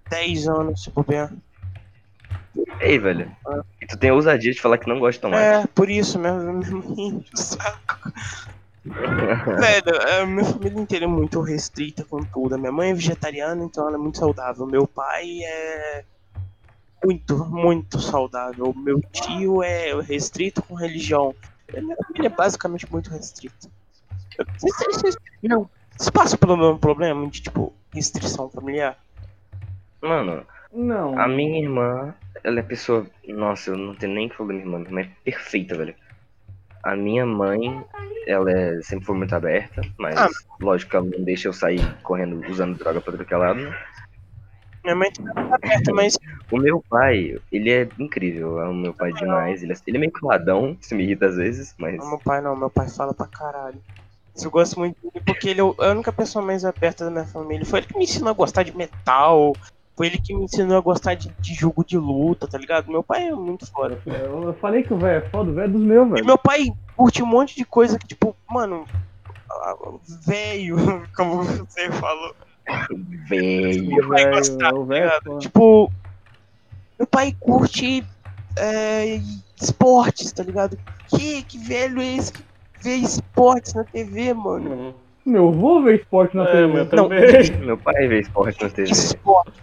B: 10 anos, se bobear.
A: Ei, velho. E tu tem a ousadia de falar que não gosta de tomate.
B: É, por isso mesmo. minha mãe enche o [laughs] saco. Velho, a minha família inteira é muito restrita com tudo. A minha mãe é vegetariana, então ela é muito saudável. Meu pai é muito, muito saudável. Meu tio é restrito com religião. A minha família é basicamente muito restrita. Eu- Vocês, vocês, vocês- não. Vocês passam pelo mesmo problema de, tipo, restrição familiar?
A: Mano,
F: Não.
A: a minha irmã, ela é pessoa. Nossa, eu não tenho nem o que falar da minha irmã. Minha irmã é perfeita, velho. A minha mãe, ela é- sempre foi muito aberta, mas
B: Ah.
A: lógico que ela não deixa eu sair correndo usando droga pra tudo que é lado. né?
B: Minha mãe tá perto, mas
A: O meu pai, ele é incrível. É o meu pai demais. Ele é, ele é meio caladão, isso me irrita às vezes, mas.
B: Não, meu pai não, meu pai fala pra caralho. Mas Eu gosto muito dele porque ele é a única pessoa mais aberta da minha família. Foi ele que me ensinou a gostar de metal. Foi ele que me ensinou a gostar de, de jogo de luta, tá ligado? Meu pai é muito foda.
F: Eu eu falei que o velho é foda, o velho é dos meus,
B: E
F: velho.
B: meu pai curte um monte de coisa que, tipo, mano, ah, velho, [laughs] como você falou.
A: Véi.
F: O
B: vai
F: velho-
B: gostar,
F: o velho é
B: ligado?
F: foda.
B: Tipo, meu pai curte é, esportes, tá ligado? Que, que velho é esse que vê esportes na TV, mano?
F: Meu vô vê esporte na
D: É,
F: TV.
D: mas
B: Não.
D: também.
A: Meu pai é vê esporte na TV.
B: Esportes.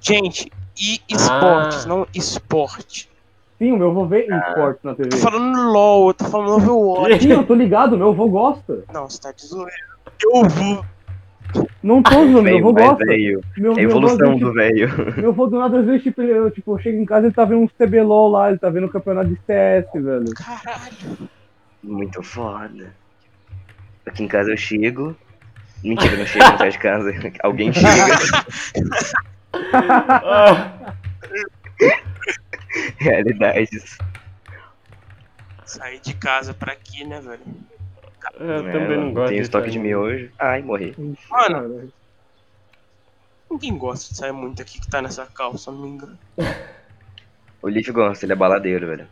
B: Gente, e esportes,
D: Ah.
B: não esporte.
F: Sim, o meu vô vê
A: Ah.
F: esporte na TV.
B: Tô falando LOL, eu tô falando Overwatch.
F: Sim, eu tô ligado, meu vô gosta.
B: Não, você tá de zoeira. Eu vou.
F: Não tô zoando, meu
A: Véio,
F: vô
A: mais
F: gosta.
A: véio.
F: Meu,
A: Ah, É a
F: meu vô, às
A: evolução
F: vezes,
A: do velho.
F: tipo, meu vô do nada, às vezes, tipo, ele- eu, tipo, eu chego em casa, ele tá vendo uns CBLOL lá, ele tá vendo o campeonato de CS, velho.
B: Caralho.
A: Muito foda. Aqui em casa eu chego. Mentira, eu não chego, não saio de casa. [laughs]
F: [laughs]
A: Alguém chega.
D: [laughs]
A: [laughs]
D: Ah,
A: Realidades.
B: Sair de casa pra aqui, né, velho?
D: eu
A: né?
D: também não
A: Tenho
D: gosto disso
A: estoque de
D: aí.
A: miojo. Ai, morri.
B: Mano,
F: Cara,
B: ninguém gosta de sair muito aqui que tá nessa calça, não me engano.
A: O Liff gosta, ele é baladeiro, velho.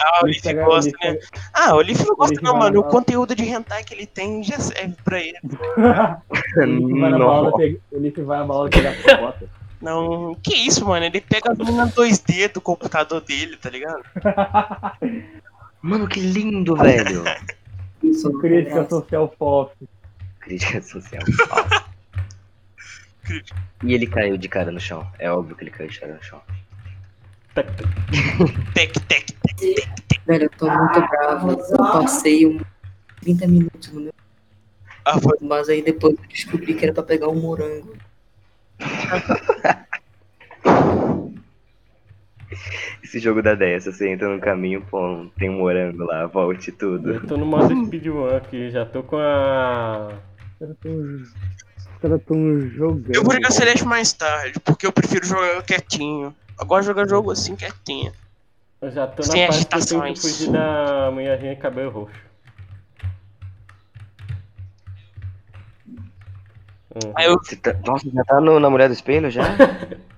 B: Ah, o
F: ele
B: Liff
F: pega-
B: gosta,
F: ele
B: né?
F: pega-
B: Ah, o Liff não gosta,
F: Ele
B: não,
F: é vai
B: mano. O
F: lá.
B: conteúdo de hentai que ele tem já serve pra ele.
F: [laughs] Ele que vai na
A: [laughs] Nossa.
F: balada pegar- ele que vai na balada pegar foto.
B: Não, que isso, mano? Ele pega as meninas 2D do computador dele, tá ligado?
A: Mano, que lindo, velho.
E: Isso não
F: Crítica
E: conversa.
F: social pop.
A: Crítica social. falsa. e ele caiu de cara no chão. É óbvio que ele caiu de cara no chão.
B: Tec, tec.
E: Velho, eu tô muito bravo. Eu passei um 30 minutos no meu.
B: Ah, foi.
E: Mas aí depois eu descobri que era pra pegar um morango.
A: Esse jogo da 10, você entra no caminho, pô, tem um morango lá, volte tudo.
D: Eu tô no modo speedrun aqui, já tô com a.
F: Os caras tão- Os caras tão jogando.
B: Eu vou jogar Celeste mais tarde, porque eu prefiro jogar quietinho. Agora jogar jogo assim quietinho.
D: Eu já tô na
B: Sem
D: parte que eu tenho que
B: agitações.
D: fugir da mulherzinha de cabelo roxo. Hum.
B: Aí eu.
A: Você tá- Nossa, já tá no- na Mulher do Espelho já?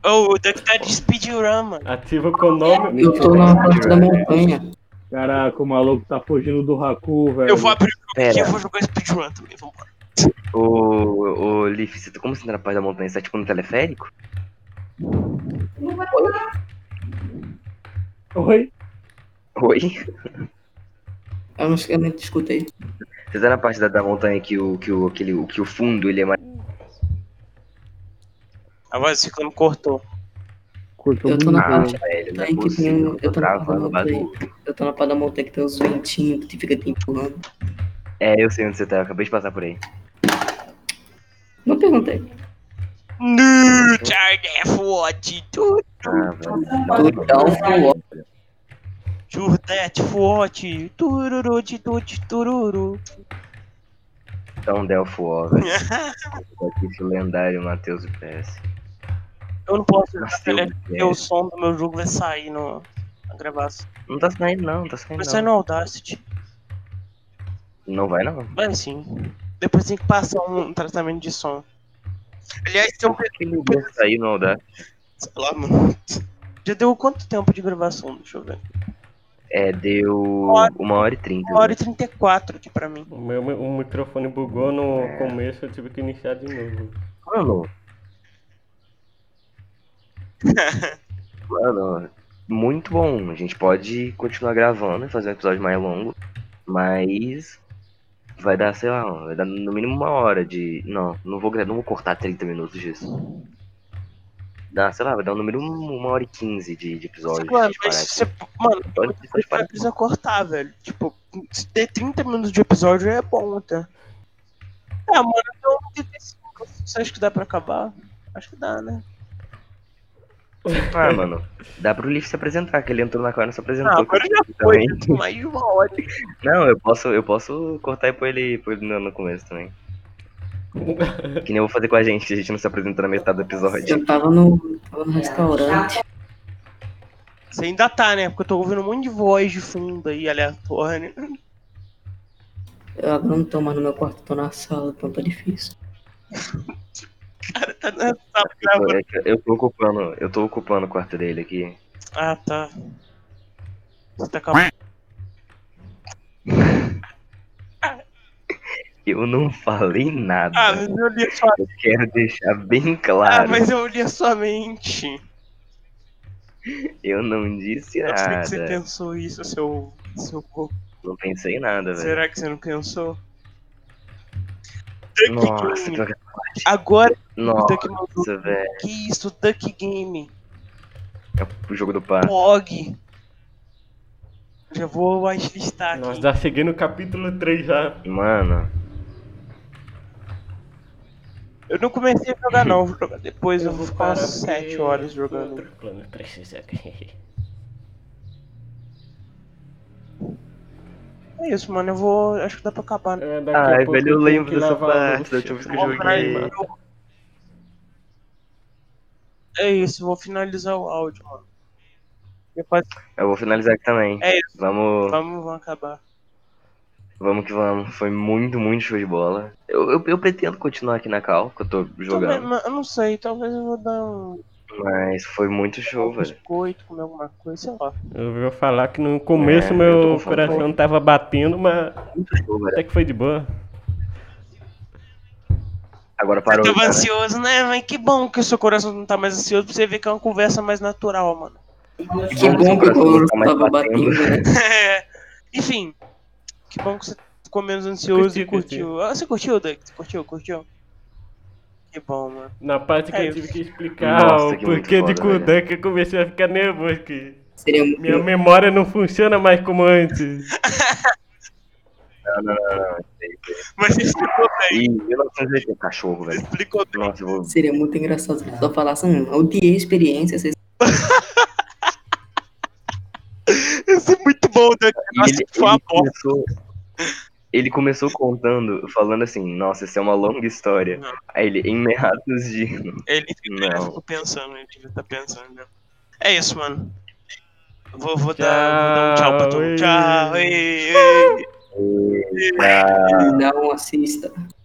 B: Oh, o Duck tá de speedrun, mano.
D: Ativa com o nome.
E: Eu tô na parte da montanha.
F: Caraca, o maluco tá fugindo do Haku, velho.
B: Eu vou abrir o jogo aqui e
A: Pera,
B: eu vou jogar speedrun também. Vambora.
A: ô, ô Liff, você tá como você tá na parte da montanha? Você tá tipo no teleférico?
F: Oi?
A: Oi?
E: Eu não, eu não te escutei.
A: Você tá na parte da, da montanha que o, que, o, aquele, o- que o fundo ele é mais.
B: A voz ficando cortou.
F: Cortou
E: Eu tô na
A: Ah,
E: parte.
A: velho, não é
E: Então, Tem que ter um-
A: possível.
E: eu tô na
A: travando o
E: parte da
A: bagulho.
E: Eu tô na parte da montanha que tem uns ventinhos que fica te empurrando.
A: É, eu sei onde você tá, eu acabei de passar por aí.
E: Não perguntei.
B: No Charge F-Watch.
A: Ah, velho.
E: Do Downfall.
B: Jurdete F-Watch. Tururu de tudo, [laughs] tururu.
A: Então, Delfo, ó, velho. Esse lendário Matheus do PS.
B: Eu não posso jogar
A: Nasceu
B: Celeste
A: do
B: porque o
A: PS.
B: som do meu jogo vai sair no, na gravação.
A: Não tá saindo, não, não tá saindo.
B: Vai sair no
A: Não.
B: Audacity.
A: não vai, não.
B: Vai sim. Depois tem que passar um tratamento de som. Aliás, tem um
A: Por que ele ia sair no Audacity?
B: Sei lá, mano. Já deu quanto tempo de gravação? Deixa eu ver.
A: É, deu
B: hora.
A: uma hora e trinta.
B: 1 hora e 34 aqui pra mim.
D: O meu mi- o microfone bugou no começo, eu tive que iniciar de novo.
A: Mano.
B: [laughs]
A: Mano, muito bom. A gente pode continuar gravando e fazer um episódio mais longo. Mas vai dar, sei lá, vai dar no mínimo uma hora de. Não, não vou, gra- não vou cortar 30 minutos disso. Dá, sei lá, vai dar no mínimo uma hora e 15 de, de episódio.
B: Tipo, Mano,
A: se a
B: mas
A: gente um
B: você. Mano,
A: parar aqui. Pode-
B: você
A: pode
B: precisa cortar, velho. Tipo, se der 30 minutos de episódio é bom, tá? Ah, mano, então 35. Você acha que dá pra acabar? Acho que dá, né?
A: parar. Ah, mano, dá pro Liff se apresentar, que ele entrou na quadra e se apresentou.
B: Ah, agora
A: [laughs]
B: já foi.
A: também.
B: já tem Mais de uma hora. [laughs]
A: Não, eu posso, eu posso cortar e pôr ele, pôr ele no, no começo também. Que nem eu vou fazer com a gente, a gente não se apresentou na metade do episódio.
E: Eu tava no, tava no restaurante.
B: Você ainda tá, né? Porque eu tô ouvindo um monte de voz de fundo aí, né? aleatória.
E: Eu agora não tô mais no meu quarto, tô na sala, então tá difícil.
B: Cara, tá na sala gravando.
A: É que Eu tô ocupando, eu tô ocupando o quarto dele aqui.
B: Ah, tá. Você tá com a...
A: Eu não falei nada.
B: Ah, mas eu li a sua...
A: Eu quero deixar bem
B: Ah,
A: claro.
B: mas eu li a sua mente.
A: Eu não disse
B: Eu sei que você
A: nada.
B: pensou isso, seu... seu... bobo.
A: Não pensei em nada, velho.
B: Será que você não pensou?
A: Nossa,
B: Game.
A: que...
B: Agora o
A: Nossa,
B: Duck mandou.
A: velho.
B: Que isso, Duck Game,
A: É o jogo do pá.
B: Pog. Já vou listar
D: Nós
B: aqui.
D: já cheguei no capítulo 3 já.
A: Mano,
B: Eu não comecei a jogar não, vou jogar depois, eu, vou ficar umas
D: parar,
B: 7
D: porque
B: horas jogando.
D: Outro plano
B: [laughs]
D: precisa.
B: É isso, mano, eu vou. Acho que dá pra acabar. né?
D: É, daqui
A: Ai,
D: a pouco
A: velho, eu
D: tenho
A: lembro
D: que
A: dessa
D: lavar a
A: parte,
D: louça.
A: da última vez que eu
D: Vou
A: joguei.
D: pra irmã.
B: É isso, vou finalizar o áudio, mano. Depois,
A: eu vou finalizar aqui também.
B: É
A: isso. Vamos,
B: vamos, vamos acabar.
A: vamos que vamos. Foi muito, muito show de bola. Eu, eu, eu pretendo continuar aqui na Cal, que eu tô
B: Talvez,
A: jogando.
B: mas eu não sei, talvez eu vou dar um
A: Mas foi muito show, velho.
B: biscoito, comer alguma coisa, sei lá.
D: Eu vou falar que no
A: É,
D: começo
A: eu tô
D: meu
A: com fome.
D: coração tava batendo, mas
A: Muito show, velho.
D: até que foi de boa.
A: Agora
B: Eu
A: parou.
B: tava
A: cara.
B: ansioso, né? Mas que bom que o seu coração não tá mais ansioso pra você ver que é uma conversa mais natural, mano. [laughs]
E: Que bom que o couro
A: Tá mais
E: tava
A: batendo.
E: batendo, né?
B: É. Enfim, que bom que você ficou menos ansioso
D: Curti,
B: e curtiu. Ah, você curtiu, Doug? Você curtiu, curtiu? Que bom, mano.
D: Na parte que
B: É
D: eu
B: isso.
D: tive que explicar
A: Nossa,
D: o
A: que muito
D: porquê de
A: foda, velho.
D: Kudan que eu comecei a ficar nervoso. Que
E: Seria muito.
D: minha memória não funciona mais como antes.
A: Não, não, não, não.
B: Mas você explicou bem,
A: Ih, 1980, cachorro, velho.
B: explicou bem.
A: Nossa, eu vou.
E: Seria muito engraçado se a pessoa falasse, hum, odiei a experiência, vocês
B: Isso é muito bom, Doug.
A: E
B: Nossa,
A: ele,
B: foi uma
A: ele
B: bosta.
A: começou, ele começou contando, falando assim, nossa, essa é uma longa história.
B: Não.
A: Aí ele, em meados de.
B: Ele ele
A: Não.
B: ficou pensando, ele devia estar pensando mesmo. É isso, mano. Eu Vou, vou, dar, vou dar um tchau pra todo mundo.
D: Tchau,
B: Tchau. ei, ei.
A: Ah,
E: não assistam.